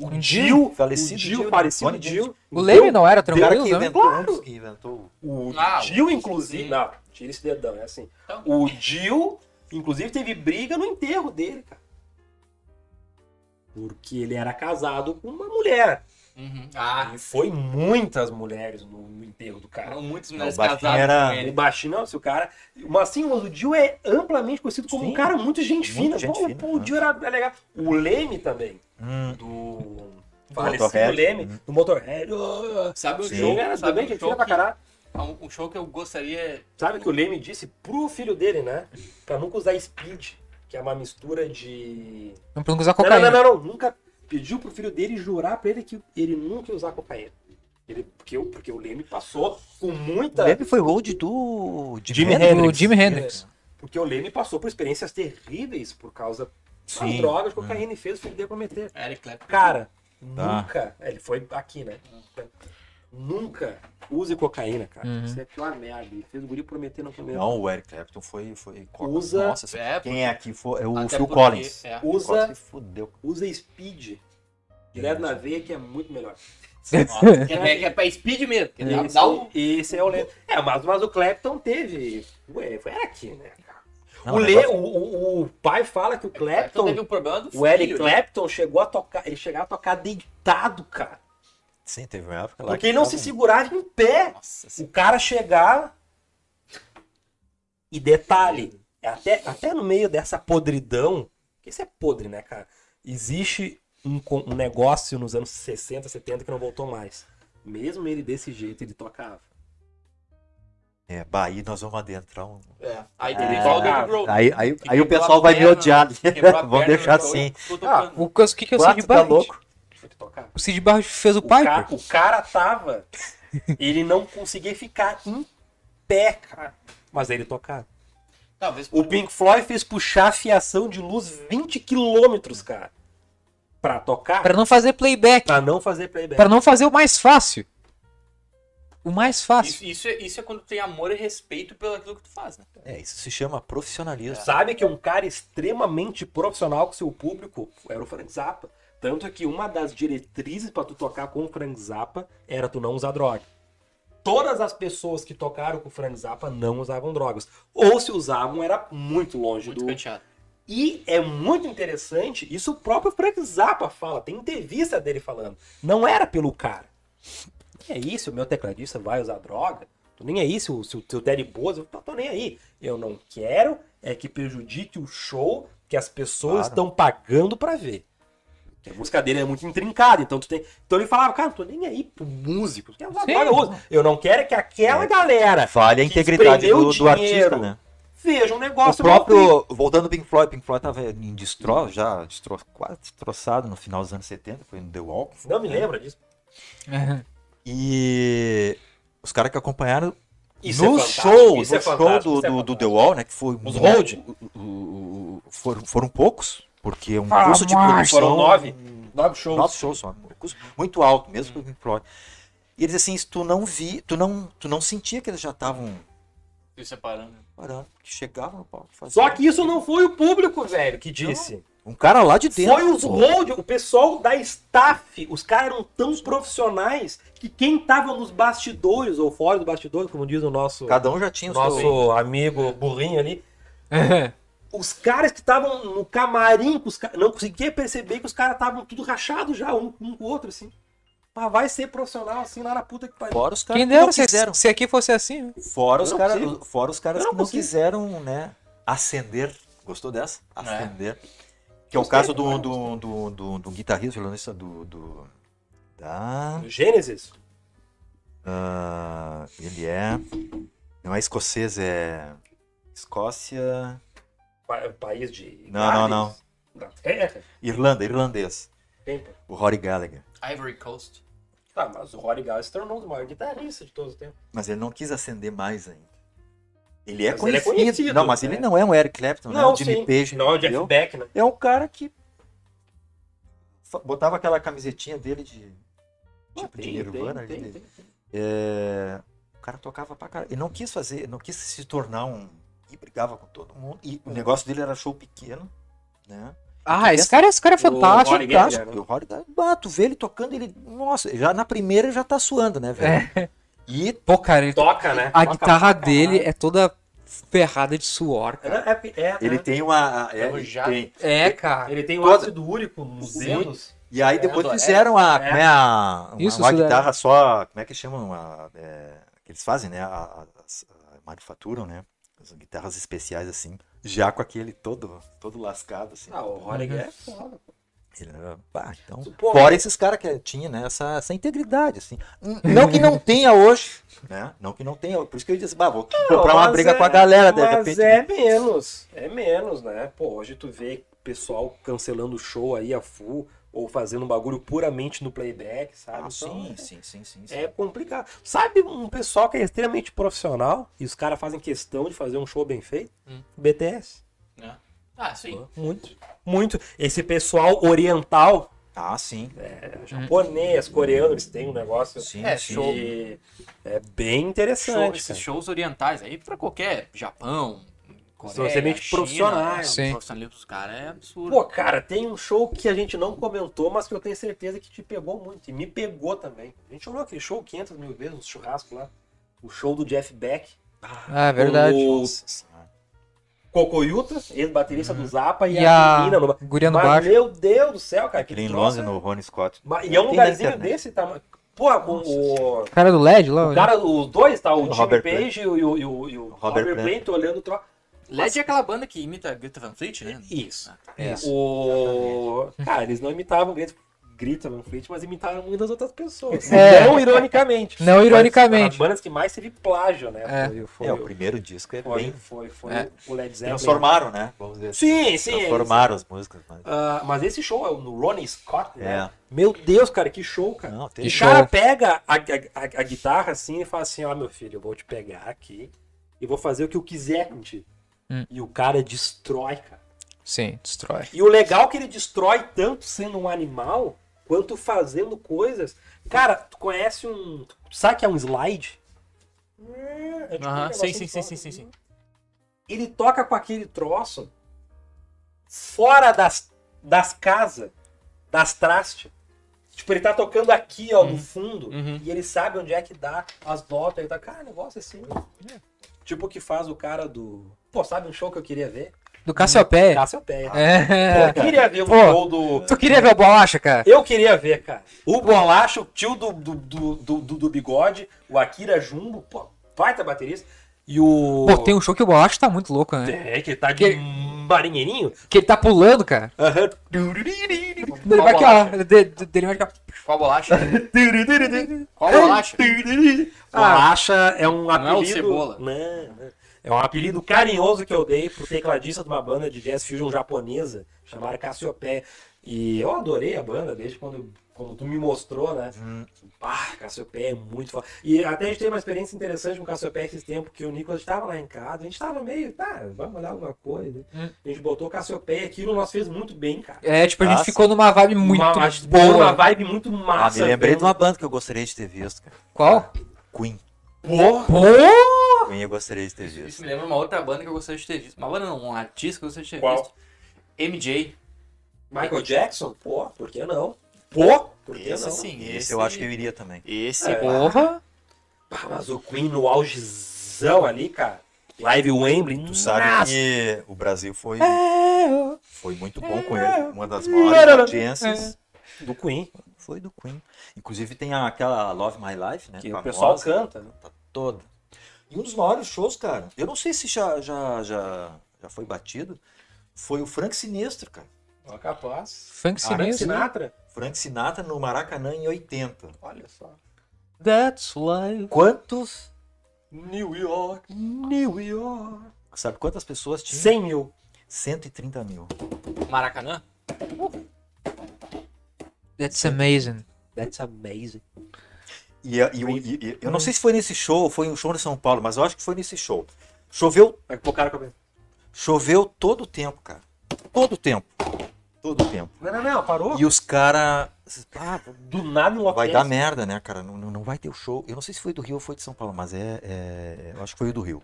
S1: O Dio,
S3: falecido
S1: o Dio,
S3: Dio,
S1: parecido
S3: Bonnie
S1: Dio.
S5: O Leme
S1: Então,
S5: não era
S3: O cara
S5: tranquilo,
S3: que
S5: né?
S3: inventou,
S1: Claro.
S3: um dos que inventou
S1: O
S2: Ah,
S1: Dio,
S2: sim.
S1: inclusive. Não, tira esse dedão, é assim.
S2: Então.
S1: O Dio, inclusive, teve briga no enterro dele, cara. Porque ele era casado com uma mulher.
S2: uhum. Ah,
S1: E foi muitas mulheres no, no enterro do cara.
S2: eram muitas mulheres né?
S3: o Bafinho
S2: casadas
S3: era-
S2: com
S1: Ele
S2: ele.
S1: baixinho, não, se o cara. Mas assim, mas o Dio é amplamente conhecido como
S3: Sim,
S1: um cara muito gente
S3: muito
S1: fina.
S3: gente
S1: Pô,
S3: fina,
S1: pô, o
S3: né?
S1: Dio era era legal. O Leme também,
S3: Hum,
S1: do.
S3: Motorhead. Uhum.
S1: Falecido Leme, do Motorhead. Oh,
S2: Sabe um
S3: Sim.
S1: O
S2: show,
S1: cara
S2: sabe
S1: também
S2: um
S1: gente
S2: show
S1: fina pra
S2: que,
S1: caralho.
S2: um, um show que eu gostaria...
S1: Sabe que o Leme disse pro filho dele, né? Pra nunca usar speed, que é uma mistura de.
S5: Não podemos usar
S1: Não, não, não,
S5: cocaína.
S1: não, não, Nunca pediu pro filho dele jurar pra ele que ele nunca ia usar cocaína. Ele, porque, o- porque o Leme passou com muita.
S3: Leme Então, foi road do
S1: Jimi
S3: Hendrix.
S5: O Jimi Hendrix.
S1: Porque o Leme passou por experiências terríveis por causa das
S3: Sim.
S1: drogas, cocaína e fez o filho dele prometer.
S2: Eric Clapton.
S1: Cara,
S3: Tá.
S1: nunca. é, Ele foi aqui, né? Nunca use cocaína, cara.
S5: Uhum.
S1: Isso é a pior merda. Ele fez o guri prometer não comer.
S3: Não, o Eric Clapton foi... foi
S1: Usa-
S3: Nossa, senhora.
S2: É,
S3: quem é aqui foi... É o
S2: até
S3: Phil
S2: porque-
S3: Collins.
S2: é.
S3: O Phil
S1: Usa-
S3: Collins se fudeu.
S1: Usa speed. Direto na veia que é muito melhor.
S2: Nossa, que é, que é pra speed mesmo. Que dá,
S1: Esse,
S2: dá um...
S1: esse é o Leme. É, mas, mas o Clapton teve. Ué, foi aqui, né? cara?
S3: Não,
S1: o,
S3: o
S1: Le,
S3: negócio-
S1: o, o, o pai fala que o
S2: Clapton
S1: Clapton.
S2: teve um problema do filho.
S1: O Eric
S2: né?
S1: Clapton chegou a tocar. Ele chegava a tocar deitado, cara.
S3: Sim, teve uma época lá
S1: Porque
S3: que
S1: ele não
S3: tava
S1: se
S3: um-
S1: segurava em pé.
S3: Nossa
S1: O
S3: senhora.
S1: cara chegar. E detalhe, até, até no meio dessa podridão, que isso é podre, né, cara? Existe um, co- um negócio nos anos 60, 70 que não voltou mais. Mesmo ele desse jeito, ele tocava.
S3: É, Bahia, nós vamos adentrar um...
S2: É. Aí
S1: Ah,
S2: teve igual o Dave Grohl.
S3: Aí, aí,
S2: Que
S3: aí
S2: quebrou
S3: o
S2: a
S3: pessoal vai me
S2: perna,
S3: odiar.
S2: Quebrou a
S3: Vamos
S2: perna,
S3: deixar
S2: eu tô-
S3: assim.
S2: tô
S1: Ah,
S2: tocando.
S5: O que, o que que é o Sid
S3: Quatro tá
S5: Barrett?
S3: louco.
S1: Ele tocava.
S5: O Sid Barrett fez o
S1: O, ca-
S5: Piper.
S1: o cara tava. Ele não conseguia ficar em pé, cara. Mas ele tocava.
S2: Talvez
S1: O Pink Floyd fez puxar a fiação de luz 20 quilômetros, cara. Pra tocar,
S5: Pra não fazer playback.
S1: pra não fazer playback.
S5: Pra não fazer o mais fácil. O mais fácil.
S2: Isso, isso, é, isso é quando tem amor e respeito pelo aquilo que tu faz, né?
S3: É, isso se chama profissionalismo.
S1: Sabe que é um cara extremamente profissional com seu público era o Frank Zappa. Tanto é que uma das diretrizes pra tu tocar com o Frank Zappa era tu não usar droga. Todas as pessoas que tocaram com o Frank Zappa não usavam drogas. Ou se usavam, era muito longe
S2: É Muito
S1: do,
S2: canteado.
S1: E é muito interessante, isso o próprio Frank Zappa fala, tem entrevista dele falando. Não era pelo cara. Nem é isso, o meu tecladista vai usar droga. Tô nem aí se o, se o teu Terry Bozo, tô, tô nem aí. Eu não quero é que prejudique o show que as pessoas
S3: Claro.
S1: estão pagando pra ver. Porque A música dele é muito intrincada, então tu tem. Então ele falava, cara, não tô nem aí pro músico. tu Quer usar
S5: Sim.
S1: droga, usa. Eu não quero é que aquela
S3: É.
S1: galera
S3: Falha a
S1: Que
S3: integridade
S1: desprendeu
S3: do, do artista,
S1: dinheiro.
S3: né?
S1: veja um
S3: O
S1: negócio. maluco.
S3: próprio, voltando ao Pink Floyd, Pink Floyd tava em destro, já destro, quase destroçado no final dos anos 70, foi no The né? Walk.
S1: Não me lembra disso.
S3: E os caras que acompanharam
S1: Isso
S3: no
S1: é fantástico,
S3: show,
S1: isso
S3: no
S1: é
S3: show
S1: fantástico,
S3: do,
S1: isso é
S3: do, do The
S1: fantástico.
S3: Wall, né, que foi...
S1: Os Hold?
S3: o- o- o- foram, foram poucos, porque um
S5: Ah,
S3: curso de
S5: mas-
S3: produção...
S1: Foram nove. Hum. Nove shows.
S3: Nove shows só. um custo Muito alto, mesmo pro Pink Floyd. E eles assim, se tu não vi, tu não, tu não sentia que eles já estavam
S2: Se separando.
S3: parando, que chegavam no palco. faziam.
S1: Só que isso não foi o público, velho, que disse.
S3: Um cara lá de dentro.
S1: Foi os
S3: pô.
S1: road, o pessoal da staff, os caras eram tão profissionais que quem tava nos bastidores, ou fora dos bastidores, como diz o nosso,
S3: Cada um já tinha o seu.
S1: nosso amigo burrinho ali, os caras que estavam no camarim, que os ca- não conseguia perceber que os caras estavam tudo rachado já, um, um com o outro, assim. Pá, vai ser profissional, assim, lá na puta que pariu.
S3: Fora os caras
S5: Quem
S3: que não
S5: dera se,
S3: quiseram.
S5: se aqui fosse assim, né?
S3: Fora os
S1: Não é
S3: caras,
S1: possível.
S3: fora os caras
S1: Não é
S3: que não
S1: possível.
S3: quiseram, né, ascender. Gostou dessa?
S2: É.
S3: Ascender. Que é o
S1: Gostei,
S3: caso do,
S1: cara,
S3: do, do, do, do guitarrista, violonista do, do da,
S1: Gênesis?
S3: ah, ele é não é escocês, é Escócia,
S1: Pa- país de.
S3: Não, não,
S1: Gales?
S3: não.
S1: Da terra?
S3: Irlanda, irlandês.
S1: Tempo.
S3: O Rory Gallagher.
S2: Ivory Coast.
S1: Tá, mas o Rory Gallagher se tornou um o maior guitarrista de todos os tempos.
S3: Mas ele não quis ascender mais ainda. Ele é,
S1: Mas ele
S3: conhecido.
S1: é conhecido,
S3: Não, mas
S1: né?
S3: ele não é um Eric Clapton, não, é um Jimmy
S1: sim.
S3: Page.
S1: Não, é o Jeff
S3: entendeu?
S1: Beck, né?
S3: É um cara que fa- botava aquela camisetinha dele de tipo de Nirvana. ali,
S1: tem,
S3: de- É, O cara tocava pra caralho. Ele não quis fazer, não quis se tornar um. E brigava com todo mundo. E
S1: Hum.
S3: o negócio dele era show pequeno, né?
S5: Ah, esse cara, esse cara é fantástico.
S1: Rory
S3: Fantástico.
S1: Gallagher, né?
S3: O Rory Gallagher, ah, tu vê ele tocando, ele. Nossa, já na primeira ele já tá suando, né, velho?
S1: É.
S3: E
S5: Pô, cara, ele-
S1: Toca, né?
S5: a
S1: Toca
S5: guitarra
S1: pra
S5: dele é toda ferrada de suor, cara.
S1: caralho. É, é, é,
S3: ele
S1: né?
S3: tem uma. é, ele
S2: Enferrujado.
S3: tem.
S5: É, cara.
S1: Ele tem o
S3: Toda-
S1: ácido úrico nos
S3: Sim.
S1: dedos.
S3: E aí
S2: É,
S3: depois
S2: é,
S3: fizeram a,
S1: é.
S3: como é a- uma,
S5: Isso,
S3: uma
S5: isso daí.
S3: guitarra só, como é que chamam? A, é, que eles fazem, né? A, a- as- a- manufaturam, né? As guitarras especiais assim, já com aquele todo, todo lascado assim.
S1: Ah, o Rory é foda.
S3: Ele era- pá, então,
S1: Pô, é.
S3: fora esses caras que tinham né, essa, essa integridade assim. N- Não que não tenha hoje, né? Não que não tenha, por isso que eu disse, bah, vou comprar uma
S1: mas
S3: briga
S1: é-
S3: com a galera, de
S1: Mas
S3: repente.
S1: é menos, é menos, né? Pô, hoje tu vê pessoal cancelando o show aí a full ou fazendo um bagulho puramente no playback, sabe?
S3: Ah,
S1: Então,
S3: sim,
S1: é-
S3: sim, sim, sim, sim.
S1: É complicado. Sabe um pessoal que é extremamente profissional e os caras fazem questão de fazer um show bem feito?
S2: Hum.
S1: BTS.
S2: Ah, sim.
S1: Muito. Muito. Esse pessoal oriental,
S3: Ah, sim.
S1: é, japonês, coreano, eles têm um negócio
S3: Sim,
S2: É,
S3: sim.
S2: show.
S1: que é bem
S2: Show,
S1: interessante.
S2: esses
S1: cara.
S2: shows orientais aí, pra qualquer Japão, Coreia,
S1: São extremamente
S2: China,
S1: profissionais.
S2: é,
S5: Sim.
S2: O profissionalismo dos caras é absurdo.
S1: Pô, cara, tem um show que a gente não comentou, mas que eu tenho certeza que te pegou muito. E me pegou também. A gente olhou aquele show 500 mil vezes, no churrasco lá. O show do Jeff Beck.
S5: Ah, é verdade.
S1: O
S3: Nossa Uhum. Senhora.
S1: Cocoyuta, ex-baterista do Zappa, e,
S5: E
S1: a,
S5: a
S1: menina no...
S5: guria no
S1: Mas,
S5: baixo.
S1: meu Deus do céu, cara. Que
S3: Aquele em
S1: troço
S3: Londres,
S1: é-
S3: no Ronnie Scott.
S1: Ma- E é um
S3: Tem na
S1: lugarzinho
S3: internet.
S1: desse tamanho. Pô, o, o-
S5: O cara do LED
S1: o
S5: lá. né?
S1: cara, os dois, tá? O,
S3: O
S1: Jimmy
S3: Robert
S1: Page e o, e o, e o, e o
S3: Robert
S1: Robert, Plant olhando o troço.
S2: LED é aquela banda que imita a Greta Van Fleet, né?
S1: Isso.
S5: É.
S1: O... Cara, eles não imitavam Greta, Greta Van Fleet, mas imitaram muitas outras pessoas.
S5: É.
S1: Não ironicamente.
S5: Não
S1: Mas
S5: ironicamente.
S1: foram As bandas que mais teve plágio, né?
S5: É.
S1: Foi, foi,
S3: É, o primeiro disco é
S1: foi,
S3: bem
S1: foi, foi
S5: É.
S1: o Led Zeppelin.
S3: Transformaram, né? Vamos dizer assim.
S1: Sim, sim. eles-
S3: Transformaram as músicas. Mas...
S1: Ah, mas esse show é o no Ronnie Scott, né?
S3: É.
S1: Meu Deus, cara, é. que show, cara.
S3: Não,
S1: E
S3: tem
S1: o
S5: Ixi.
S1: cara
S5: show.
S1: pega a, a- a- a guitarra assim e fala assim: Ó, meu filho, eu vou te pegar aqui e vou fazer o que eu quiser com ti.
S5: Hum.
S1: E o cara destrói, cara.
S5: Sim, destrói.
S1: E o legal é que ele destrói tanto sendo um animal quanto fazendo coisas. Cara, tu conhece um. tu Sabe que é um slide? É, é tipo um negocinho
S2: Aham, sim, sim,
S1: que
S2: sim,
S1: toca.
S2: sim, sim, sim.
S1: Ele toca com aquele troço fora das, das casas, das trastes. Tipo, ele tá tocando aqui, ó, no fundo.
S2: Uhum.
S1: E ele sabe onde é que dá as notas. Ele tá, cara, negócio assim. Tipo o que faz o cara do. Pô, sabe um show que eu queria ver? Tá
S5: Do Cassiopeia.
S1: Cassiopeia.
S5: É.
S1: Eu queria ver o
S5: Pô.
S1: show do.
S5: Tu queria ver o Bolacha, cara?
S1: Eu queria ver, cara. O Bolacha, o tio do, do, do, do, do- do bigode, o Akira Jumbo, pô, baita baterista. E o.
S5: Pô, tem um show que o Bolacha tá muito louco, né?
S1: É, que tá de
S5: Que-
S1: marinheirinho.
S5: Que ele tá pulando, cara. Ele vai aqui, ó. Ele, de- de- ele vai aqui, ó.
S2: Qual bolacha? Qual bolacha?
S1: Bolacha é um
S2: é o
S1: apelido...
S2: Cebola.
S1: Não, não. É um apelido carinhoso que eu dei pro tecladista de uma banda de jazz fusion japonesa, chamada Cassiopeia. E eu adorei a banda desde quando, quando tu me mostrou, né?
S3: Hum.
S1: Pá, Cassiopeia é muito foda. E até a gente teve uma experiência interessante com Cassiopeia esses tempos, que o Nicolas estava lá em casa, a gente estava meio, tá, vamos olhar alguma coisa.
S5: Hum.
S1: A gente botou Cassiopeia, aquilo nós fez muito bem, cara.
S5: É, tipo, a gente
S3: Nossa.
S5: ficou numa vibe muito
S1: uma, uma- uma
S5: boa.
S1: vibe muito
S3: Ah,
S1: massa.
S3: me lembrei
S1: mesmo.
S3: de uma banda que eu gostaria de ter visto, cara.
S5: Qual?
S3: Queen.
S1: Porra!
S5: Pô!
S3: Queen eu gostaria de ter
S2: Isso, isso
S3: visto.
S2: me lembra uma outra banda que eu gostaria de ter visto. Uma banda não, um artista que eu gostaria de ter
S1: Qual?
S2: visto. MJ.
S1: Michael Jackson? Pô, por que não? Pô, por que
S2: Esse
S1: não?
S2: sim, esse.
S3: Esse eu acho que eu iria também.
S1: É.
S2: Esse.
S5: é Porra!
S1: Pá, mas o Queen no augezão ali, cara. Live Wembley,
S3: Tu sabe
S1: nossa.
S3: que o Brasil foi, foi muito bom com ele. Uma das
S1: É.
S3: maiores audiências
S1: Do Queen,
S3: foi do Queen. Inclusive tem aquela Love My Life, né?
S1: que o
S3: famosa.
S1: pessoal canta. né?
S3: Tá toda. E um dos maiores shows, cara, eu não sei se já, já, já, já foi batido, foi o Frank Sinistro, cara.
S1: Ó, capaz.
S5: Funk
S1: Frank
S5: sinistro.
S1: Sinatra?
S3: Frank Sinatra no Maracanã em 80.
S1: Olha só.
S5: That's life.
S3: Quantos?
S1: New York. New York.
S3: Sabe quantas pessoas tinham?
S1: 100 mil.
S3: 130 mil.
S2: Maracanã?
S5: That's amazing.
S1: That's amazing.
S3: E, a- e o- e- e- eu não sei se foi nesse show, foi um show em São Paulo, mas eu acho que foi nesse show. Choveu,
S1: Vai pôr cara com a cabeça.
S3: choveu todo o tempo, cara. Todo o tempo. Todo o tempo.
S1: Não, não, não, parou.
S3: E os ah, caras.
S1: Do nada um
S3: Vai dar merda, né, cara? Não, não não vai ter o show. Eu não sei se foi do Rio ou foi de São Paulo, mas é. é- eu acho que foi o do Rio.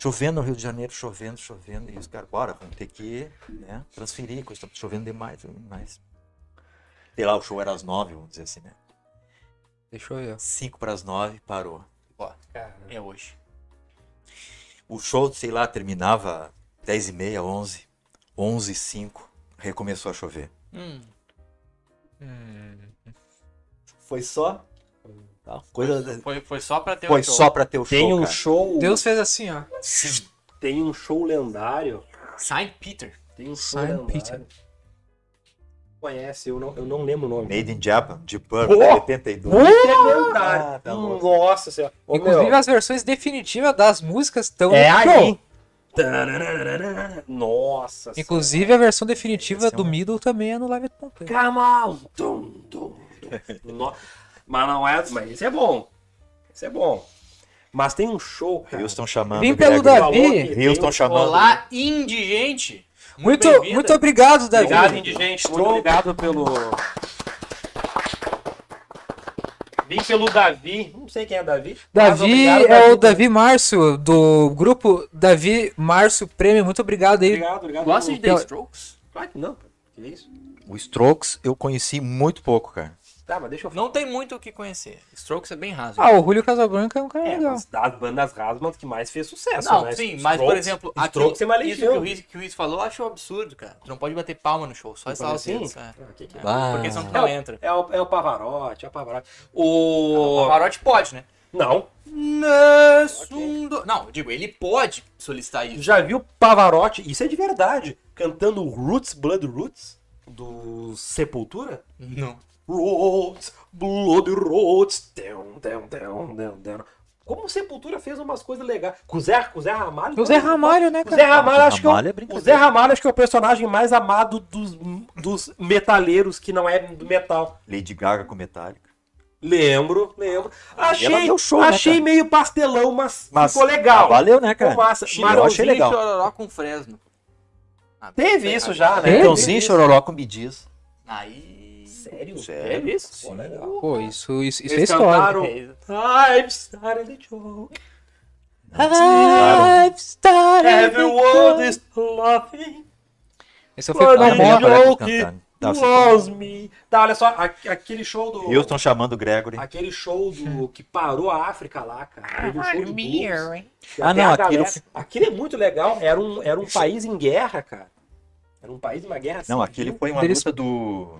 S3: Chovendo no Rio de Janeiro, chovendo, chovendo. E os caras, bora, vamos ter que né, transferir, coisa, tá chovendo demais, demais. Sei lá, o show era às nove, vamos dizer assim, né?
S5: Deixa eu ver.
S3: Cinco para as nove, parou.
S2: Ó, é hoje.
S3: O show, sei lá, terminava dez e meia, onze. Onze e cinco, recomeçou a chover.
S2: Hum.
S5: Hum.
S2: É.
S3: Foi só? Tá, coisa...
S2: Foi, foi só pra ter
S3: Foi
S2: o show.
S3: só pra ter o show,
S1: Tem um
S3: cara.
S1: show.
S5: Deus fez assim, ó.
S1: Tem um show lendário.
S2: Saint Peter.
S1: Tem um show
S5: Simon
S1: lendário.
S5: Peter.
S1: Conhece, eu não, eu não lembro o nome.
S3: Made in Japan, de Purple,
S1: Pô!
S3: 72.
S1: lendário.
S3: Ah, tá louco.
S1: é Nossa senhora. Ô,
S5: Inclusive,
S1: meu,
S5: as versões definitivas das músicas estão
S1: É
S5: no
S1: aí.
S5: show.
S1: Tananana. Nossa
S5: Inclusive, a versão definitiva
S3: Esse é
S5: do
S3: um-
S5: Middle também é no Live at Pompeii.
S1: senhora. Come on. Tum, tum, tum. No- Mas não é. Mas esse é bom. Esse é bom. Mas tem um show. Cara.
S3: Houston chamando.
S5: Hum. Vim pelo
S3: Gregory.
S5: Davi.
S1: Falou que tem
S3: Houston
S1: um-
S3: chamando.
S2: Olá, indigente.
S5: Muito,
S2: bem-vinda.
S5: muito obrigado, Davi.
S1: Obrigado, indigente. Muito obrigado pelo. Vim pelo Davi. Não sei quem é Davi. mas
S5: Davi
S1: obrigado,
S5: é o
S1: pelo-
S5: Davi Márcio, do grupo Davi Márcio Prêmio. Muito obrigado aí.
S1: Obrigado, obrigado.
S2: Gosta de
S1: pelo-
S2: The Strokes?
S1: Claro que não. Que isso?
S3: O Strokes eu conheci muito pouco, cara.
S1: Tá, mas deixa eu
S2: Não tem muito o que conhecer. Strokes é bem raso.
S5: Ah, o Julio Casabranca é um cara
S1: É,
S5: legal.
S1: mas das bandas rasas, mas que mais fez sucesso,
S2: Não,
S1: né?
S2: sim, mas por
S1: Strokes-
S2: exemplo, aquilo,
S1: Strokes é uma
S2: isso que o
S1: legião.
S2: Riz, que o Riz falou, eu acho um absurdo, cara. Tu não pode bater palma no show,
S1: Fala
S2: só essa
S1: assim,
S2: assim, é.
S1: ah, que que é?
S3: Ah,
S2: Porque senão tu não entra.
S1: É o, é o Pavarotti, é o Pavarotti.
S2: O
S1: O...
S2: Pavarotti pode, né?
S1: Não,
S2: Nessundo... Não, eu digo, ele pode solicitar isso.
S1: já viu Pavarotti, isso é de verdade, cantando Roots, Blood Roots, do Sepultura?
S2: Não.
S1: Roots, Blood Roots, down, down, down, down, down. Como o Sepultura fez umas coisas legais. Com o Zé, com o Zé Ramalho.
S5: O Zé Ramalho, né,
S1: O Zé
S5: cara?
S1: Ramalho, acho que é o-
S3: Ramalho é
S1: o
S3: brincadeira.
S1: Zé Ramalho acho que é o personagem mais amado dos, dos metaleiros que não é do metal.
S3: Lady Gaga com Metallica.
S1: Lembro, lembro.
S3: ela
S1: Achei,
S3: deu show, né,
S1: achei
S3: cara?
S1: meio pastelão, mas,
S3: Mas
S1: ficou legal.
S3: Valeu, né,
S1: Ficou
S3: cara?
S1: massa.
S3: Mas eu achei
S1: Marãozinho
S3: legal.
S2: Chororó com Fresno. Ah,
S1: Teve
S2: tem
S1: isso
S2: razão.
S1: já, né?
S5: Teve?
S3: Chororó Chororoco me diz.
S2: Aí...
S1: Sério?
S3: Sério?
S2: isso?
S1: Pô,
S3: Sim.
S1: legal.
S5: Pô, isso, isso, isso é
S1: Eles
S5: história.
S1: cantaram
S2: É.
S1: I've started a joke.
S3: Claro.
S1: É,
S5: é
S1: Everyone is laughing.
S5: Esse é eu fui
S3: Tá
S1: Claro,
S5: pra
S1: né?
S5: moto.
S1: Joe
S3: Joke.
S1: que
S3: Tá, você
S1: Loves me. Tá, olha só, a- aquele show do.
S3: Houston chamando o Gregory.
S1: Aquele show do que parou a África lá, cara. Teve um show de blues. E
S3: Ah,
S1: até
S3: não,
S1: a
S3: aquilo-
S1: galera- aquilo é muito legal. Era um, era um país em guerra, cara. Era um país em uma guerra um-
S3: Não,
S1: civil.
S3: aquele foi uma
S5: Deles-
S3: luta do...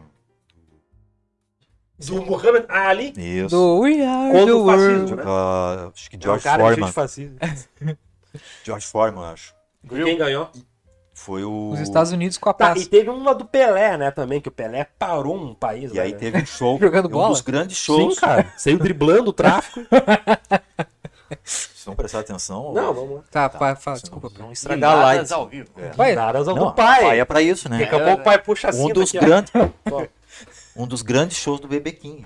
S1: do Muhammad um Ali
S3: Isso.
S5: Do We Are
S1: Contra
S5: the
S1: o fascismo,
S5: World.
S1: né?
S3: Ah, acho que
S1: É um
S3: George
S1: cara cheio
S3: Foreman. É.
S1: de fascismo.
S3: George Foreman, acho.
S1: Quem ganhou?
S3: Foi o...
S5: Os Estados Unidos com a
S1: Tá,
S5: paz.
S1: e teve uma do Pelé, né, também, que o Pelé parou um país.
S3: E aí
S1: né?
S3: teve um show,
S5: Jogando
S3: um
S5: bola?
S3: dos grandes shows.
S1: Sim, cara. Saiu driblando o tráfico.
S3: Vocês vão prestar atenção?
S1: Não, vamos lá.
S5: Tá,
S3: Tá,
S5: pai, fala,
S3: vocês
S5: desculpa.
S3: Vão
S5: pai.
S3: estragar a live.
S2: ao vivo.
S3: É.
S5: Vai,
S1: Daras ao
S3: Não,
S1: do pai.
S3: pai é pra isso, né?
S1: Daqui a pouco o pai puxa assim.
S3: Um dos,
S1: daqui, ó.
S3: grandes,
S1: Ó.
S3: um dos grandes shows do BB King.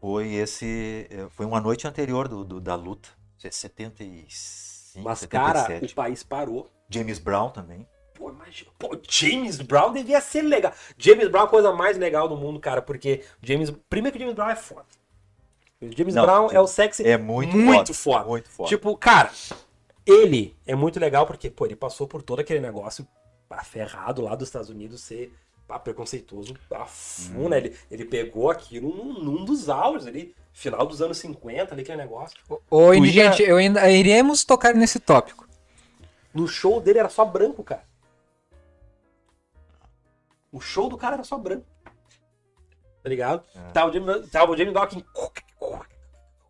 S3: Foi esse. eh, Foi uma noite anterior do, do- da luta. Isso é 75,
S1: Mas, cara, o
S3: 77.
S1: país parou.
S3: James Brown também.
S1: Pô, imagina. Pô, James Brown devia ser legal. James Brown é a coisa mais legal do mundo, cara, porque James. Primeiro que o James Brown é foda. O James
S3: Não,
S1: Brown é o sexy
S3: É muito,
S1: muito
S3: foda,
S1: foda.
S3: Muito foda.
S1: Tipo, cara, ele é muito legal porque, pô, ele passou por todo aquele negócio pá, ferrado lá dos Estados Unidos ser pá, preconceituoso a
S3: Uhum.
S1: full, né? Ele, ele pegou aquilo num, num dos auges ali, final dos anos 50, ali, aquele negócio.
S5: Ô,
S1: Tu
S5: Indy,
S1: já-
S5: gente, eu ainda iremos tocar nesse tópico.
S1: No show dele era só branco, cara. O show do cara era só branco. Tá ligado?
S3: É.
S1: Tava o Jamie, tava o Jamie Dawkins.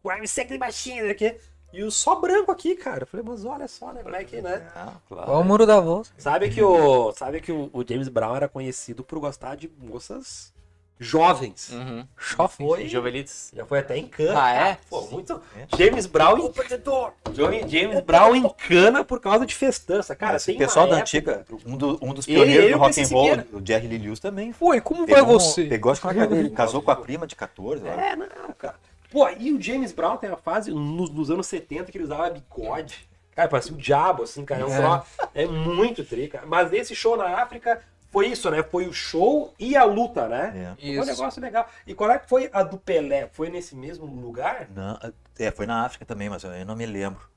S1: O I'm Sexy Machine, não sei o quê. E o só branco aqui, cara. Eu falei, mas olha só, né? Como é que, né?
S3: Ah, claro.
S5: Ó o muro da volta.
S1: Sabe que o, sabe que o, o James Brown era conhecido por gostar de moças jovens.
S3: Hum.
S2: Uhum.
S5: Chofem.
S1: Foi, já
S2: Jovelitos.
S1: foi até em cana.
S2: Ah, é?
S1: cara. Pô, muito.
S3: É.
S1: James Brown em Johnny- James Brown em cana por causa de festança. Cara,
S3: Esse
S1: tem
S3: pessoal
S1: uma
S3: da
S1: época-
S3: antiga, um, do- um dos
S1: Ele-
S3: pioneiros
S1: ele e
S3: do
S1: o
S3: rock
S1: Percy
S3: and roll,
S1: Siqueira.
S3: o Jerry Lee Lewis também.
S5: Foi, como vai
S3: Pegou, um-
S5: você?
S3: pegou acho que uma cadeira, ele casou com a prima de 14, lá.
S1: É, não, cara. Pô, e o James Brown tem a fase nos, nos anos 70 que ele usava bigode. Cara, parecia o diabo, assim, cara. É, um
S5: É.
S1: troço- é muito tri, cara. Mas esse show na África foi isso, né? Foi o show e a luta, né?
S3: É.
S1: Foi um negócio legal. E qual é que foi a do Pelé? Foi nesse mesmo lugar?
S3: Não, é, foi na África também, mas eu, eu não me lembro.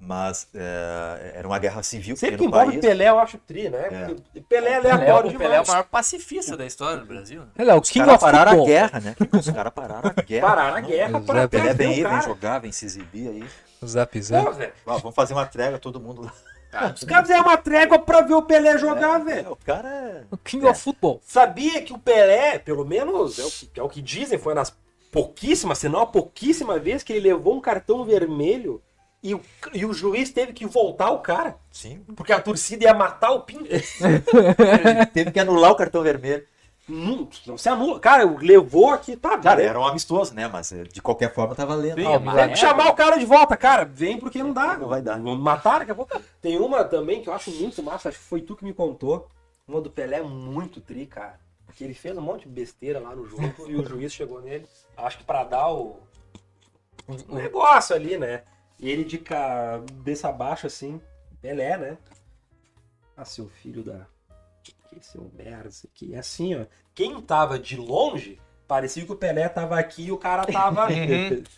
S3: Mas é, era uma guerra civil que
S1: Sempre
S3: tinha
S1: que
S3: no
S1: envolve
S3: país.
S1: Pelé, eu acho tri, né?
S3: É.
S1: Porque Pelé é
S2: Pelé,
S1: aleatório
S2: o Pelé é o
S1: demais.
S2: maior pacifista da história do Brasil. né?
S5: Ele é o
S3: Os
S5: King
S3: caras
S5: of
S3: pararam a
S5: Football.
S3: guerra, né? Os caras pararam a guerra.
S1: Parar na
S3: Não,
S1: guerra
S5: Zé
S1: pra
S5: Pelé
S3: Pelé é
S1: perder
S3: vem aí,
S1: o
S3: vem
S1: cara.
S3: jogar, vem se exibir aí.
S5: Zap, zap.
S1: Pô, velho.
S3: Ah, vamos fazer uma trégua, todo mundo lá.
S1: Os caras fizeram uma trégua pra ver o Pelé jogar, velho.
S3: É, o cara é.
S5: O King of Football.
S1: Sabia que o Pelé, pelo menos é o que, é o que dizem, foi nas pouquíssimas, se não a pouquíssima vez que ele levou um cartão vermelho e o, e o juiz teve que voltar o cara,
S3: Sim.
S1: porque a torcida ia matar o Pinto.
S3: Ele teve que anular o cartão vermelho.
S1: não, não se anula. Cara, levou aqui, tá,
S3: Cara,
S1: beleza.
S3: era um amistoso, né? Mas é, de qualquer forma tá valendo.
S2: Sim,
S3: Ah,
S2: é
S3: mas-
S2: uma-
S1: Tem que chamar o cara de volta, cara. Vem porque não dá.
S3: Não vai dar.
S1: Vamos matar daqui a pouco. Tem uma também que eu acho muito massa, acho que foi tu que me contou. Uma do Pelé muito tri, cara. Que ele fez um monte de besteira lá no jogo e o juiz chegou nele, acho que pra dar o, o negócio ali, né? E ele de cabeça baixa assim, Pelé, né? Ah, seu filho da. Que seu merda, isso aqui. E assim, ó. Quem tava de longe, parecia que o Pelé tava aqui e o cara tava.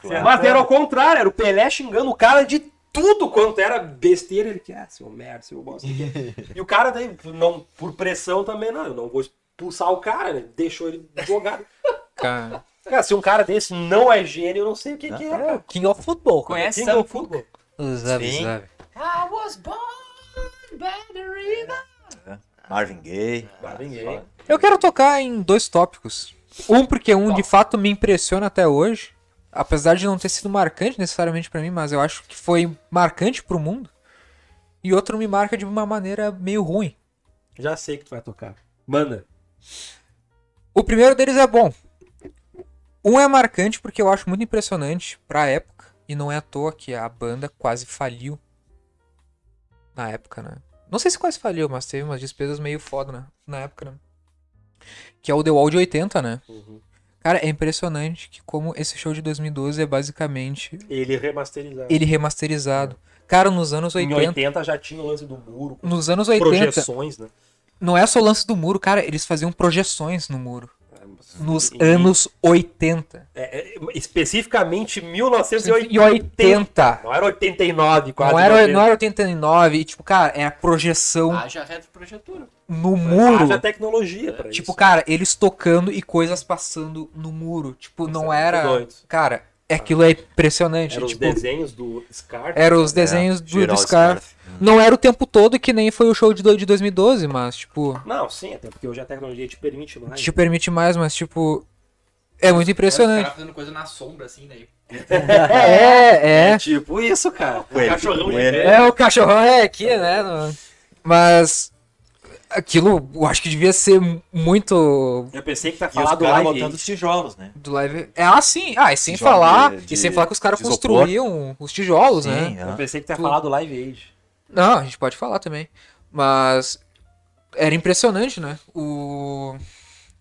S3: Claro.
S1: Mas era ao contrário, era o Pelé xingando o cara de tudo quanto era besteira. Ele que, ah, seu merda, seu bosta. não sei o quê. e o cara, daí, não, por pressão também, não, eu não vou expulsar o cara, né? Deixou ele jogado.
S5: Cara.
S1: Cara, se um cara desse não é gênio, eu não sei o que, que é.
S5: É o King of Football. cara.
S2: Conhece
S1: Quem é o
S2: Sam
S1: futebol?
S5: O Zap,
S3: Sim.
S5: zap.
S2: I was born battery.
S3: Marvin Gaye.
S1: ninguém.
S5: Eu quero tocar em dois tópicos. Um, porque um de fato me impressiona até hoje. Apesar de não ter sido marcante necessariamente pra mim, mas eu acho que foi marcante pro mundo. E outro me marca de uma maneira meio ruim.
S1: Já sei que tu vai tocar. Manda.
S5: O primeiro deles é bom. Um é marcante porque eu acho muito impressionante pra época. E não é à toa que a banda quase faliu. Na época, né? Não sei se quase faliu, mas teve umas despesas meio foda né? na época, né? Que é o The Wall de 80, né?
S1: Uhum.
S5: Cara, é impressionante que como esse show de 2012 é basicamente
S1: Ele remasterizado.
S5: ele remasterizado. Cara, nos anos
S1: Em
S5: 80.
S1: 80 já tinha o lance do muro, com
S5: Nos anos 80,
S1: projeções, né?
S5: não é só o lance do muro, cara, eles faziam projeções no muro. Nos
S1: Em-
S5: anos 80.
S1: é, é, especificamente
S5: E
S1: 1980.
S5: 80.
S1: Não era 89, quase. né?
S5: Não era,
S1: 90.
S5: não era 89. E, tipo, cara, é a projeção
S2: Haja retroprojetura.
S5: no
S1: Haja
S5: muro.
S1: tecnologia pra
S5: Tipo,
S1: isso.
S5: cara, eles tocando e coisas passando no muro. Tipo, não
S1: é muito
S5: era.
S1: doido.
S5: Cara, é aquilo é impressionante.
S1: Eram os
S5: tipo, É.
S1: desenhos do Scar.
S5: eram os
S3: É,
S5: desenhos do, do Scar. Não era o tempo todo que nem foi o show de do- de 2012, mas, tipo.
S1: Não, sim, até porque hoje a tecnologia te permite mais.
S5: te permite mais, mas tipo. É muito
S2: Os
S5: impressionante.
S2: caras fazendo coisa na sombra, assim, daí.
S5: É, é.
S1: tipo isso, cara.
S3: Coelho,
S1: Cachorrão de
S3: coelho.
S1: pé.
S5: É o cachorrão é aqui, né? no- Mas. Aquilo, eu acho que devia ser mu- muito
S1: Eu pensei que tá
S3: E os
S1: falado lá
S3: caras
S1: live.
S3: botando os tijolos, né?
S5: do live. É assim, ah, e sem
S3: Tijolo
S5: falar,
S3: de-
S5: e sem falar que os caras
S3: de isopor.
S5: construíam os tijolos, né?
S1: Eu
S3: aham.
S1: pensei que tá
S5: Tu-
S1: falado live age.
S5: Não, a gente pode falar também. Mas era impressionante, né? O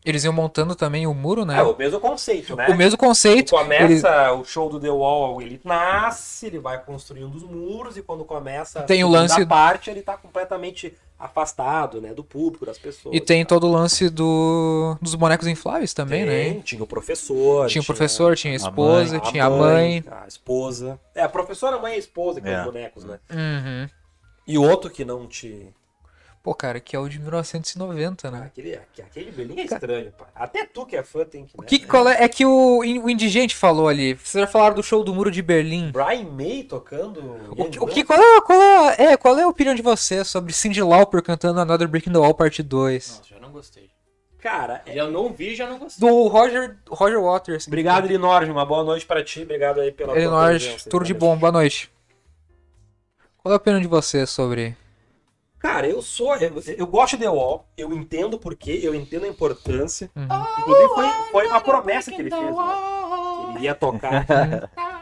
S5: eles iam montando também o muro, né?
S1: É, o mesmo conceito, né?
S5: O mesmo
S1: Tu
S5: conceito. Eles-
S1: começa o show do The Wall, ele nasce, ele vai construindo os muros e quando começa
S5: Tem o
S1: segunda
S5: lance-
S1: parte, ele tá completamente afastado, né, do público, das pessoas.
S5: E tem
S1: tá?
S5: todo o lance do... dos bonecos infláveis também,
S1: Tem,
S5: né?
S1: Tinha o professor,
S5: Tinha o professor, tinha a esposa,
S3: mãe,
S5: tinha a mãe.
S1: a esposa. É, a professora, a mãe e a esposa, que são
S3: É.
S1: os bonecos, né?
S5: Uhum.
S1: E outro que não te.
S5: Pô, cara, que é o de 1990, né?
S1: Aquele, aquele velhinho é estranho, pá. Até tu que é fã tem que.
S5: O que, que qual é? é que o, in- o indigente falou ali. Vocês já falaram do show do Muro de Berlim.
S1: Brian May tocando.
S5: O, que- o que qual é, qual é, é, qual é a opinião de vocês sobre Cyndi Lauper cantando Another Breaking the Wall parte 2?
S2: Nossa, já não gostei.
S1: Cara, é-
S2: Já não vi, já não gostei.
S5: Do Roger, Roger Waters.
S1: obrigado, Elinorge. Uma boa noite pra ti. Obrigado aí pela tua
S5: Tá. Elinor,
S1: presença,
S5: tudo de
S1: Elinorge.
S5: bom, boa noite. Qual é a opinião de vocês sobre.
S1: Cara, eu sou. Eu, eu gosto de The Wall. Eu entendo por quê. Eu entendo a importância.
S5: Uhum.
S1: Inclusive, foi, foi uma promessa que ele fez, né? Que ele ia tocar.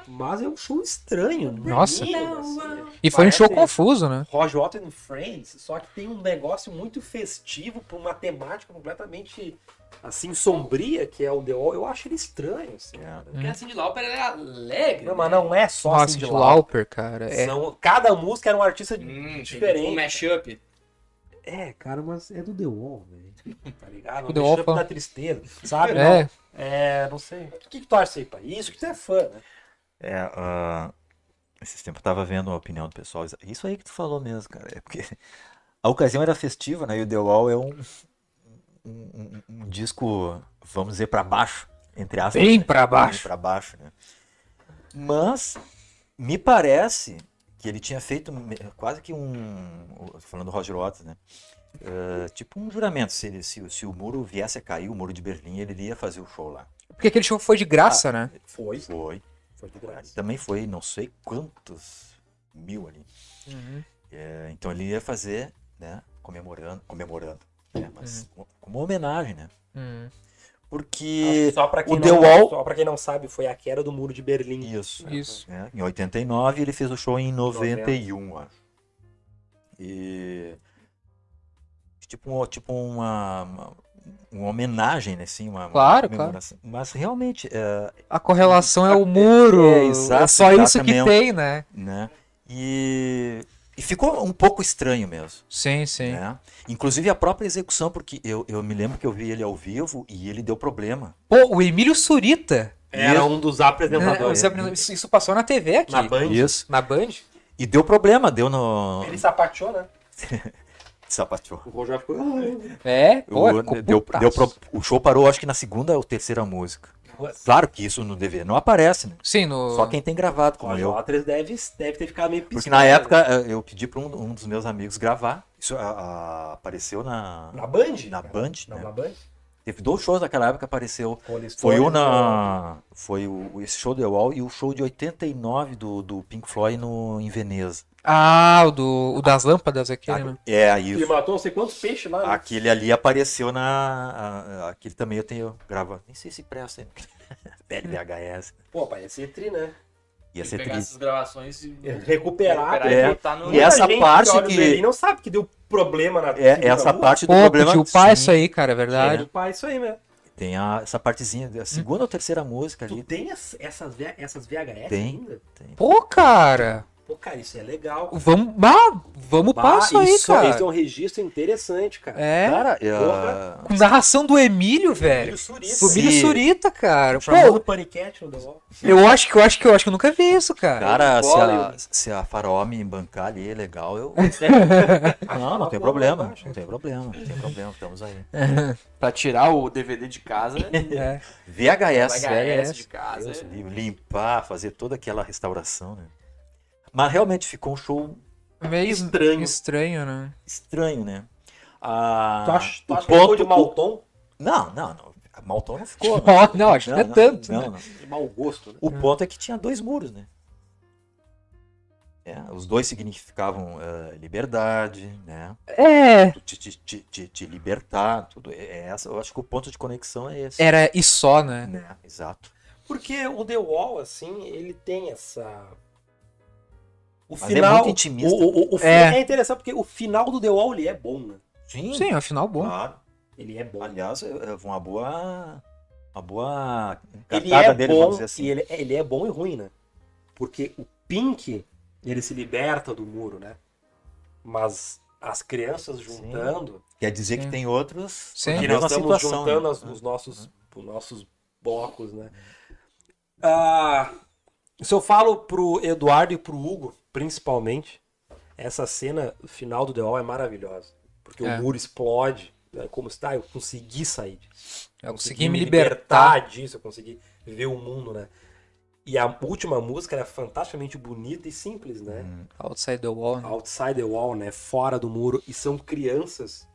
S1: Mas é um show estranho.
S5: Nossa.
S1: menino, assim.
S5: E foi um show
S1: Parece-
S5: confuso, né?
S1: Roger Waters and Friends, só que tem um negócio muito festivo pra uma temática completamente assim sombria que é o The Wall. Eu acho ele estranho, assim.
S3: É.
S2: Porque a Cindy Lauper ela é alegre.
S1: Não, mas não é só
S5: Nossa,
S1: assim de
S5: de
S1: lá.
S5: Lauper, cara. É,
S1: São, cada música era um artista de-
S2: Hum,
S1: Diferente.
S2: diferente. Um mashup.
S1: É, cara, mas é do The Wall, velho. Tá ligado?
S5: O The Wall
S1: Deixa
S5: fã.
S1: da tristeza, sabe? Não,
S5: é,
S1: É, não sei. O que, que tu acha aí, pai? Isso que tu é fã, né?
S3: É, ah, esses tempos eu tava vendo a opinião do pessoal. Isso aí que tu falou mesmo, cara. É porque a ocasião era festiva, né? E o The Wall é um, um, um- um disco, vamos dizer, pra baixo, entre aspas.
S5: Bem
S3: né?
S5: pra baixo.
S3: Bem pra baixo, né? Mas me parece que ele tinha feito me- quase que um. Falando do Roger Waters, né? Ah, tipo um juramento. Se, ele- se, o- se o muro viesse a cair, o muro de Berlim, ele iria fazer o show lá.
S5: porque aquele show foi de graça, né?
S1: Foi.
S3: Foi.
S1: Foi de
S3: Ele
S1: graça.
S3: também foi não sei quantos mil ali.
S5: Uhum.
S3: É, então ele ia fazer, né, comemorando, comemorando, né, mas com- como homenagem, né?
S5: Uhum.
S3: Porque
S5: Ah,
S1: Só pra, quem
S3: o
S1: não,
S3: The Wall-
S1: só pra quem não sabe, foi a queda do muro de Berlim.
S3: isso,
S5: Isso.
S3: né, em 89 ele fez o show em 91, acho. E tipo um- tipo uma, uma uma homenagem, né, assim, uma, uma
S5: Claro,
S3: comemoração. Mas realmente, é,
S5: A correlação é o muro.
S3: É, exato,
S5: é só isso que
S3: exatamente.
S5: tem, né?
S3: né? E, e ficou um pouco estranho mesmo.
S5: Sim, sim.
S3: né? Inclusive a própria execução, porque eu, eu me lembro que eu vi ele ao vivo e ele deu problema.
S5: Pô, o Emílio Surita.
S1: Era um dos
S5: né?
S1: apresentadores.
S5: Você- Isso, isso passou na TV aqui.
S1: Na Band.
S3: Isso.
S5: Na Band?
S3: E deu problema, deu no.
S1: Ele sapateou, né?
S3: sapateou.
S1: O Roger ficou.
S5: É, pô,
S3: O,
S5: ficou
S3: deu,
S5: putaço.
S3: deu pro- o show parou, acho que na segunda ou terceira música. Claro que isso no DVD não aparece, né?
S5: Sim, no.
S3: Só quem tem gravado, como
S1: Roger
S3: eu.
S1: Waters deve, deve ter ficado meio
S3: Porque
S1: pistola,
S3: na
S1: né?
S3: época eh, eu pedi para um, um dos meus amigos gravar. Isso a- a- apareceu na,
S1: Na Band?
S3: na Band.
S1: Não,
S3: né?
S1: na Band?
S3: Teve dois shows naquela época, apareceu.
S1: Rolling
S3: Foi
S1: Stones,
S3: o na. Foi o, esse show do The Wall e o show de 89 do, do Pink Floyd no, em Veneza.
S5: Ah, o, do, o das lâmpadas aqui, né?
S3: É,
S1: Ele
S3: isso.
S1: matou não sei quantos peixes lá. né?
S3: Aquele ali apareceu na. a- a- Aquele também eu tenho. Grava. Nem sei se presta. hein? Velho VHS.
S1: Pô, pai, ia ser tri, né?
S2: Tem
S3: Ia
S2: que
S3: ser
S2: pegar
S3: triste.
S2: essas gravações e
S1: Recuperar.
S2: recuperar
S3: é.
S2: e botar no.
S3: E essa
S1: Então, Muita gente
S3: parte
S1: olha o
S3: que-
S1: Berlim não sabe que deu problema na
S3: É, essa parte do
S5: Pô,
S3: problema.
S5: podia upar
S3: sim,
S5: isso aí, cara, é verdade.
S1: Pô, pai, isso aí mesmo.
S3: Tem a- essa partezinha, a segunda ou terceira música
S1: Tu
S3: ali.
S1: tem as- essas, V- essas VHS
S3: Tem.
S1: ainda?
S5: Pô, cara,
S1: Pô, cara, isso é legal.
S5: vamos, bah, vamos upar isso aí, cara.
S1: Esse é um registro interessante, cara.
S5: É,
S3: Cara, é,
S1: Porra.
S5: com narração do Emílio,
S1: Filho
S5: velho.
S1: surista.
S5: Do Emílio
S3: Sim.
S5: Surita, cara.
S1: Chamando o
S5: Pô,
S1: paniquete no The Wall.
S5: eu acho que eu acho que eu acho que eu nunca vi isso, cara.
S3: cara se,
S1: Bola,
S3: a, se a Faraó me bancar ali, é legal. Eu... não, não
S1: Fala,
S3: tem problema.
S1: baixa.
S3: Não tem problema, não tem problema. Estamos aí.
S2: Pra tirar o DVD de casa,
S5: É.
S3: VHS,
S2: VHS de casa. é.
S3: Deus me livre, assim, limpar, fazer toda aquela restauração, né? Mas realmente ficou um show
S5: Meio
S1: Estranho.
S5: estranho, né?
S3: estranho, né? Ah,
S1: tu acha, tu
S3: o
S1: acha que
S3: ponto
S1: ficou de mau tom?
S3: Não, não, não. A Malton não ficou. né?
S5: Ó, Não, acho que não é tanto.
S3: Não, é
S5: né?
S3: não.
S1: De mau gosto, né?
S3: O ponto é que tinha dois muros, né? É, os dois significavam eh, liberdade, né?
S5: É.
S3: Tu Te, te, te, te, te libertar, tudo. É essa, eu acho que o ponto de conexão é esse.
S5: Era e só,
S1: É.
S5: né?
S3: Né? Exato.
S1: Porque o The Wall, assim, ele tem essa. O
S3: Mas é
S1: final.
S3: muito intimista.
S1: O, o, o, o fi-
S5: É.
S1: é. interessante porque o final do The Wall ele é bom, né?
S5: Sim, é um final bom.
S3: Claro.
S1: Ele é bom.
S3: Aliás, é é uma boa. Uma boa
S1: Ele é
S3: cartada dele,
S1: bom
S3: vamos dizer assim.
S1: e ele, ele é bom e ruim, né? Porque o Pink, ele se liberta do muro, né? Mas as crianças juntando,
S3: Quer dizer
S5: Sim.
S3: que tem outros
S5: Sim.
S3: na
S1: que nós
S3: É mesma
S1: estamos
S3: situação,
S1: juntando
S3: né?
S1: as- os, nossos, os nossos blocos, né? Ah, se eu falo pro Eduardo e pro Hugo, principalmente, essa cena final do The Wall é maravilhosa. Porque
S5: É.
S1: o muro explode. né? Como está? Eu consegui sair disso
S5: Eu consegui me libertar.
S1: disso, eu consegui ver o mundo, né? E a última música era fantasticamente bonita e simples, né?
S3: Uhum.
S5: Hum. Outside the wall. né?
S1: Outside the wall, né? Fora do muro. E são crianças,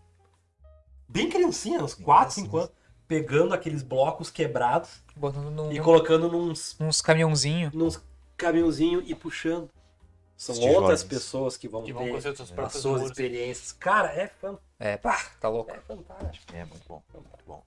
S1: bem criancinhas, uns 4, 5 anos, pegando aqueles blocos quebrados
S5: Botando num,
S1: e colocando nos,
S5: uns caminhãozinhos.
S1: nos caminhãozinhos e puxando. São
S3: Os tijolos.
S1: outras pessoas que vão
S2: Que vão
S1: ter
S2: construir seus
S1: as
S2: próprios
S1: suas
S2: muros.
S1: experiências. Cara, é, fan-
S5: É, pá, tá louco.
S1: é fantástico.
S3: É, muito bom, muito bom.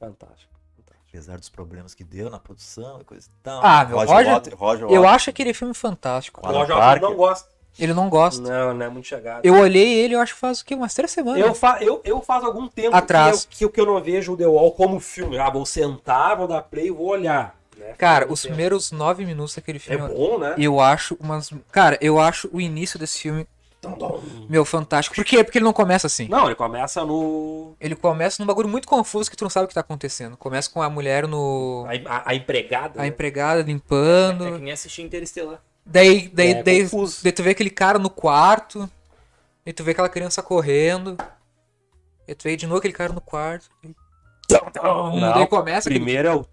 S1: Fantástico. fantástico.
S3: Apesar dos problemas que deu na produção e coisa e tal.
S5: Ah, meu, Roger-
S3: Waters- Roger
S5: Eu
S3: Waters.
S5: acho aquele filme fantástico.
S3: Alan
S1: O Roger
S3: Parker.
S1: não gosta.
S5: Ele não gosta.
S1: Não, não é muito chegado.
S5: Eu olhei ele, eu acho que faz o quê? Umas três semanas.
S1: Eu, fa eu, eu faço algum tempo
S5: Atrás.
S1: Que, eu, que, que eu não vejo o The Wall como filme. Ah, vou sentar, vou dar play e vou olhar. né?
S5: Cara,
S1: Faz
S5: os
S1: tempo.
S5: primeiros nove minutos daquele
S1: É
S5: filme. eu-
S1: bom, né?
S5: eu acho umas. Cara, eu acho o início desse filme,
S3: Tá
S5: meu, fantástico. Por quê? Porque ele não começa assim.
S1: Não, ele começa no.
S5: Ele começa num bagulho muito confuso que tu não sabe o que tá acontecendo. Começa com a mulher no.
S1: A, a- a empregada.
S5: A
S1: né?
S5: empregada
S2: É que
S5: limpando.
S2: nem assistir Interestelar.
S5: Daí, daí,
S1: É,
S5: daí,
S1: confuso.
S5: daí tu vê aquele cara no quarto. E tu vê aquela criança correndo. E tu vê de novo aquele cara no quarto. E-
S1: Não,
S5: daí começa. aquele-
S1: Primeiro é o.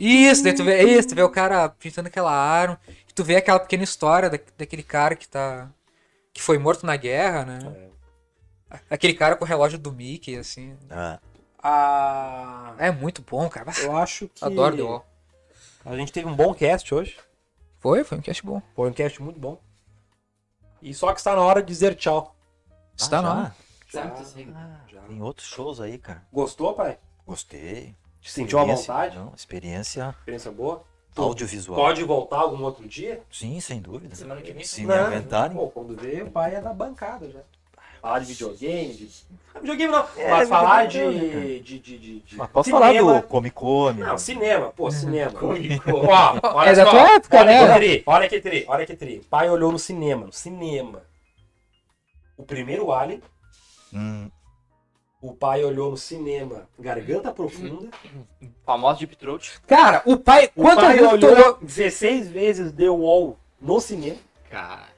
S5: Isso, daí tu vê, é isso, tu vê o cara pintando aquela arma. E tu vê aquela pequena história da- daquele cara que tá. que foi morto na guerra, né?
S1: É.
S5: Aquele cara com o relógio do Mickey, assim.
S3: Ah,
S1: A...
S5: É muito bom, cara. Ah,
S1: Eu acho que.
S5: Adoro The Wall.
S1: A gente teve um bom cast hoje.
S5: Foi, foi um cast bom.
S1: Foi um cast muito bom. E só que está na hora de dizer tchau.
S5: Está tá
S3: ah,
S5: na
S3: já?
S5: hora.
S1: Já.
S2: Assim,
S3: Já. Tem outros shows aí, cara.
S1: Gostou, pai?
S3: Gostei.
S1: Te sentiu à
S3: Experiência-
S1: vontade?
S3: Não, experiência
S1: Experiência boa? Tu-
S3: audiovisual.
S1: Pode voltar algum outro dia?
S3: Sim, sem dúvida.
S2: Semana que vem?
S3: Se me
S1: Não.
S3: aguentarem.
S1: Pô, quando vê, o pai é da bancada já. Falar de videogame, de... Ah, videogame não, mas falar de, de, de, de, de-
S3: Mas posso
S1: cinema.
S3: falar do Come Come? né?
S1: Não, cinema, pô, cinema. Ó, olha
S5: É da
S1: só,
S5: tua época,
S1: olha
S5: né?
S1: Que tri, olha que tri, olha que tri. O pai olhou no cinema, no cinema. O primeiro Alien,
S3: Hum,
S1: o pai olhou no cinema Garganta Profunda.
S2: Famoso Deep Throat.
S5: Cara, o pai.
S1: O
S5: Quantas
S1: pai
S5: vezes tu
S1: olhou
S5: olhou?
S1: 16 vezes The Wall no cinema.
S2: Cara.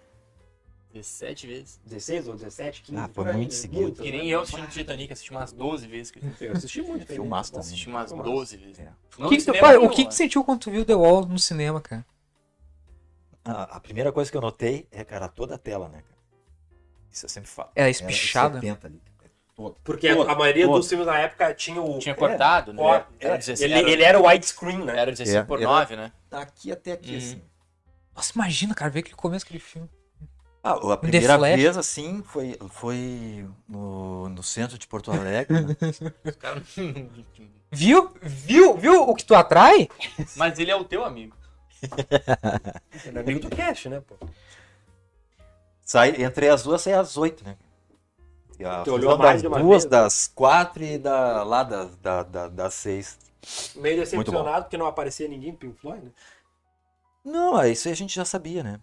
S2: 17 vezes.
S1: 16 ou 17, 15.
S3: Ah, foi
S1: por aí,
S3: muito
S1: né?
S3: seguido.
S1: Muito,
S2: Que nem eu assistindo Titanic, assisti umas 12 vezes. que eu
S1: Eu assisti muito. né? também.
S3: Filmaço também.
S2: Assisti umas
S1: Filmaço.
S2: 12 vezes.
S3: É.
S2: Não
S5: O que
S2: no
S5: que tu-
S2: cinema, né?
S5: pai, o
S2: não,
S5: que, que tu
S2: mas-
S5: sentiu quando tu viu The Wall no cinema, cara?
S3: a, a primeira coisa que eu notei é, cara, toda a tela, né? cara? Isso eu sempre falo.
S5: É a
S3: Era
S5: espichada.
S3: 70 ali. cara. Toda.
S1: Porque a- a maioria dos filmes na época tinha o.
S2: Tinha cortado, né?
S1: Ó,
S3: Era
S1: Ele,
S3: 16.
S1: era... ele era widescreen, né?
S2: Era 16 por
S3: É, era-
S2: 9, né?
S3: Daqui até aqui,
S5: Hum.
S2: Uhum.
S3: assim.
S5: Nossa, imagina, cara, ver aquele começo daquele filme.
S3: Ah,
S5: Um
S3: a primeira
S5: Flash.
S3: vez, assim, foi, foi no, no centro de Porto Alegre. né?
S2: Os caras-
S5: Viu? Viu? Viu o que tu atrai?
S2: Mas ele é o teu amigo.
S1: Era amigo do Cash, né, pô?
S3: Sai, entre as duas sai às oito, né? E a
S1: Tu olhou
S3: fusão
S1: mais
S3: das
S1: de uma
S3: duas,
S1: vez?
S3: das quatro e da, lá das, da, da- das seis.
S1: Meio
S3: Muito
S1: decepcionado porque não aparecia ninguém do Pink Floyd, né?
S3: Não, é isso aí a gente já sabia, né?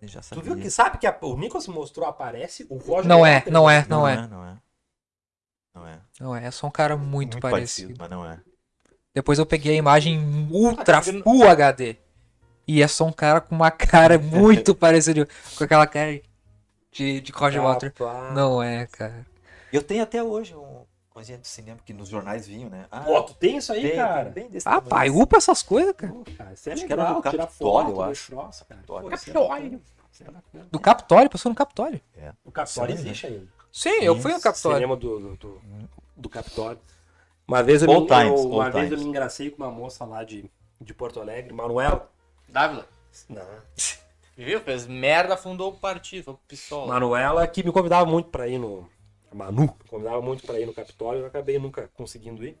S3: A gente já
S1: Tu
S3: sabia.
S1: viu que sabe que a- o Nicholas mostrou aparece, o Roger.
S5: Não é, não é,
S3: Não,
S5: não é.
S3: é, não é. Não é.
S5: Não é, é só um cara muito, parecido.
S3: Mas não é.
S5: Depois eu peguei a imagem ultra
S2: Ah, tá vendo?
S5: full HD. E é só um cara com uma cara muito parecida com aquela cara de, de Roger Water. Não é, cara.
S3: Eu tenho até hoje um coisinha de cinema que nos jornais vinham, né? Ah,
S1: Pô, tu tem isso aí,
S3: tem,
S1: cara?
S3: bem desse
S5: Ah,
S3: tamanho.
S5: pai, upa essas coisas, cara.
S1: Pô, cara, isso é
S3: Acho que era
S1: legal,
S3: do
S1: tirar
S3: Capitólio,
S1: foto
S3: eu
S1: do
S3: acho.
S1: troço, cara. Pô,
S3: Capitólio,
S1: Capitólio. Isso é bacana.
S5: Do Capitólio, passou no Capitólio.
S1: O Capitólio
S3: Sim,
S1: existe ainda.
S5: Sim, eu fui no Capitólio.
S1: Cinema do, do, do, do Capitólio. Uma vez, eu,
S3: All
S1: me,
S3: times,
S1: eu- uma
S3: all
S1: vez eu
S3: times.
S1: me engracei com uma moça lá de, de Porto Alegre, Manuela.
S2: Dávila.
S1: Não.
S2: Viu? Fez merda, afundou o partido, foi pro pistola.
S1: Manuela, que me convidava muito pra ir no. A Manu me convidava muito pra ir no Capitólio, eu acabei nunca conseguindo ir.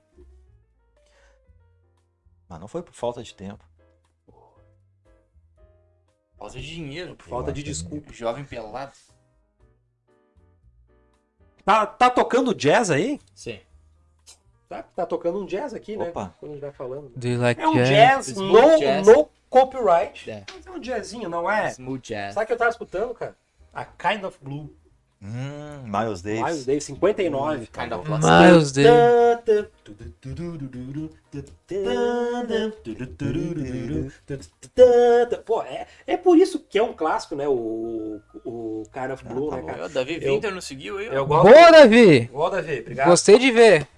S3: Mas não foi por falta de tempo.
S2: Falta de dinheiro.
S1: Por falta de desculpa.
S2: Jovem pelado.
S1: Tá, tá tocando jazz aí?
S2: Sim.
S1: Tá, tá tocando um jazz aqui, né?
S3: Opa.
S1: Quando a gente vai falando.
S5: Do you like
S1: É um
S5: jazz?
S1: jazz,
S2: smooth
S1: no,
S2: jazz.
S1: no copyright.
S2: É.
S1: Mas é um jazzinho, não é?
S2: Smooth jazz.
S1: Sabe o que eu tava escutando, cara? A Kind of Blue.
S3: Hum, Miles Davis. Hum,
S1: Miles Davis, 59.
S2: Kind of lost.
S5: Miles Davis.
S1: Pô, é, é por isso que é um clássico, né? O, o Kind of Blue,
S3: tá
S1: né,
S3: bom.
S1: cara?
S2: Aí, ó, Davi
S1: Eu-
S2: Winter não seguiu aí. ó.
S1: Eu gosto.
S5: Boa, Davi!
S1: Boa, Davi, obrigado.
S5: Gostei de ver.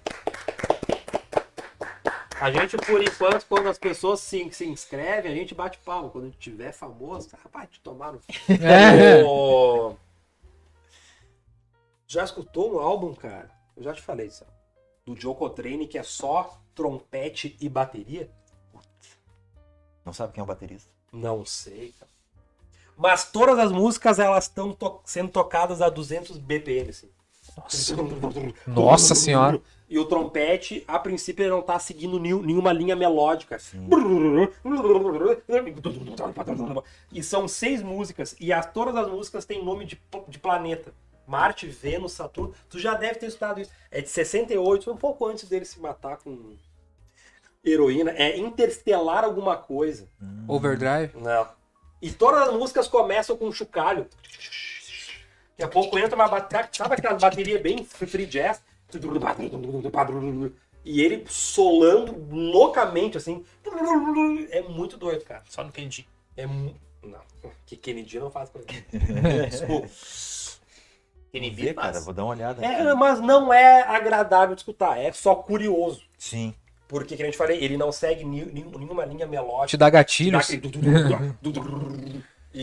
S1: A gente, por enquanto, quando as pessoas se, se inscrevem, a gente bate palma. Quando a gente tiver famoso, rapaz, te tomaram.
S5: É.
S1: Ô, Já escutou um álbum, cara? Eu já te falei, Sam. Do Joe Coltrane, que é só trompete e bateria?
S3: Não sabe quem é o baterista?
S1: Não sei, cara. Mas todas as músicas, elas estão to- sendo tocadas a 200 BPM, assim.
S5: Nossa. Nossa senhora.
S1: E o trompete, a princípio, ele não tá seguindo nenhum- nenhuma linha melódica. assim.
S3: Sim.
S1: E são seis músicas, e as, todas as músicas têm nome de, pl- de planeta. Marte, Vênus, Saturno. Tu já deve ter estudado isso. É de 68, foi um pouco antes dele se matar com heroína. É interstellar alguma coisa.
S5: Overdrive.
S1: Não. E todas as músicas começam com um chocalho. Daqui a pouco entra uma bateria. Sabe aquela bateria bem free jazz? E ele solando loucamente, assim. É muito doido, cara.
S2: Só no Kenji.
S1: É mu- Não. Que Kennedy não faz pra mim. Desculpa.
S3: Vou
S2: Kenji
S3: ver, cara, vou dar uma olhada.
S1: É, mas não é agradável de escutar. É só curioso.
S3: Sim.
S1: Porque, que a gente falei, ele não segue ni- ni- nenhuma linha melódica.
S5: Te dá gatilhos.
S1: É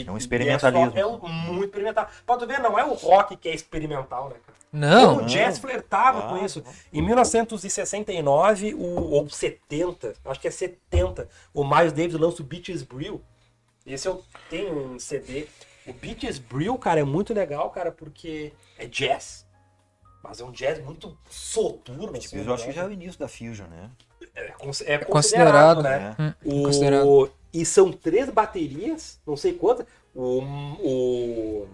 S3: É um experimentalismo.
S1: É, um- muito experimental. Pode ver, não é o rock que é experimental, né? cara?
S5: Não.
S1: o jazz flertava
S3: Ah,
S1: com isso. Em 1969, o, ou 70, acho que é 70, o Miles Davis lança o Beaches Brew. Esse eu tenho um CD. O Beaches Brew, cara, é muito legal, cara, porque é jazz. Mas é um jazz muito soturno.
S3: Beach
S1: assim,
S3: Boys,
S1: né?
S3: eu acho que já é o início da Fusion, né?
S1: É, cons- é
S5: considerado,
S1: considerado, né?
S3: É.
S5: Hum, considerado.
S1: O... E são três baterias, não sei quantas. O. O.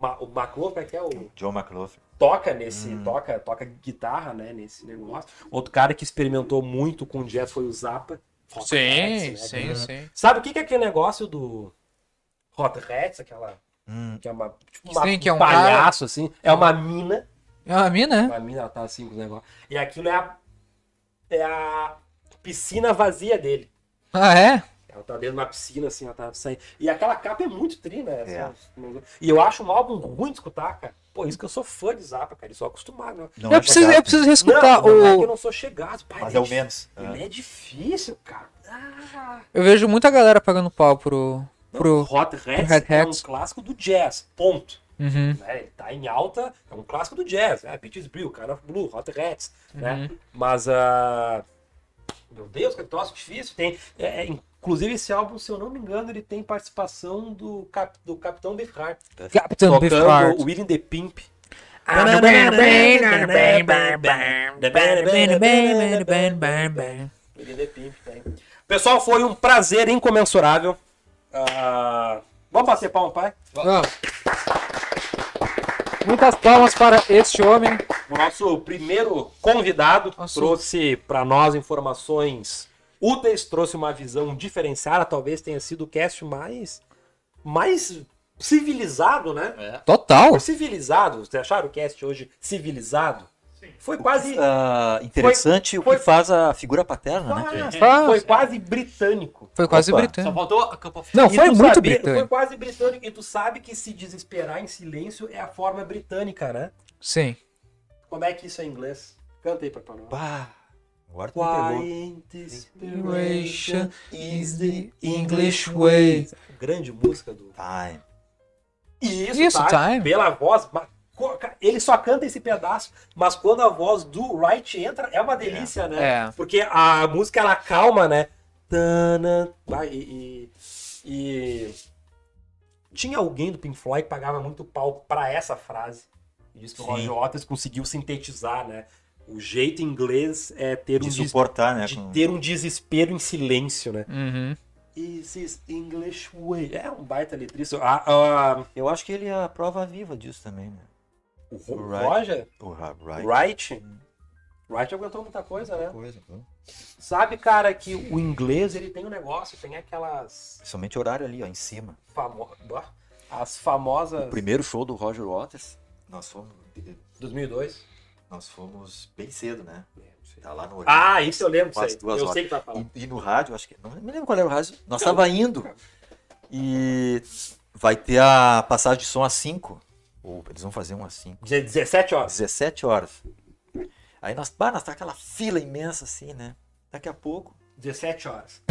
S1: Ma- O McLaughlin, como é que é? O...
S3: John McLaughlin.
S1: Toca nesse.
S5: Hum.
S1: Toca, toca guitarra, né? Nesse negócio. Outro cara que experimentou muito com jazz foi o Zappa. Hot Hats,
S5: Sim,
S1: né?
S5: sim, sim.
S1: Sabe o que que é aquele negócio do. Hot Hats, aquela.
S3: Hum,
S1: Que é uma. Tipo,
S5: Sim,
S1: uma
S5: que é um
S1: palhaço, assim. É uma mina.
S5: É uma mina, né?
S1: Pra mim, ela tá assim com os negócios. E aquilo é a, é a piscina vazia dele.
S5: Ah, é?
S1: Ela tá dentro de uma piscina, assim, ela tá saindo. E aquela capa é muito tri, né?
S3: É.
S1: Assim, um- E eu acho um álbum ruim de escutar, cara. Pô, isso que eu sou fã de Zappa, cara. Eu sou acostumado. Né?
S3: não
S5: Eu
S3: é
S5: preciso, eu
S3: chegado,
S5: preciso
S1: Não,
S5: reescutar
S1: não é que eu
S5: o...
S1: não sou chegado. Pai,
S3: Mas
S1: ele
S3: é o
S1: dif-
S3: menos.
S1: Ele é difícil, cara. Ah.
S5: Eu vejo muita galera pagando pau pro...
S1: Não,
S5: pro...
S1: Hot Hats
S5: Hot
S1: é um
S5: Hats.
S1: clássico do jazz, ponto.
S5: Uhum.
S1: né? Ele tá em alta, é um clássico do jazz, é Beaches Brew, Kind of Blue, Hot Rats, né?
S3: Uhum.
S1: Mas a meu Deus, que troço difícil tem. é, é, inclusive esse álbum, se eu não me engano, ele tem participação do, cap, do Capitão Beefheart
S5: Captain Beefheart.
S1: tocando o William the Pimp. William the Pimp, tem. Pessoal, foi um prazer incomensurável. Ah, vamos bater palma, pai?
S5: Ó. Muitas palmas para este homem.
S1: O nosso primeiro convidado
S5: Nosso-
S1: trouxe para nós informações úteis, trouxe uma visão diferenciada, talvez tenha sido o cast mais mais civilizado, né?
S2: É.
S5: Total.
S1: Civilizado, vocês acharam o cast hoje civilizado? Foi quase
S3: Ah, interessante o
S1: foi-
S3: que faz a figura paterna, né?
S1: Ah,
S5: Faz.
S1: foi quase britânico.
S5: Foi quase
S2: É,
S3: Opa.
S2: Só
S5: britânico.
S2: faltou a Campo
S5: Não,
S1: E
S5: foi
S1: tu
S5: muito
S1: sabe- Foi
S5: britânico.
S1: quase britânico e tu sabe que se desesperar em silêncio é a forma britânica, né?
S5: Sim.
S1: Como é que isso é em inglês? Canta aí pra nós.
S3: Pá, agora tu me pegou.
S1: Inspiration
S5: is the English way.
S1: Grande música do.
S3: Time.
S1: E isso,
S5: Isso,
S1: tá,
S5: time.
S1: pela voz. ma- co- ca- Ele só canta esse pedaço, mas quando a voz do Wright entra, é uma delícia, né?
S5: É.
S1: Porque a música ela calma, né? Tana, vai, e, e, e Tinha alguém do Pink Floyd que pagava muito pau pra essa frase. E diz que o
S3: Sim.
S1: Roger Waters conseguiu sintetizar, né? O jeito inglês é ter um,
S3: De
S1: des-
S3: suportar, né?
S1: de
S3: com-
S1: ter um desespero em silêncio, né?
S5: Uhum.
S1: Is this English way? É um baita letrista. Ah, A- a-
S3: Eu acho que ele é a prova viva disso também, né?
S1: o Ro-
S3: Right.
S1: Roger
S3: O Ra- Wright.
S1: Wright? Wright aguentou muita coisa, né?
S3: Coisa, então.
S1: Sabe, cara, que o inglês ele tem um negócio, tem aquelas
S3: Principalmente o horário ali, ó, em cima.
S1: famo... Bah, as famosas
S3: O primeiro show do Roger Waters, nós fomos,
S1: 2002.
S3: nós fomos bem cedo, né? Tá lá no
S1: Ah, isso eu lembro
S3: Quase
S1: disso aí.
S3: duas
S1: Eu
S3: horas.
S1: sei que tá vai falar.
S3: E, e no rádio, acho que. Não me lembro qual era o rádio. Nós tava indo. E vai ter a passagem de som às 5. Ou eles vão fazer um às 5.
S1: Deze- 17 horas.
S3: 17 horas. Aí nós, bah, nós tá aquela fila imensa assim, né? Daqui a pouco.
S1: 17 horas.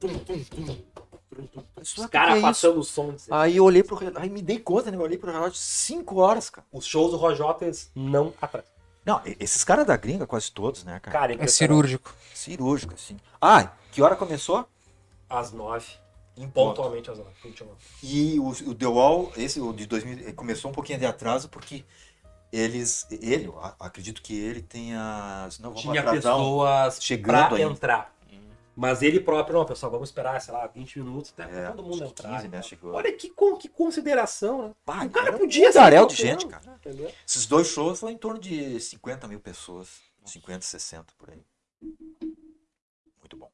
S1: Tum, tum, tum. Ah, Tum, tum.
S3: "Isso
S1: Os
S3: aqui
S1: caras
S3: que é
S1: passando o som.
S3: isso?" Aí eu olhei pro relógio. Aí me dei conta, né? Eu olhei pro relógio 5 horas, cara.
S1: Os shows do Rojotas não atrasam.
S3: Não, e- esses caras da gringa, quase todos, né, cara?
S1: Cara,
S5: É
S1: impressionante.
S5: cirúrgico.
S3: Cirúrgico, assim. Ah, que hora começou?
S1: Às 9.
S3: Em
S1: Pontualmente às 9. 21.
S3: E o, o The Wall, esse o de 2000, eh, começou um pouquinho de atraso porque eles, ele, eu a- acredito que ele tenha, não vamos
S1: Tinha
S3: atrasar um-
S1: pessoas
S3: chegando
S1: pra
S3: ainda. Hum.
S1: entrar. Mas ele próprio, não, pessoal, vamos esperar, sei lá, 20 minutos até
S3: É,
S1: todo mundo
S3: uns
S1: entrar. então.
S3: 15, né, chegou.
S1: Olha que, con- que consideração, né?
S3: Pá,
S1: O cara
S3: era
S1: podia
S3: um taréu de
S1: campeão,
S3: gente, cara.
S1: entendeu?
S3: Esses dois shows foram em torno de 50 mil pessoas, 50, 60 por aí. Muito bom.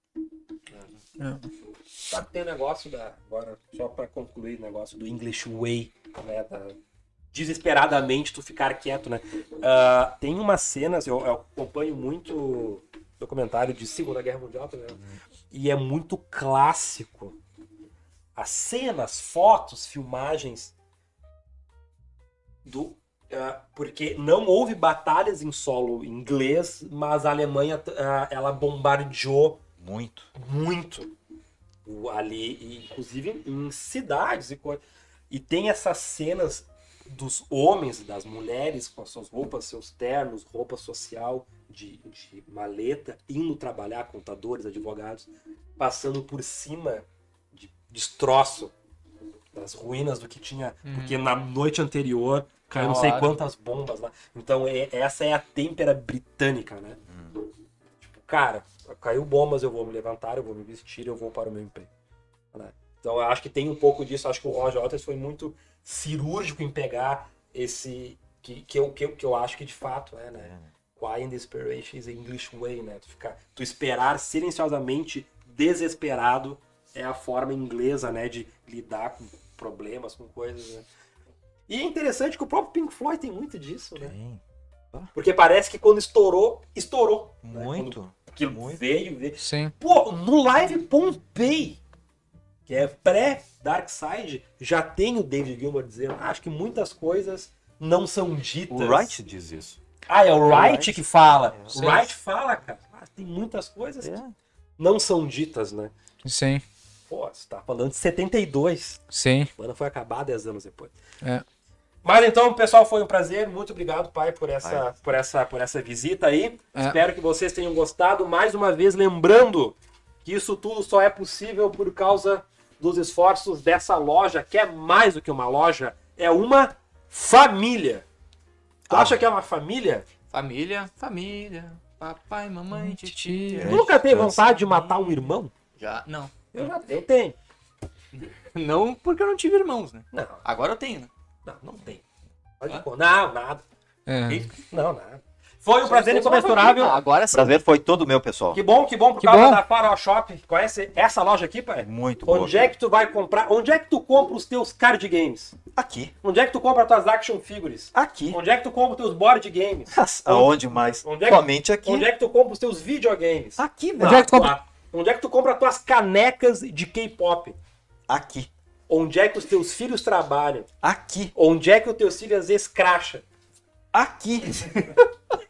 S1: Só que tem o negócio da. Agora, só pra concluir o negócio do English Way, né? da- desesperadamente tu ficar quieto, né? Ah, tem umas cenas, eu, eu acompanho muito documentário de Segunda Guerra Mundial, tá ligado? e é muito clássico. As cenas, fotos, filmagens do. ah, porque não houve batalhas em solo inglês, mas a Alemanha ah, ela bombardeou
S3: Muito.
S1: muito o- ali, e, inclusive em cidades e coisas. E tem essas cenas dos homens, das mulheres com as suas roupas, seus ternos, roupa social, de, de maleta, indo trabalhar, contadores, advogados, passando por cima de destroço das ruínas do que tinha, porque na noite anterior caiu não sei
S2: Claro.
S1: quantas bombas lá. Então é- essa é a têmpera britânica, né? Tipo, cara, caiu bombas, eu vou me levantar, eu vou me vestir, eu vou para o meu emprego. né? Então eu acho que tem um pouco disso, acho que o Roger Waters foi muito cirúrgico em pegar esse que, que, eu, que, eu, que eu acho que de fato é, né? Why in desperation is the English way, né? Tu, ficar, tu esperar silenciosamente desesperado é a forma inglesa, né, de lidar com problemas, com coisas, né? E é interessante que o próprio Pink Floyd tem muito disso, né?
S3: Tem.
S1: Porque parece que quando estourou, estourou. né?
S3: Muito.
S1: Quando aquilo
S3: muito.
S1: veio, veio.
S5: Sim.
S1: Pô, no Live Pompei, que é pré-Darkseid, já tem o David Gilmour dizendo, "Ah, acho que muitas coisas não são ditas.
S3: O Wright diz isso.
S1: Ah, é o Wright que fala.
S3: É,
S1: O Wright fala, cara. Ah, tem muitas coisas que
S3: É.
S1: não são ditas, né?
S5: Sim.
S1: Pô, você tá falando de 72.
S5: Sim.
S1: A banda foi acabar 10 anos depois.
S5: É.
S1: Mas então, pessoal, foi um prazer. Muito obrigado, pai, por essa,
S3: Pai.
S1: por essa, por essa visita aí.
S5: É.
S1: Espero que vocês tenham gostado. Mais uma vez, lembrando que isso tudo só é possível por causa dos esforços dessa loja, que é mais do que uma loja, é uma família. Tu
S3: Ah.
S1: acha que é uma família?
S2: Família, família, papai, mamãe, titia.
S3: É.
S1: Nunca teve
S3: chance.
S1: vontade de matar um irmão?
S2: Já, não.
S1: Eu já tenho. Tem.
S2: Não porque eu não tive irmãos, né?
S1: Não,
S2: Agora eu tenho, né?
S1: não, não tem.
S2: Hã?
S1: Pode pôr. Não, nada.
S5: É.
S1: Não, nada. Foi um prazer incomensurável.
S2: Ah, Agora sim.
S3: Prazer foi todo meu, pessoal.
S1: Que bom, que bom por
S5: Que
S1: causa
S5: bom.
S1: da Farol Shop. Conhece essa loja aqui, pai?
S3: Muito bom.
S1: Onde é que tu vai comprar? Onde é que tu compra os teus card games?
S3: Aqui.
S1: Onde é que tu compra as tuas action figures?
S3: Aqui.
S1: Onde é que tu compra os teus board games?
S3: Aonde mais?
S1: é Onde é que-
S3: Somente aqui.
S1: Onde é que tu compra os teus videogames?
S3: Aqui, velho.
S5: Onde é que tu compra?
S1: Ah, Onde é que tu compra as tuas canecas de K-pop?
S3: Aqui.
S1: Onde é que os teus filhos trabalham?
S3: Aqui.
S1: Onde é que os teus filhos às vezes cracham?
S3: Aqui.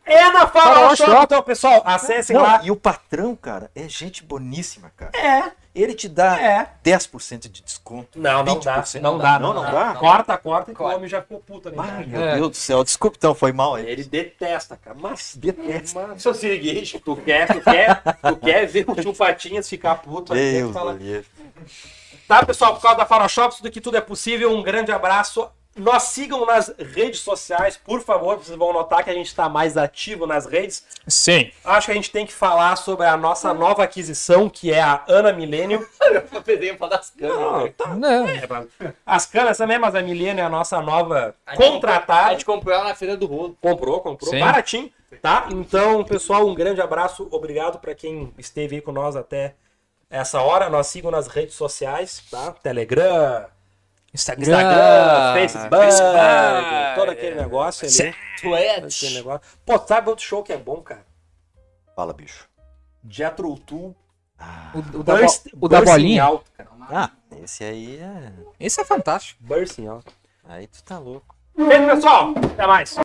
S1: É na Farol
S5: Farol
S1: Shop,
S5: Shop.
S1: então, pessoal. Acessem
S3: Não,
S1: lá.
S3: E o patrão, cara, é gente boníssima, cara.
S1: É,
S3: Ele te dá
S1: é.
S3: 10% de desconto.
S1: Não, não dá.
S3: 20%.
S1: Não dá, não,
S3: Não, não dá?
S1: Corta, corta, que o
S2: Corta.
S1: homem já ficou puto, né?
S3: Ai, meu
S5: É.
S3: Deus do céu. Desculpa, então, foi mal aí.
S1: Ele detesta, cara. Mas
S3: Detesta.
S1: Mas, seu Sirigueijo, tu quer, tu quer, tu quer ver o tio Patinhas ficar puto aí, tem que
S3: Deus,
S1: falar.
S3: Deus.
S1: Tá, pessoal? Por causa da Faroshop, tudo que tudo é possível. Um grande abraço. Nós sigam nas redes sociais, por favor. Vocês vão notar que a gente está mais ativo nas redes.
S5: Sim.
S1: Acho que a gente tem que falar sobre a nossa nova aquisição, que é a Ana Milênio.
S2: Eu peguei pra dar as câmeras. né?
S5: Não. tá
S1: É, As canas também, mas a Milênio é a nossa nova
S2: A gente- A
S1: contratada.
S2: gente comprou ela na feira do rolo.
S1: Comprou, comprou.
S5: Sim.
S1: Baratinho, tá? Então, pessoal, um grande abraço. Obrigado para quem esteve aí com nós até essa hora. Nós sigam nas redes sociais, tá? Telegram,
S5: Instagram.
S1: Instagram, Facebook, é.
S5: Facebook.
S1: todo aquele negócio ali.
S5: Certo.
S1: Todo
S2: Twitch.
S1: aquele negócio. Pô, sabe outro show que é bom, cara?
S3: Fala, bicho.
S1: Jethro Tull.
S5: O, o da, bo- o da bolinha.
S1: Out, cara.
S3: Ah, esse aí é.
S5: Esse é fantástico.
S1: Bursting out.
S3: Aí tu tá louco.
S1: Beijo, pessoal. Até mais.